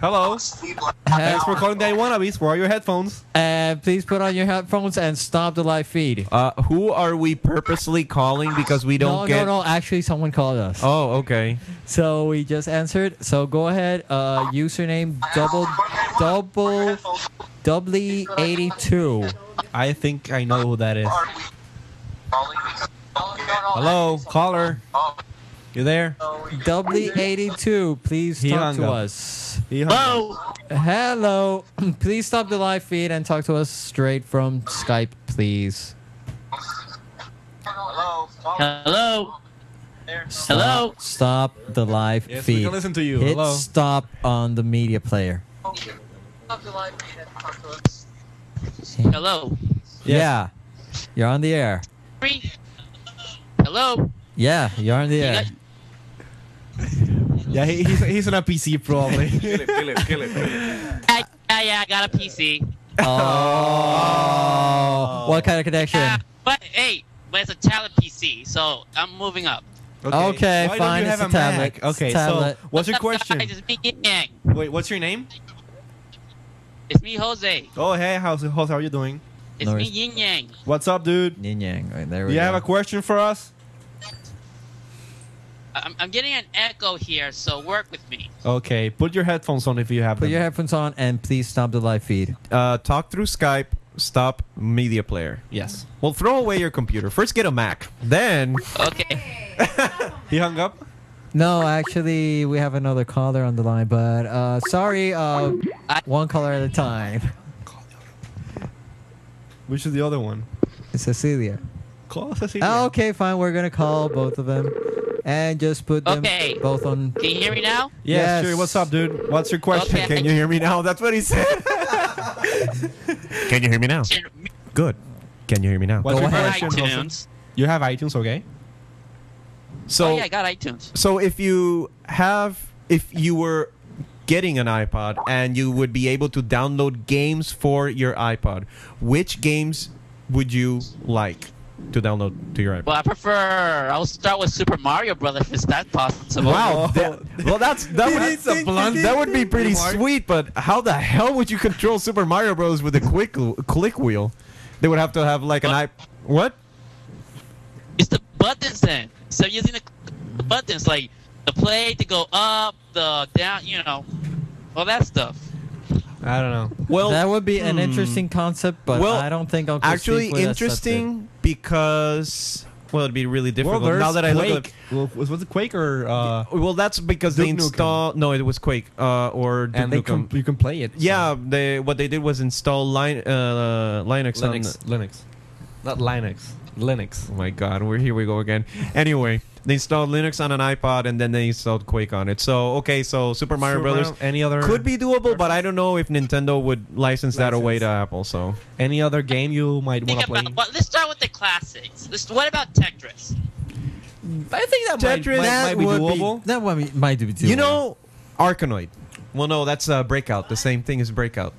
Speaker 3: Hello.
Speaker 1: Uh,
Speaker 3: Thanks for calling Day Wannabes. Where are your headphones?
Speaker 1: And Uh, please put on your headphones and stop the live feed.
Speaker 4: Uh, who are we purposely calling because we don't
Speaker 1: no,
Speaker 4: get?
Speaker 1: no, no. Actually, someone called us.
Speaker 4: Oh, okay.
Speaker 1: So we just answered. So go ahead. Uh, username double double doubly eighty two.
Speaker 3: I think I know who that is. Hello, caller. You there?
Speaker 1: Doubly eighty two. Please
Speaker 3: He
Speaker 1: talk
Speaker 3: hung
Speaker 1: to
Speaker 3: up.
Speaker 1: us.
Speaker 3: Hello.
Speaker 1: Hello. please stop the live feed and talk to us straight from Skype, please.
Speaker 9: Hello. Hello.
Speaker 1: Stop- Stop the live
Speaker 3: Yes, we
Speaker 1: feed.
Speaker 3: can listen to you.
Speaker 1: Hit
Speaker 3: Hello.
Speaker 1: stop on the media player.
Speaker 9: Hello.
Speaker 1: Yeah. You're on the air.
Speaker 9: Hello.
Speaker 1: Yeah, you're on the
Speaker 9: You
Speaker 1: air.
Speaker 9: got-
Speaker 3: Yeah, he, he's he's on a PC probably.
Speaker 5: Kill it, kill it, kill it.
Speaker 9: I, yeah, yeah, I got a PC.
Speaker 1: Oh, what kind of connection?
Speaker 9: Yeah, Uh, but hey, but it's a tablet PC, so I'm moving up.
Speaker 1: Okay,
Speaker 3: Why
Speaker 1: fine,
Speaker 3: Don't you
Speaker 1: it's
Speaker 3: have
Speaker 1: a tablet.
Speaker 3: Mac? Okay,
Speaker 1: It's a tablet.
Speaker 3: so what's your question?
Speaker 9: Guys, it's me, Yin Yang.
Speaker 3: Wait, what's your name?
Speaker 9: It's me, Jose.
Speaker 3: Oh, hey, how's how's how are you doing?
Speaker 9: It's
Speaker 1: No
Speaker 9: me,
Speaker 1: res-
Speaker 9: Yin Yang.
Speaker 3: What's up, dude?
Speaker 1: Yin Yang. Right, there
Speaker 3: Do
Speaker 1: we
Speaker 3: you
Speaker 1: go.
Speaker 3: have a question for us?
Speaker 9: I'm, I'm getting an echo here, so work with me.
Speaker 3: Okay, put your headphones on if you have
Speaker 1: Put
Speaker 3: them.
Speaker 1: your headphones on and please stop the live feed.
Speaker 4: Uh, talk through Skype. Stop media player.
Speaker 3: yes.
Speaker 4: Well, throw away your computer. First, get a Mac. Then
Speaker 9: Okay.
Speaker 3: He hung up.
Speaker 1: No, actually, we have another caller on the line, but uh, sorry, uh, one caller at a time.
Speaker 3: Which is the other one?
Speaker 1: It's Cecilia.
Speaker 3: Call Cecilia.
Speaker 1: Ah, okay, fine. We're gonna call both of them and just put them
Speaker 9: Okay.
Speaker 1: both on.
Speaker 9: Can you hear me now?
Speaker 3: Yeah,
Speaker 1: Yes.
Speaker 3: sure. What's up, dude? What's your question?
Speaker 9: Okay.
Speaker 4: can you hear me now? That's what he said. can you hear me now? Good. Can you hear me now?
Speaker 3: What's
Speaker 1: Go
Speaker 3: your
Speaker 1: ahead.
Speaker 3: question, Wilson?
Speaker 9: iTunes.
Speaker 3: You have iTunes, okay?
Speaker 4: So
Speaker 9: oh yeah, I got iTunes.
Speaker 4: So if you have, if you were getting an iPod and you would be able to download games for your iPod, which games would you like to download to your iPod?
Speaker 9: Well, I prefer. I'll start with Super Mario Brother if it's that possible.
Speaker 4: Wow. that- well, that's that would, that's a blunt. That would be pretty sweet, but how the hell would you control Super Mario Bros. with a quick click wheel? They would have to have like an i. What?
Speaker 9: It's the buttons then. So using the, the buttons like the play to go up, the down, you know, all that stuff.
Speaker 3: I don't know.
Speaker 4: Well, hmm.
Speaker 1: that would be an interesting concept, but
Speaker 4: Well,
Speaker 1: I don't think Uncle
Speaker 4: actually
Speaker 1: Steve would accept it.
Speaker 4: interesting because well, it'd be really difficult
Speaker 3: Well,
Speaker 4: now that I look. At,
Speaker 3: Quake. Well, was was it Quake or uh,
Speaker 4: Well, that's because they
Speaker 3: Duke Nukem.
Speaker 4: install. No, it was Quake uh, or Duke
Speaker 3: and they
Speaker 4: Nukem.
Speaker 3: can you can play it? so-
Speaker 4: yeah, they what they did was install Lin- uh, Linux. on
Speaker 3: Linux,
Speaker 4: the-
Speaker 3: Linux, not Linux, Linux.
Speaker 4: oh my God, we're here we go again. Anyway, they installed Linux on an iPod and then they installed Quake on it. So okay, so Super Mario Brothers
Speaker 3: Any other
Speaker 4: could be doable, but I don't know if Nintendo would license that away to Apple. So
Speaker 3: any other game you might want
Speaker 9: Think
Speaker 3: to play?
Speaker 9: about. Well, let's start with the classics. Let's, what about Tetris?
Speaker 3: I think that
Speaker 4: might- might- might be doable.
Speaker 1: That one we- might be doable.
Speaker 4: you know, Arkanoid. Well, no, that's uh, Breakout. The same thing as Breakout.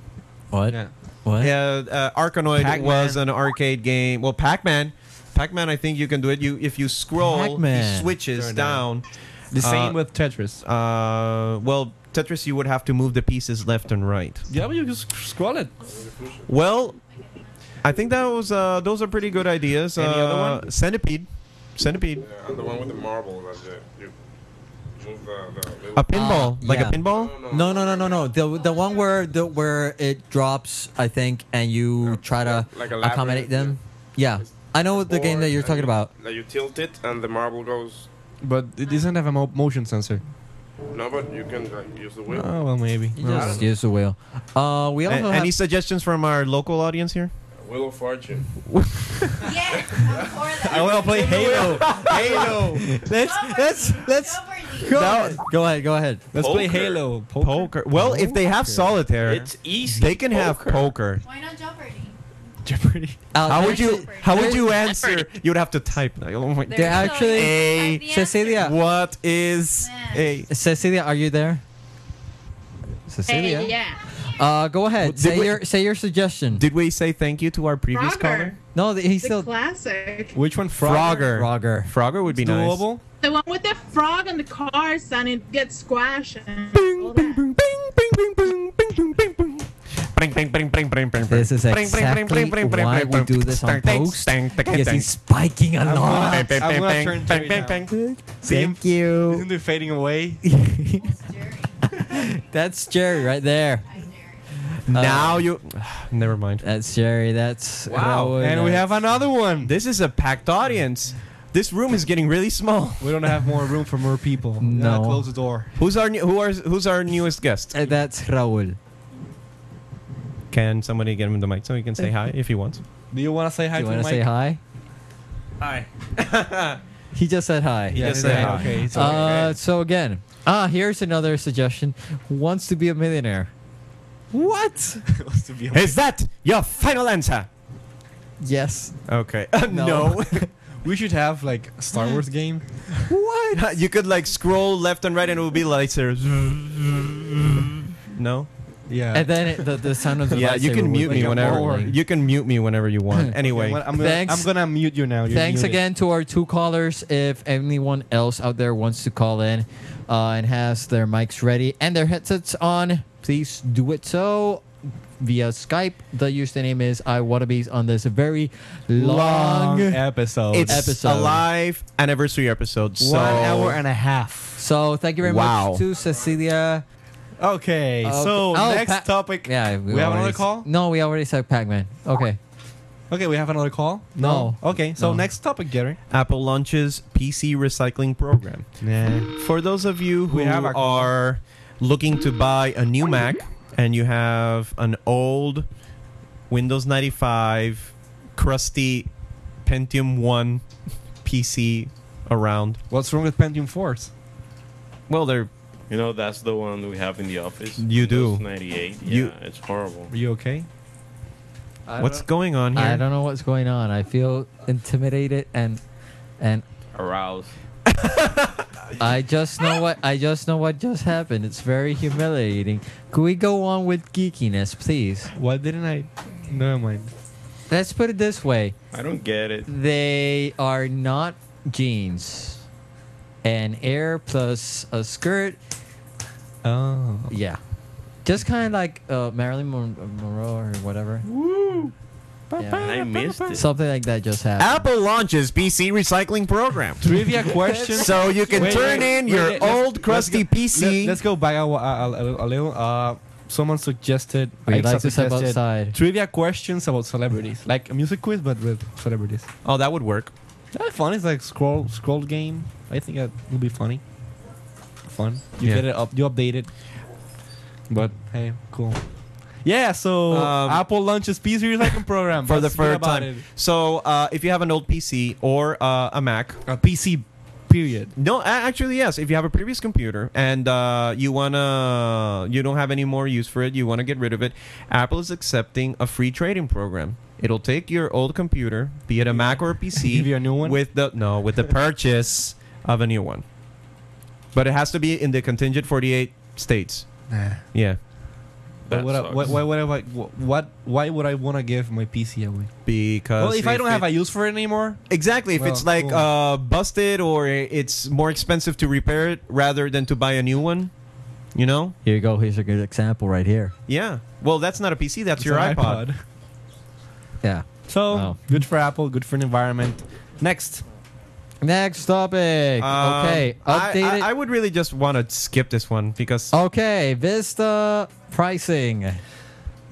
Speaker 1: what?
Speaker 3: Yeah.
Speaker 1: What?
Speaker 4: Yeah, uh, Arkanoid
Speaker 3: Pac-Man.
Speaker 4: was an arcade game. Well, Pac-Man, Pac-Man. I think you can do it. You if you scroll,
Speaker 1: Pac-Man.
Speaker 4: he switches
Speaker 3: Sure, no.
Speaker 4: down.
Speaker 3: The same
Speaker 4: Uh,
Speaker 3: with Tetris.
Speaker 4: Uh, well, Tetris, you would have to move the pieces left and right.
Speaker 3: Yeah, but you can sc- scroll it.
Speaker 4: Well, I think that was uh, those are pretty good ideas.
Speaker 3: Any
Speaker 4: uh,
Speaker 3: other one?
Speaker 4: Centipede, centipede,
Speaker 7: Yeah, and the one with the marble that the, you move the, the little
Speaker 4: a pinball, like
Speaker 1: yeah.
Speaker 4: a pinball.
Speaker 1: No, no, no, no, no. The the one where the where it drops, I think, and you try to
Speaker 7: Like a labyrinth,
Speaker 1: accommodate them. Yeah, I know the game
Speaker 7: board
Speaker 1: that you're
Speaker 7: and
Speaker 1: talking
Speaker 7: you-
Speaker 1: about.
Speaker 7: That you tilt it and the marble goes.
Speaker 3: But it doesn't have a mo- motion sensor.
Speaker 7: No, but you can like, use the wheel.
Speaker 3: Oh well, maybe.
Speaker 1: You just use the wheel. Uh, we
Speaker 4: A-
Speaker 1: also
Speaker 4: any
Speaker 1: have
Speaker 4: suggestions from our local audience here?
Speaker 7: Wheel of Fortune.
Speaker 8: Yes, I'm for that.
Speaker 4: play Halo. Halo.
Speaker 1: let's let's let's go ahead. Go ahead. Go ahead.
Speaker 3: Let's play
Speaker 6: Poker.
Speaker 3: Halo. Poker.
Speaker 4: Poker. Well, if they have solitaire,
Speaker 6: It's easy.
Speaker 4: they can have
Speaker 6: Poker.
Speaker 4: poker.
Speaker 8: Why not Jeopardy?
Speaker 3: Jeopardy.
Speaker 1: Uh,
Speaker 4: How would you?
Speaker 1: actually-
Speaker 4: How would
Speaker 1: there-
Speaker 4: you answer? You would have to type. Like, oh my.
Speaker 8: There
Speaker 1: They're
Speaker 8: you go,
Speaker 1: actually-
Speaker 8: you type the
Speaker 1: Cecilia.
Speaker 8: answer.
Speaker 4: What is a?
Speaker 1: Cecilia, are you there? Cecilia.
Speaker 10: yeah.
Speaker 1: Uh, go ahead.
Speaker 4: Did
Speaker 1: Say
Speaker 4: we-
Speaker 1: your say your suggestion.
Speaker 4: Did we say thank you to our previous
Speaker 10: Frogger.
Speaker 4: caller?
Speaker 1: no, th- he's
Speaker 10: The
Speaker 1: still
Speaker 10: classic.
Speaker 3: Which one?
Speaker 4: Frogger.
Speaker 1: Frogger.
Speaker 4: Frogger would be
Speaker 3: It's
Speaker 4: nice.
Speaker 3: doable.
Speaker 10: The one with the frog and the cars and it gets squashed and all that.
Speaker 4: Bing, bing, bing, bing, bing, bing, bing, bing. Bing, bing, bing, bing, bing, bing,
Speaker 1: This is
Speaker 4: bing, bing, bing,
Speaker 1: exactly
Speaker 4: bing, bing, bing,
Speaker 1: why
Speaker 4: bing,
Speaker 1: we
Speaker 4: bing,
Speaker 1: do this on
Speaker 4: bing, bing,
Speaker 1: post.
Speaker 4: bing, bing,
Speaker 1: Because
Speaker 4: bing,
Speaker 1: he's spiking a
Speaker 3: gonna-
Speaker 1: lot.
Speaker 4: bing,
Speaker 3: I'm
Speaker 4: bing,
Speaker 3: gonna
Speaker 4: bing,
Speaker 3: turn
Speaker 4: bing,
Speaker 3: Jerry down.
Speaker 4: bing, bing. See him?
Speaker 1: Thank you.
Speaker 3: Isn't it fading away?
Speaker 1: That's Jerry right there. Uh,
Speaker 4: Now you. Never mind.
Speaker 1: That's Jerry. That's
Speaker 4: Wow.
Speaker 1: Raul.
Speaker 3: And we have another one.
Speaker 4: This is a packed audience. This room is getting really small.
Speaker 3: We don't have more room for more people. We gotta
Speaker 1: No.
Speaker 3: Close the door.
Speaker 4: Who's our new, who are who's our newest guest?
Speaker 1: Uh, that's Raul.
Speaker 4: Can somebody get him the mic so he can say
Speaker 1: uh,
Speaker 4: hi if he wants?
Speaker 3: Do you want to say hi
Speaker 1: Do you
Speaker 3: to
Speaker 1: want to
Speaker 3: Mike?
Speaker 1: say hi?
Speaker 4: Hi.
Speaker 1: He just said hi.
Speaker 4: Yeah. just said hi.
Speaker 3: Okay. it's
Speaker 1: Uh, so again, ah, here's another suggestion. Wants to be a millionaire. What?
Speaker 3: supposed to be a-
Speaker 4: Is that your final answer?
Speaker 1: Yes.
Speaker 4: Okay.
Speaker 1: No.
Speaker 3: we should have like a Star Wars game.
Speaker 1: What?
Speaker 4: you could like scroll left and right and it would be laser. no?
Speaker 3: Yeah.
Speaker 1: And then it, the, the sound of the
Speaker 4: Yeah, you
Speaker 1: lightsaber
Speaker 4: can
Speaker 1: would
Speaker 4: mute
Speaker 1: be
Speaker 4: me
Speaker 3: like a
Speaker 4: whenever
Speaker 3: mower.
Speaker 1: rolling.
Speaker 4: you can mute me whenever you want.
Speaker 3: Okay,
Speaker 4: Anyway,
Speaker 3: well, I'm, gonna,
Speaker 1: Thanks.
Speaker 3: I'm gonna mute you now. You're
Speaker 1: Thanks
Speaker 3: muted.
Speaker 1: again to our two callers. If anyone else out there wants to call in uh, and has their mics ready and their headsets on, please do it so. via Skype. The username is I Wannabes on this very long,
Speaker 3: Long episode.
Speaker 4: It's
Speaker 1: episode.
Speaker 4: a live anniversary episode. So
Speaker 1: One hour
Speaker 3: and a half.
Speaker 1: So thank you very
Speaker 4: Wow.
Speaker 1: much to Cecilia.
Speaker 3: Okay,
Speaker 1: Okay.
Speaker 3: so
Speaker 1: Oh, Pa-
Speaker 3: next topic.
Speaker 1: Yeah,
Speaker 3: we, have
Speaker 1: already
Speaker 3: another
Speaker 1: s-
Speaker 3: call.
Speaker 1: No, we already said Pac-Man. Okay.
Speaker 3: Okay, we have another call.
Speaker 1: No.
Speaker 3: Okay, so
Speaker 1: No.
Speaker 3: next topic, Gary.
Speaker 4: Apple launches PC recycling program. For those of you who
Speaker 3: We have our call.
Speaker 4: are looking to buy a new Mac and you have an old Windows 95 crusty Pentium 1 PC around.
Speaker 3: What's wrong with Pentium 4s?
Speaker 4: Well, they're
Speaker 6: You know, that's the one we have in the office.
Speaker 4: You do.
Speaker 6: Windows 98. Yeah,
Speaker 4: You-
Speaker 6: it's horrible.
Speaker 3: Are you okay?
Speaker 4: What's going on here?
Speaker 1: I don't know what's going on. I feel intimidated and and
Speaker 6: Aroused.
Speaker 1: I just know what I just know what just happened. It's very humiliating. Could we go on with geekiness, please?
Speaker 3: Why didn't I? Never mind.
Speaker 1: Let's put it this way.
Speaker 6: I don't get it.
Speaker 1: They are not jeans. An air plus a skirt.
Speaker 3: Oh.
Speaker 1: Yeah. Just kind of like uh, Marilyn Mon- Monroe or whatever. Woo!
Speaker 6: And I missed it.
Speaker 1: Something like that just happened.
Speaker 4: Apple launches PC recycling program.
Speaker 3: Trivia question.
Speaker 4: So you can
Speaker 3: Wait,
Speaker 4: turn
Speaker 3: wait,
Speaker 4: in
Speaker 3: wait,
Speaker 4: your
Speaker 3: wait, let's-
Speaker 4: old
Speaker 3: let's
Speaker 4: crusty
Speaker 3: go-
Speaker 4: PC.
Speaker 3: Let, us go back a, a, a, a little. Uh, someone suggested.
Speaker 1: We
Speaker 3: Aixa
Speaker 1: like to step
Speaker 3: suggested
Speaker 1: outside.
Speaker 3: Trivia questions about celebrities, like a music quiz, but with celebrities.
Speaker 4: oh, that would work.
Speaker 3: That fun. It's like scroll scroll game. I think that will be funny. Fun. You
Speaker 4: Yeah.
Speaker 3: get it up. You update it. But hey, cool. Yeah. So
Speaker 4: Um,
Speaker 3: Apple launches PC recycling program
Speaker 4: for the
Speaker 3: Let's speak
Speaker 4: third
Speaker 3: about
Speaker 4: time.
Speaker 3: it.
Speaker 4: So uh, if you have an old PC or uh, a Mac,
Speaker 3: a PC, period.
Speaker 4: No, a- actually, yes. If you have a previous computer and uh, you wanna, you don't have any more use for it, you wanna get rid of it. Apple is accepting a free trading program. It'll take your old computer, be it a Mac or a PC,
Speaker 3: Give you a new one?
Speaker 4: with the no, with the purchase of a new one. But it has to be in the contingent forty-eight states.
Speaker 3: Nah.
Speaker 4: Yeah,
Speaker 3: But
Speaker 6: That
Speaker 3: what, I-
Speaker 6: sucks.
Speaker 3: what, why would I like- wh- what why would I want to give my PC away?
Speaker 4: because
Speaker 6: Uh,
Speaker 3: Well, if I don't
Speaker 4: it-
Speaker 3: have a use for it anymore,
Speaker 4: Exactly. If it's
Speaker 3: Well,
Speaker 4: like
Speaker 3: cool.
Speaker 4: uh, busted or it's more expensive to repair it rather than to buy a new one, you know?
Speaker 1: Here you go. Here's a good example right here.
Speaker 4: Yeah. Well, that's not a PC. That's
Speaker 3: it's
Speaker 4: your
Speaker 3: an
Speaker 4: iPod.
Speaker 1: Yeah.
Speaker 3: So
Speaker 1: Oh.
Speaker 3: good for Apple, good for the environment. Next,
Speaker 1: Next topic.
Speaker 4: Um,
Speaker 1: okay.
Speaker 4: I-
Speaker 1: Updated.
Speaker 4: I, I would really just want to skip this one because
Speaker 1: Oh, okay. Vista pricing.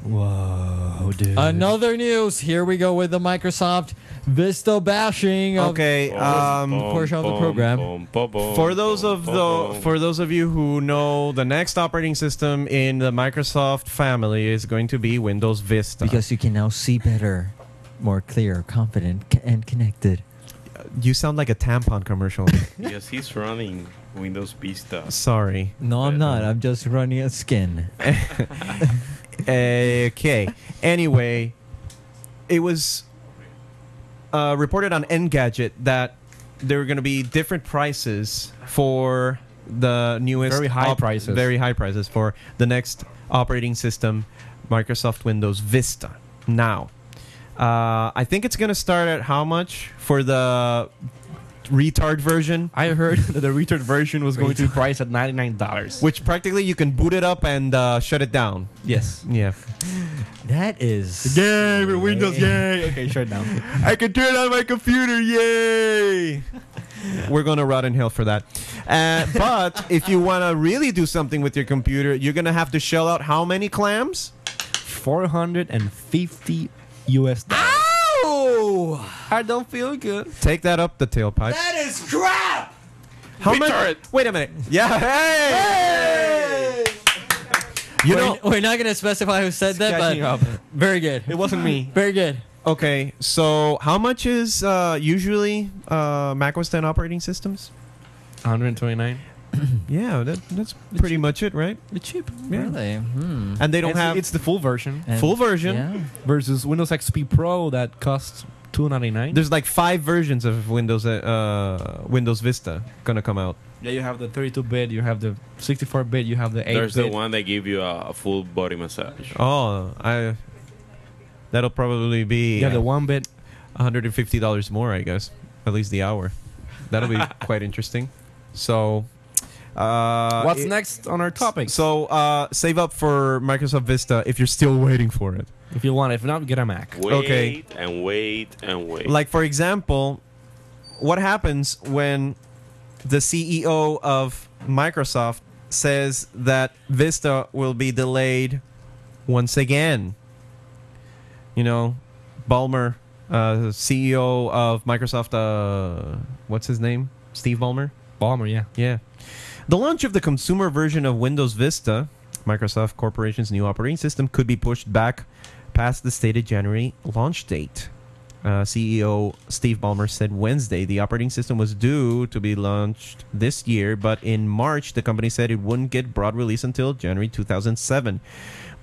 Speaker 3: whoa, dude!
Speaker 1: Another news. Here we go with the Microsoft Vista bashing. Of
Speaker 4: okay. Um,
Speaker 1: portion of the program.
Speaker 4: for those of the for those of you who know, the next operating system in the Microsoft family is going to be Windows Vista.
Speaker 1: Because you can now see better, more clear, confident, c- and connected.
Speaker 4: you sound like a tampon commercial.
Speaker 6: Yes, he's running Windows Vista.
Speaker 4: Sorry.
Speaker 1: No, I'm not. I'm just running a skin.
Speaker 4: okay. Anyway, it was uh, reported on Engadget that there were going to be different prices for the newest
Speaker 3: Very high prices.
Speaker 4: very high prices for the next operating system, Microsoft Windows Vista. Now, uh, I think it's going to start at how much for the retard version,
Speaker 3: I heard that the retard version was going to be priced at ninety nine dollars.
Speaker 4: which practically you can boot it up and uh, shut it down.
Speaker 3: Yes.
Speaker 4: Yeah.
Speaker 1: That is.
Speaker 3: Yay! we're Windows! Yay! Okay, shut down.
Speaker 4: I can turn on my computer, yay! We're gonna rot in hell for that. Uh, but if you wanna really do something with your computer, you're gonna have to shell out how many clams?
Speaker 3: Four hundred and fifty U.S. dollars.
Speaker 1: Oh,
Speaker 3: I don't feel good.
Speaker 4: Take that up the tailpipe.
Speaker 1: that is crap.
Speaker 4: How
Speaker 6: We
Speaker 4: much?
Speaker 6: tore it.
Speaker 4: Wait a minute. Yeah. Hey!
Speaker 1: we're,
Speaker 4: You know.
Speaker 1: we're not gonna specify who said that, but
Speaker 3: catching up.
Speaker 1: very good.
Speaker 3: It wasn't me.
Speaker 1: Very good.
Speaker 4: Okay. So how much is uh, usually uh, Mac OS 10 operating systems?
Speaker 3: One hundred twenty nine.
Speaker 4: Yeah, that, that's pretty much it, right?
Speaker 3: It's cheap.
Speaker 1: Really? Hmm.
Speaker 4: And they don't
Speaker 3: It's,
Speaker 4: have
Speaker 3: it's the full version
Speaker 1: And-
Speaker 4: full version.
Speaker 1: Yeah.
Speaker 3: versus Windows XP Pro that costs two ninety nine.
Speaker 4: There's like five versions of Windows uh, uh, Windows Vista gonna come out.
Speaker 3: Yeah, you have the 32 bit, you have the 64 bit, you have the 8
Speaker 6: There's
Speaker 3: bit.
Speaker 6: the one that give you a, a full body massage.
Speaker 4: Oh, I that'll probably be
Speaker 3: You have the one bit.
Speaker 4: hundred and fifty dollars more, I guess. At least the hour. That'll be quite interesting. So, Uh,
Speaker 3: What's
Speaker 4: it-
Speaker 3: next on our topic?
Speaker 4: So uh, save up for Microsoft Vista if you're still waiting for it.
Speaker 3: If you want, if not, get a Mac.
Speaker 6: Wait
Speaker 4: Okay.
Speaker 6: and wait and wait.
Speaker 4: Like for example, what happens when the CEO of Microsoft says that Vista will be delayed once again? You know, Ballmer, uh, CEO of Microsoft, uh, what's his name? Steve Ballmer.
Speaker 3: Ballmer, yeah,
Speaker 4: yeah. The launch of the consumer version of Windows Vista, Microsoft Corporation's new operating system, could be pushed back past the stated January launch date. Uh, CEO Steve Ballmer said Wednesday the operating system was due to be launched this year, but in March the company said it wouldn't get broad release until January 2007.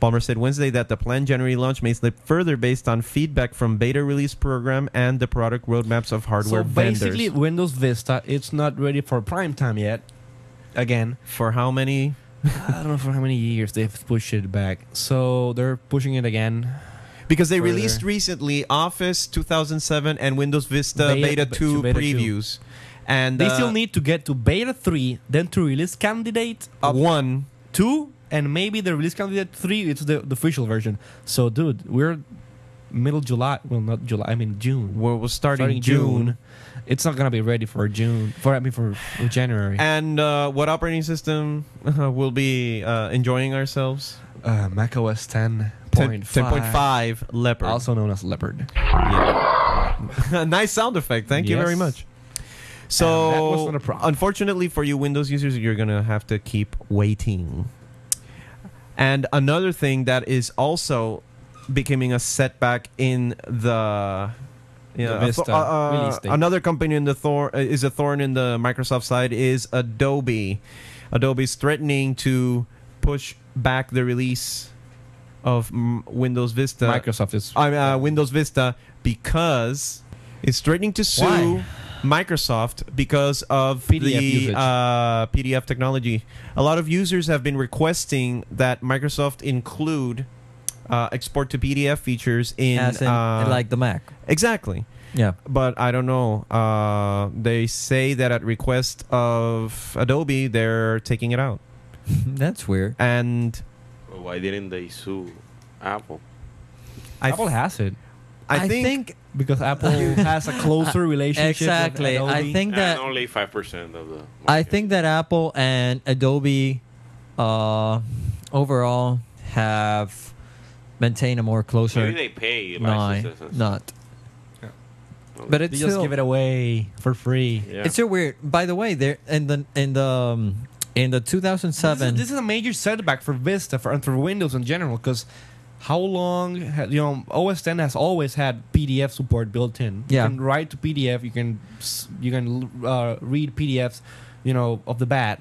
Speaker 4: Ballmer said Wednesday that the planned January launch may slip further based on feedback from beta release program and the product roadmaps of hardware
Speaker 3: so
Speaker 4: vendors.
Speaker 3: basically, Windows Vista it's not ready for prime time yet. Again,
Speaker 4: for how many?
Speaker 3: I don't know for how many years they've pushed it back. So they're pushing it again
Speaker 4: because they
Speaker 3: further.
Speaker 4: released recently Office 2007 and Windows Vista
Speaker 3: Beta-
Speaker 4: Beta,
Speaker 3: b-
Speaker 4: 2
Speaker 3: Beta 2.
Speaker 4: previews, and
Speaker 3: they
Speaker 4: uh,
Speaker 3: still need to get to beta three, then to release candidate
Speaker 4: one,
Speaker 3: two, and maybe the release candidate three. It's the, the official version. So, dude, we're middle July. Well, not July. I mean June.
Speaker 4: We're, we're starting June.
Speaker 3: It's not gonna be ready for June. For I mean for, for January.
Speaker 4: and uh, what operating system uh, will be uh, enjoying ourselves?
Speaker 3: Uh, Mac OS 10.
Speaker 4: 10.5 Leopard,
Speaker 3: also known as Leopard.
Speaker 4: nice sound effect. Thank you very
Speaker 3: Yes.
Speaker 4: much. So,
Speaker 3: that was not a problem.
Speaker 4: unfortunately for you Windows users, you're gonna have to keep waiting. And another thing that is also becoming a setback in the,
Speaker 3: The
Speaker 4: yeah, a
Speaker 3: Vista
Speaker 4: thor- uh, uh,
Speaker 3: release date.
Speaker 4: another company in the thor- uh, is a thorn in the Microsoft side is Adobe. Adobe's threatening to push back the release of mm, Windows Vista.
Speaker 3: Microsoft is
Speaker 4: I mean, uh, Windows Vista because it's threatening to sue Microsoft because of
Speaker 3: PDF
Speaker 4: the
Speaker 3: usage.
Speaker 4: Uh, PDF technology. A lot of users have been requesting that Microsoft include uh, export to PDF features in,
Speaker 11: As in,
Speaker 4: uh,
Speaker 11: like the Mac.
Speaker 4: Exactly.
Speaker 11: Yeah.
Speaker 4: But I don't know. Uh, they say that at request of Adobe, they're taking it out.
Speaker 11: That's weird.
Speaker 4: And
Speaker 6: Why didn't they sue Apple?
Speaker 4: I
Speaker 3: Apple has it.
Speaker 4: I think,
Speaker 3: because Apple has a closer relationship. with
Speaker 11: Exactly. I
Speaker 3: Adobe.
Speaker 11: think that-
Speaker 6: and only five percent of the.
Speaker 11: I think that Apple and Adobe uh, overall have maintained a more closer
Speaker 6: Maybe they pay
Speaker 11: line.
Speaker 6: licenses and
Speaker 11: Not. But it's
Speaker 3: they just
Speaker 11: still,
Speaker 3: give it away for free.
Speaker 11: It's so weird. By the way, there in the in the um, in the 2007
Speaker 3: This is a major setback for Vista for, and for Windows in general because how long ha- you know OS 10 has always had PDF support built in.
Speaker 11: Yeah.
Speaker 3: You can write to PDF. You can s- you can uh, read PDFs. You know of the bat.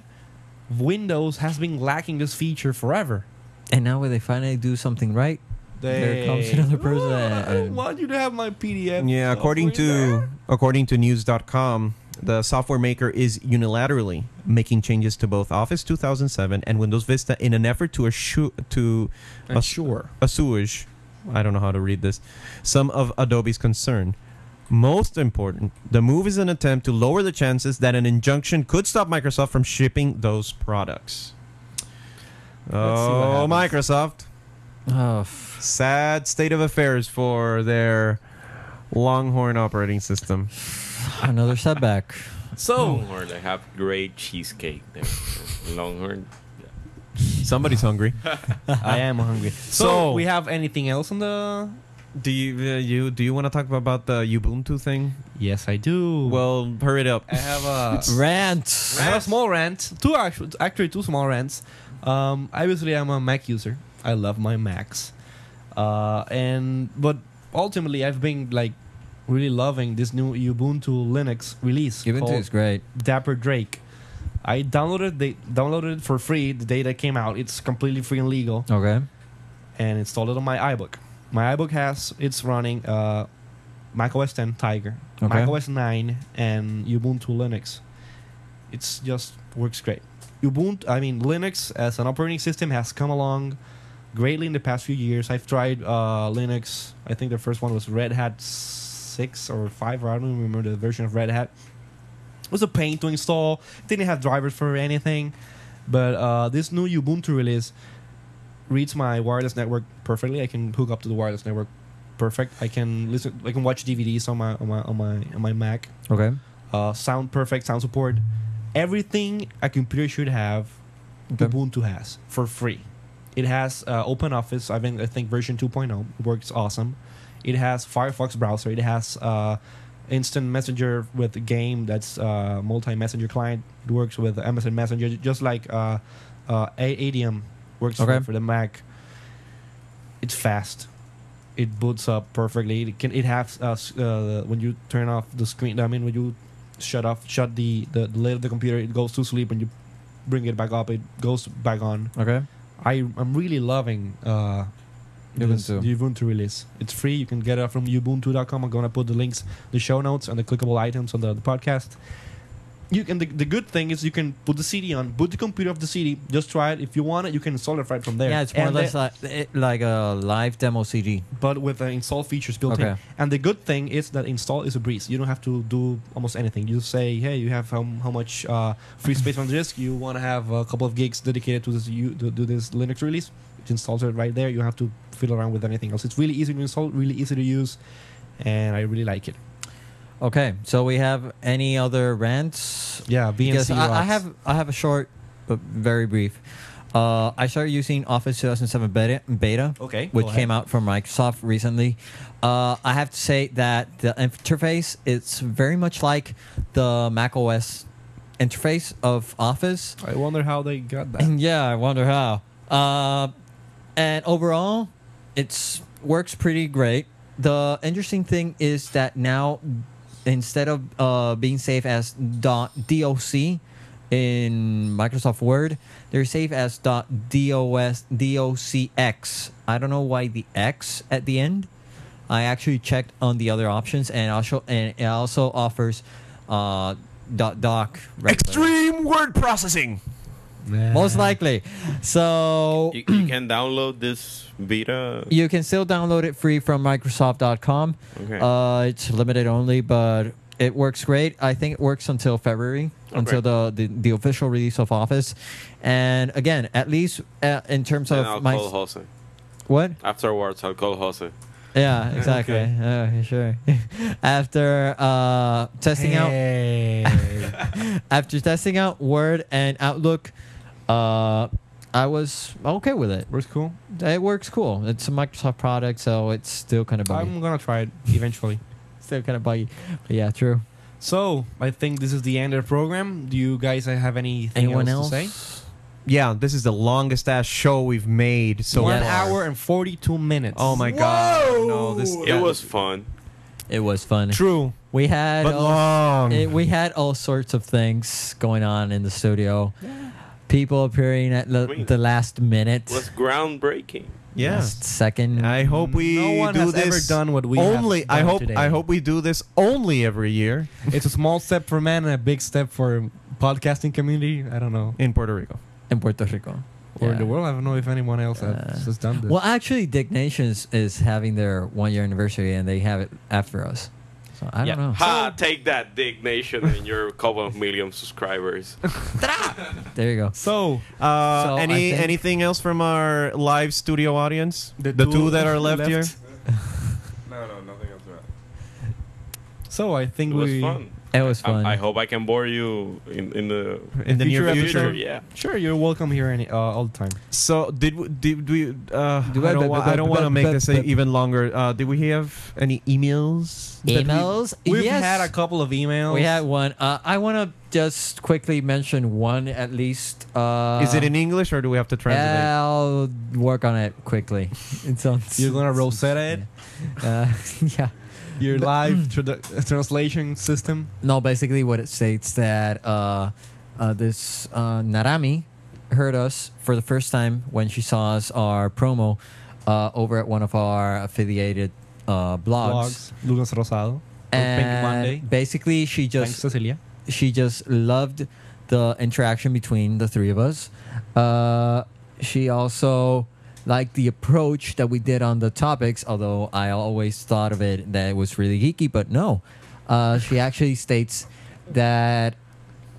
Speaker 3: Windows has been lacking this feature forever.
Speaker 11: and now when they finally do something right, there comes
Speaker 3: They-
Speaker 11: another
Speaker 3: "Oh,
Speaker 11: person.
Speaker 3: I don't want you to have my PDF.
Speaker 4: Yeah,
Speaker 3: stuff
Speaker 4: according
Speaker 3: in there."
Speaker 4: to according to news.com, the software maker is unilaterally making changes to both Office 2007 and Windows Vista in an effort to assure to
Speaker 3: Assure.
Speaker 4: assuage, I don't know how to read this, some of Adobe's concern. Most important, the move is an attempt to lower the chances that an injunction could stop Microsoft from shipping those products. Oh, Microsoft.
Speaker 11: Oh,
Speaker 4: Sad state of affairs for their Longhorn operating system.
Speaker 11: Another setback.
Speaker 3: So
Speaker 6: Longhorn, they have great cheesecake there. Longhorn.
Speaker 4: Somebody's hungry.
Speaker 3: I am hungry. So,
Speaker 4: So-
Speaker 3: we have anything else on the?
Speaker 4: Do you uh, you do you want to talk about the Ubuntu thing?
Speaker 3: Yes, I do.
Speaker 4: Well, hurry it up.
Speaker 3: I have a
Speaker 11: Rant.
Speaker 3: I have a small rant. Two actually, actually two small rants. Um, obviously, I'm a Mac user. I love my Macs, uh, and but ultimately, I've been like really loving this new Ubuntu Linux release.
Speaker 11: Ubuntu
Speaker 3: called
Speaker 11: is great.
Speaker 3: Dapper Drake. I downloaded they downloaded it for free the day that came out. It's completely free and legal,
Speaker 11: Okay.
Speaker 3: and installed it on my iBook. My iBook has it's running uh, Mac OS 10 Tiger,
Speaker 11: Okay.
Speaker 3: Mac OS 9, and Ubuntu Linux. It's just works great. Ubuntu, I mean Linux as an operating system has come along greatly in the past few years. I've tried uh, Linux. I think the first one was Red Hat six or five, or I don't even remember the version of Red Hat. It was a pain to install. Didn't have drivers for anything. But uh, this new Ubuntu release reads my wireless network perfectly. I can hook up to the wireless network perfect. I can listen. I can watch DVDs on my on my on my on my Mac.
Speaker 1: Okay.
Speaker 3: Uh, sound perfect. Sound support. Everything a computer should have, Ubuntu has for free. It has uh, Open Office. I think I think version 2.0 It works awesome. It has Firefox browser. It has uh, instant messenger with a game that's uh, multi messenger client. It works with Amazon Messenger, just like uh, uh, A- ADM works
Speaker 1: Okay.
Speaker 3: for, for the Mac. It's fast. It boots up perfectly. It can. It has uh, s- uh, when you turn off the screen. I mean, when you shut off, shut the the, the lid of the computer. It goes to sleep. When you bring it back up, it goes back on.
Speaker 1: Okay.
Speaker 3: I I'm really loving uh, this-
Speaker 1: Ubuntu.
Speaker 3: the Ubuntu release. It's free. You can get it from ubuntu.com. I'm gonna put the links, the show notes, and the clickable items on the, the podcast. You can. The, the good thing is you can put the CD on, boot the computer off the CD. Just try it. If you want it, you can install it right from there.
Speaker 1: Yeah, it's more
Speaker 3: And
Speaker 1: or less
Speaker 3: the-
Speaker 1: like it- like a live demo CD.
Speaker 3: but with the install features built in.
Speaker 1: Okay.
Speaker 3: And the good thing is that install is a breeze. You don't have to do almost anything. You say, hey, you have how, how much uh, free space on the disk? You want to have a couple of gigs dedicated to this you to, to this Linux release? It installs it right there. You don't have to fiddle around with anything else. It's really easy to install, really easy to use, and I really like it.
Speaker 1: Okay, so we have any other rants?
Speaker 3: Yeah,
Speaker 1: because
Speaker 3: BNC
Speaker 1: I, I
Speaker 3: rocks.
Speaker 1: have I have a short, but very brief. Uh, I started using Office 2007 beta, beta
Speaker 3: Okay, go
Speaker 1: which
Speaker 3: ahead.
Speaker 1: came out from Microsoft recently. Uh, I have to say that the interface it's very much like the Mac OS interface of Office.
Speaker 3: I wonder how they got that.
Speaker 1: yeah, I wonder how. Uh, and overall, it's works pretty great. The interesting thing is that now, instead of uh, being saved as dot .doc in Microsoft Word, they're saved as dot .dos .docx. I don't know why the x at the end. I actually checked on the other options, and also and it also offers uh, dot .doc. regular.
Speaker 12: Extreme word processing.
Speaker 1: Most likely. So
Speaker 6: You, you can download this beta.
Speaker 1: you can still download it free from Microsoft.com.
Speaker 6: Okay.
Speaker 1: Uh, it's limited only, but it works great. I think it works until February, until the, the, the official release of Office. And again, at least uh, in terms
Speaker 6: and
Speaker 1: of
Speaker 6: I'll
Speaker 1: my.
Speaker 6: call Jose.
Speaker 1: What?
Speaker 6: Afterwards, I'll call Jose.
Speaker 1: Yeah, exactly. Uh, sure. after uh, testing out, after testing out Word and Outlook, uh, I was okay with it.
Speaker 3: Works cool.
Speaker 1: It works cool. It's a Microsoft product, so it's still kind of buggy.
Speaker 3: I'm gonna try it eventually.
Speaker 1: still kind of buggy. But yeah, true.
Speaker 3: So I think this is the end of the program. Do you guys have anything
Speaker 1: Anyone
Speaker 3: else, to
Speaker 1: else?
Speaker 3: say?
Speaker 4: Yeah, this is the longest ass show we've made so
Speaker 3: One
Speaker 4: far.
Speaker 3: hour and forty-two minutes.
Speaker 4: Oh my god! No, this
Speaker 6: It was fun.
Speaker 1: It was fun.
Speaker 3: True.
Speaker 1: We had
Speaker 4: But long.
Speaker 1: it- we had all sorts of things going on in the studio. People appearing at l- the last minute.
Speaker 6: It was groundbreaking.
Speaker 1: Last second.
Speaker 4: I hope we
Speaker 3: No one
Speaker 4: do
Speaker 3: has
Speaker 4: this
Speaker 3: ever done what we have
Speaker 4: only. I
Speaker 3: done
Speaker 4: hope
Speaker 3: today.
Speaker 4: I hope we do this only every year
Speaker 3: it's a small step for man and a big step for podcasting community. I don't know.
Speaker 4: in Puerto Rico.
Speaker 1: in Puerto Rico.
Speaker 3: Or
Speaker 1: Yeah.
Speaker 3: in
Speaker 1: Uh,
Speaker 3: the world, I don't know if anyone else
Speaker 4: Uh,
Speaker 3: has, has done this.
Speaker 1: Well, actually, Dick Nations is having their one year anniversary, and they have it after us. So I don't know.
Speaker 6: Ha! Take that, Dig Nation, and your couple of million subscribers.
Speaker 1: There you go.
Speaker 3: So,
Speaker 4: uh,
Speaker 1: So, I
Speaker 4: any
Speaker 1: think-
Speaker 4: anything else from our live studio audience?
Speaker 3: The
Speaker 4: the
Speaker 3: two
Speaker 4: two that are left,
Speaker 3: left.
Speaker 4: here.
Speaker 7: No, no, nothing else. About.
Speaker 3: so I think
Speaker 6: It was
Speaker 3: we
Speaker 6: fun.
Speaker 1: It was
Speaker 6: I-
Speaker 1: fun.
Speaker 6: I, hope I can bore you in, in the
Speaker 4: In the near future.
Speaker 6: Yeah.
Speaker 3: Sure, you're welcome here any uh, all the time.
Speaker 4: So did we, did we? Uh,
Speaker 1: Do
Speaker 4: I
Speaker 1: I-
Speaker 4: don't, wa- I don't want to
Speaker 1: but-
Speaker 4: make
Speaker 1: but-
Speaker 4: this
Speaker 1: but-
Speaker 4: even longer. Uh, did we have any emails? that we-
Speaker 1: Emails?
Speaker 3: We've
Speaker 1: yes.
Speaker 3: had a couple of emails.
Speaker 1: we had one. Uh, I want to just quickly mention one at least. Uh,
Speaker 4: Is it in English or do we have to translate?
Speaker 1: I'll work on it quickly. It sounds.
Speaker 3: You're gonna Rosetta it.
Speaker 1: Uh, yeah.
Speaker 3: Your live tra- translation system.
Speaker 1: No, basically what it states that uh, uh, this uh, Narami heard us for the first time when she saw us our promo uh, over at one of our affiliated uh, blogs.
Speaker 3: Blogs. Lunes Rosado.
Speaker 1: And
Speaker 3: Pink Monday.
Speaker 1: basically she
Speaker 3: Thanks,
Speaker 1: just
Speaker 3: Cecilia.
Speaker 1: she just loved the interaction between the three of us. Uh, she also liked the approach that we did on the topics, although I always thought of it that it was really geeky, but no. Uh, she actually states that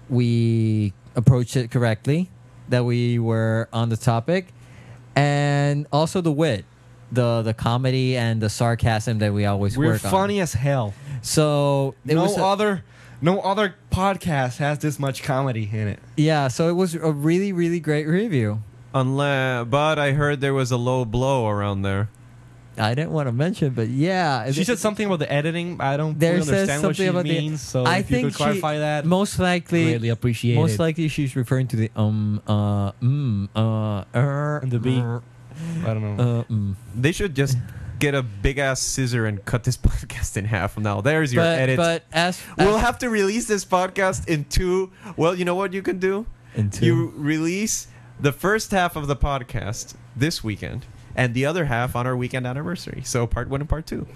Speaker 1: we approached it correctly, that we were on the topic, and also the wit, the the comedy and the sarcasm that we always
Speaker 3: We're
Speaker 1: work on.
Speaker 3: funny as hell.
Speaker 1: So it
Speaker 3: no
Speaker 1: was a-
Speaker 3: other no other podcast has this much comedy in it.
Speaker 1: Yeah, so it was a really, really great review.
Speaker 4: Unless, but I heard there was a low blow around there.
Speaker 1: I didn't want to mention, but yeah,
Speaker 3: She said something about the editing. I don't
Speaker 1: there
Speaker 3: fully
Speaker 1: says
Speaker 3: understand
Speaker 1: something
Speaker 3: what she
Speaker 1: about
Speaker 3: means.
Speaker 1: the.
Speaker 3: so
Speaker 1: I
Speaker 3: if
Speaker 1: think
Speaker 3: you could
Speaker 1: she-
Speaker 3: clarify that,
Speaker 1: most likely,
Speaker 3: greatly appreciate
Speaker 1: Most
Speaker 3: it.
Speaker 1: likely, she's referring to the um uh mm uh er
Speaker 3: And the B.
Speaker 1: er.
Speaker 3: I don't know.
Speaker 1: Uh, mm.
Speaker 4: They should just get a big ass scissor and cut this podcast in half. Now there's your
Speaker 1: But
Speaker 4: edit.
Speaker 1: but as
Speaker 4: we'll
Speaker 1: as-
Speaker 4: have to release this podcast in two. Well, you know what you can do?
Speaker 1: In two.
Speaker 4: You release the first half of the podcast this weekend and the other half on our weekend anniversary. So part one and part two.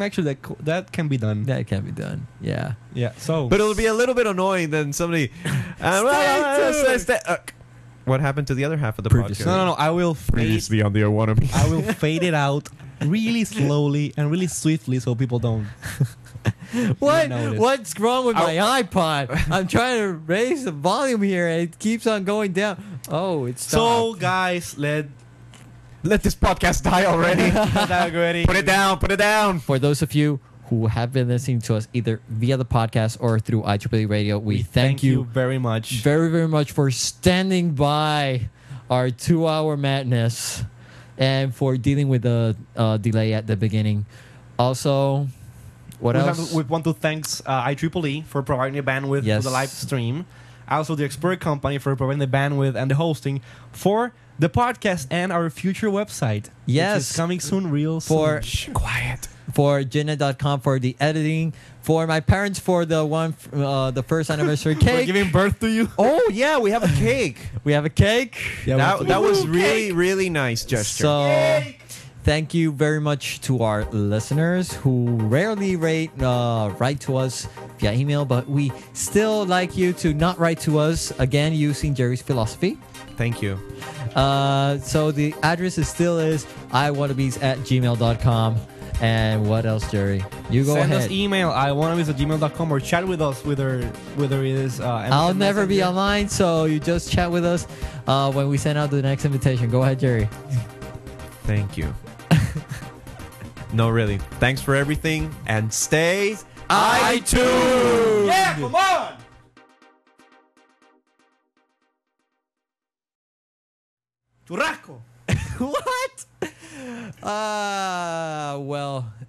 Speaker 3: Actually, that co- that can be done.
Speaker 1: that can be done. Yeah.
Speaker 3: Yeah. So,
Speaker 4: But it'll be a little bit annoying than somebody. Uh, well,
Speaker 3: tuned.
Speaker 4: uh, stay- uh, what happened to the other half of the
Speaker 3: Previously.
Speaker 4: podcast?
Speaker 3: No, no, no. I will fade.
Speaker 4: Previously on the Awanami.
Speaker 3: I will fade it out really slowly and really swiftly so people don't.
Speaker 1: What
Speaker 3: noticed.
Speaker 1: what's wrong with my iPod? I'm trying to raise the volume here, and it keeps on going down. Oh, it's
Speaker 3: So, guys, let
Speaker 4: Let this podcast die already.
Speaker 3: already.
Speaker 4: put it down. Put it down.
Speaker 1: for those of you who have been listening to us either via the podcast or through IEEE Radio, we, thank, you,
Speaker 3: very much.
Speaker 1: very, very much for standing by our two hour madness and for dealing with the uh, delay at the beginning. Also, what
Speaker 3: we,
Speaker 1: else?
Speaker 3: Have, we want to thanks uh, IEEE for providing the bandwidth
Speaker 1: Yes.
Speaker 3: for the live stream. Also, the Expert Company for providing the bandwidth and the hosting for the podcast and our future website. which
Speaker 1: Yes.
Speaker 3: is coming soon, real
Speaker 1: For-
Speaker 3: soon.
Speaker 4: Quiet.
Speaker 1: for Jenna.com for the editing, for my parents for the one, uh, the first anniversary
Speaker 3: We're
Speaker 1: cake.
Speaker 3: giving birth to you.
Speaker 4: Oh yeah, we have a cake.
Speaker 1: we have a cake.
Speaker 3: Yeah, we have
Speaker 4: that
Speaker 3: to-
Speaker 4: that was really really nice gesture.
Speaker 1: So, thank you very much to our listeners who rarely rate, uh, write to us via email, but we still like you to not write to us again using Jerry's philosophy.
Speaker 4: Thank you.
Speaker 1: Uh, so the address is still is iwannabes at gmail.com. And what else, Jerry? You go
Speaker 3: Send us
Speaker 1: ahead.
Speaker 3: email at wannabes at gmail.com or chat with us, whether, whether it is. Uh, MSN
Speaker 1: I'll never be
Speaker 3: Messenger.
Speaker 1: online, so you just chat with us uh, when we send out the next invitation. Go ahead, Jerry.
Speaker 4: Thank you. no, really. Thanks for everything and stay iTunes.
Speaker 3: Yeah, come on! Churrasco!
Speaker 1: what? Uh, well,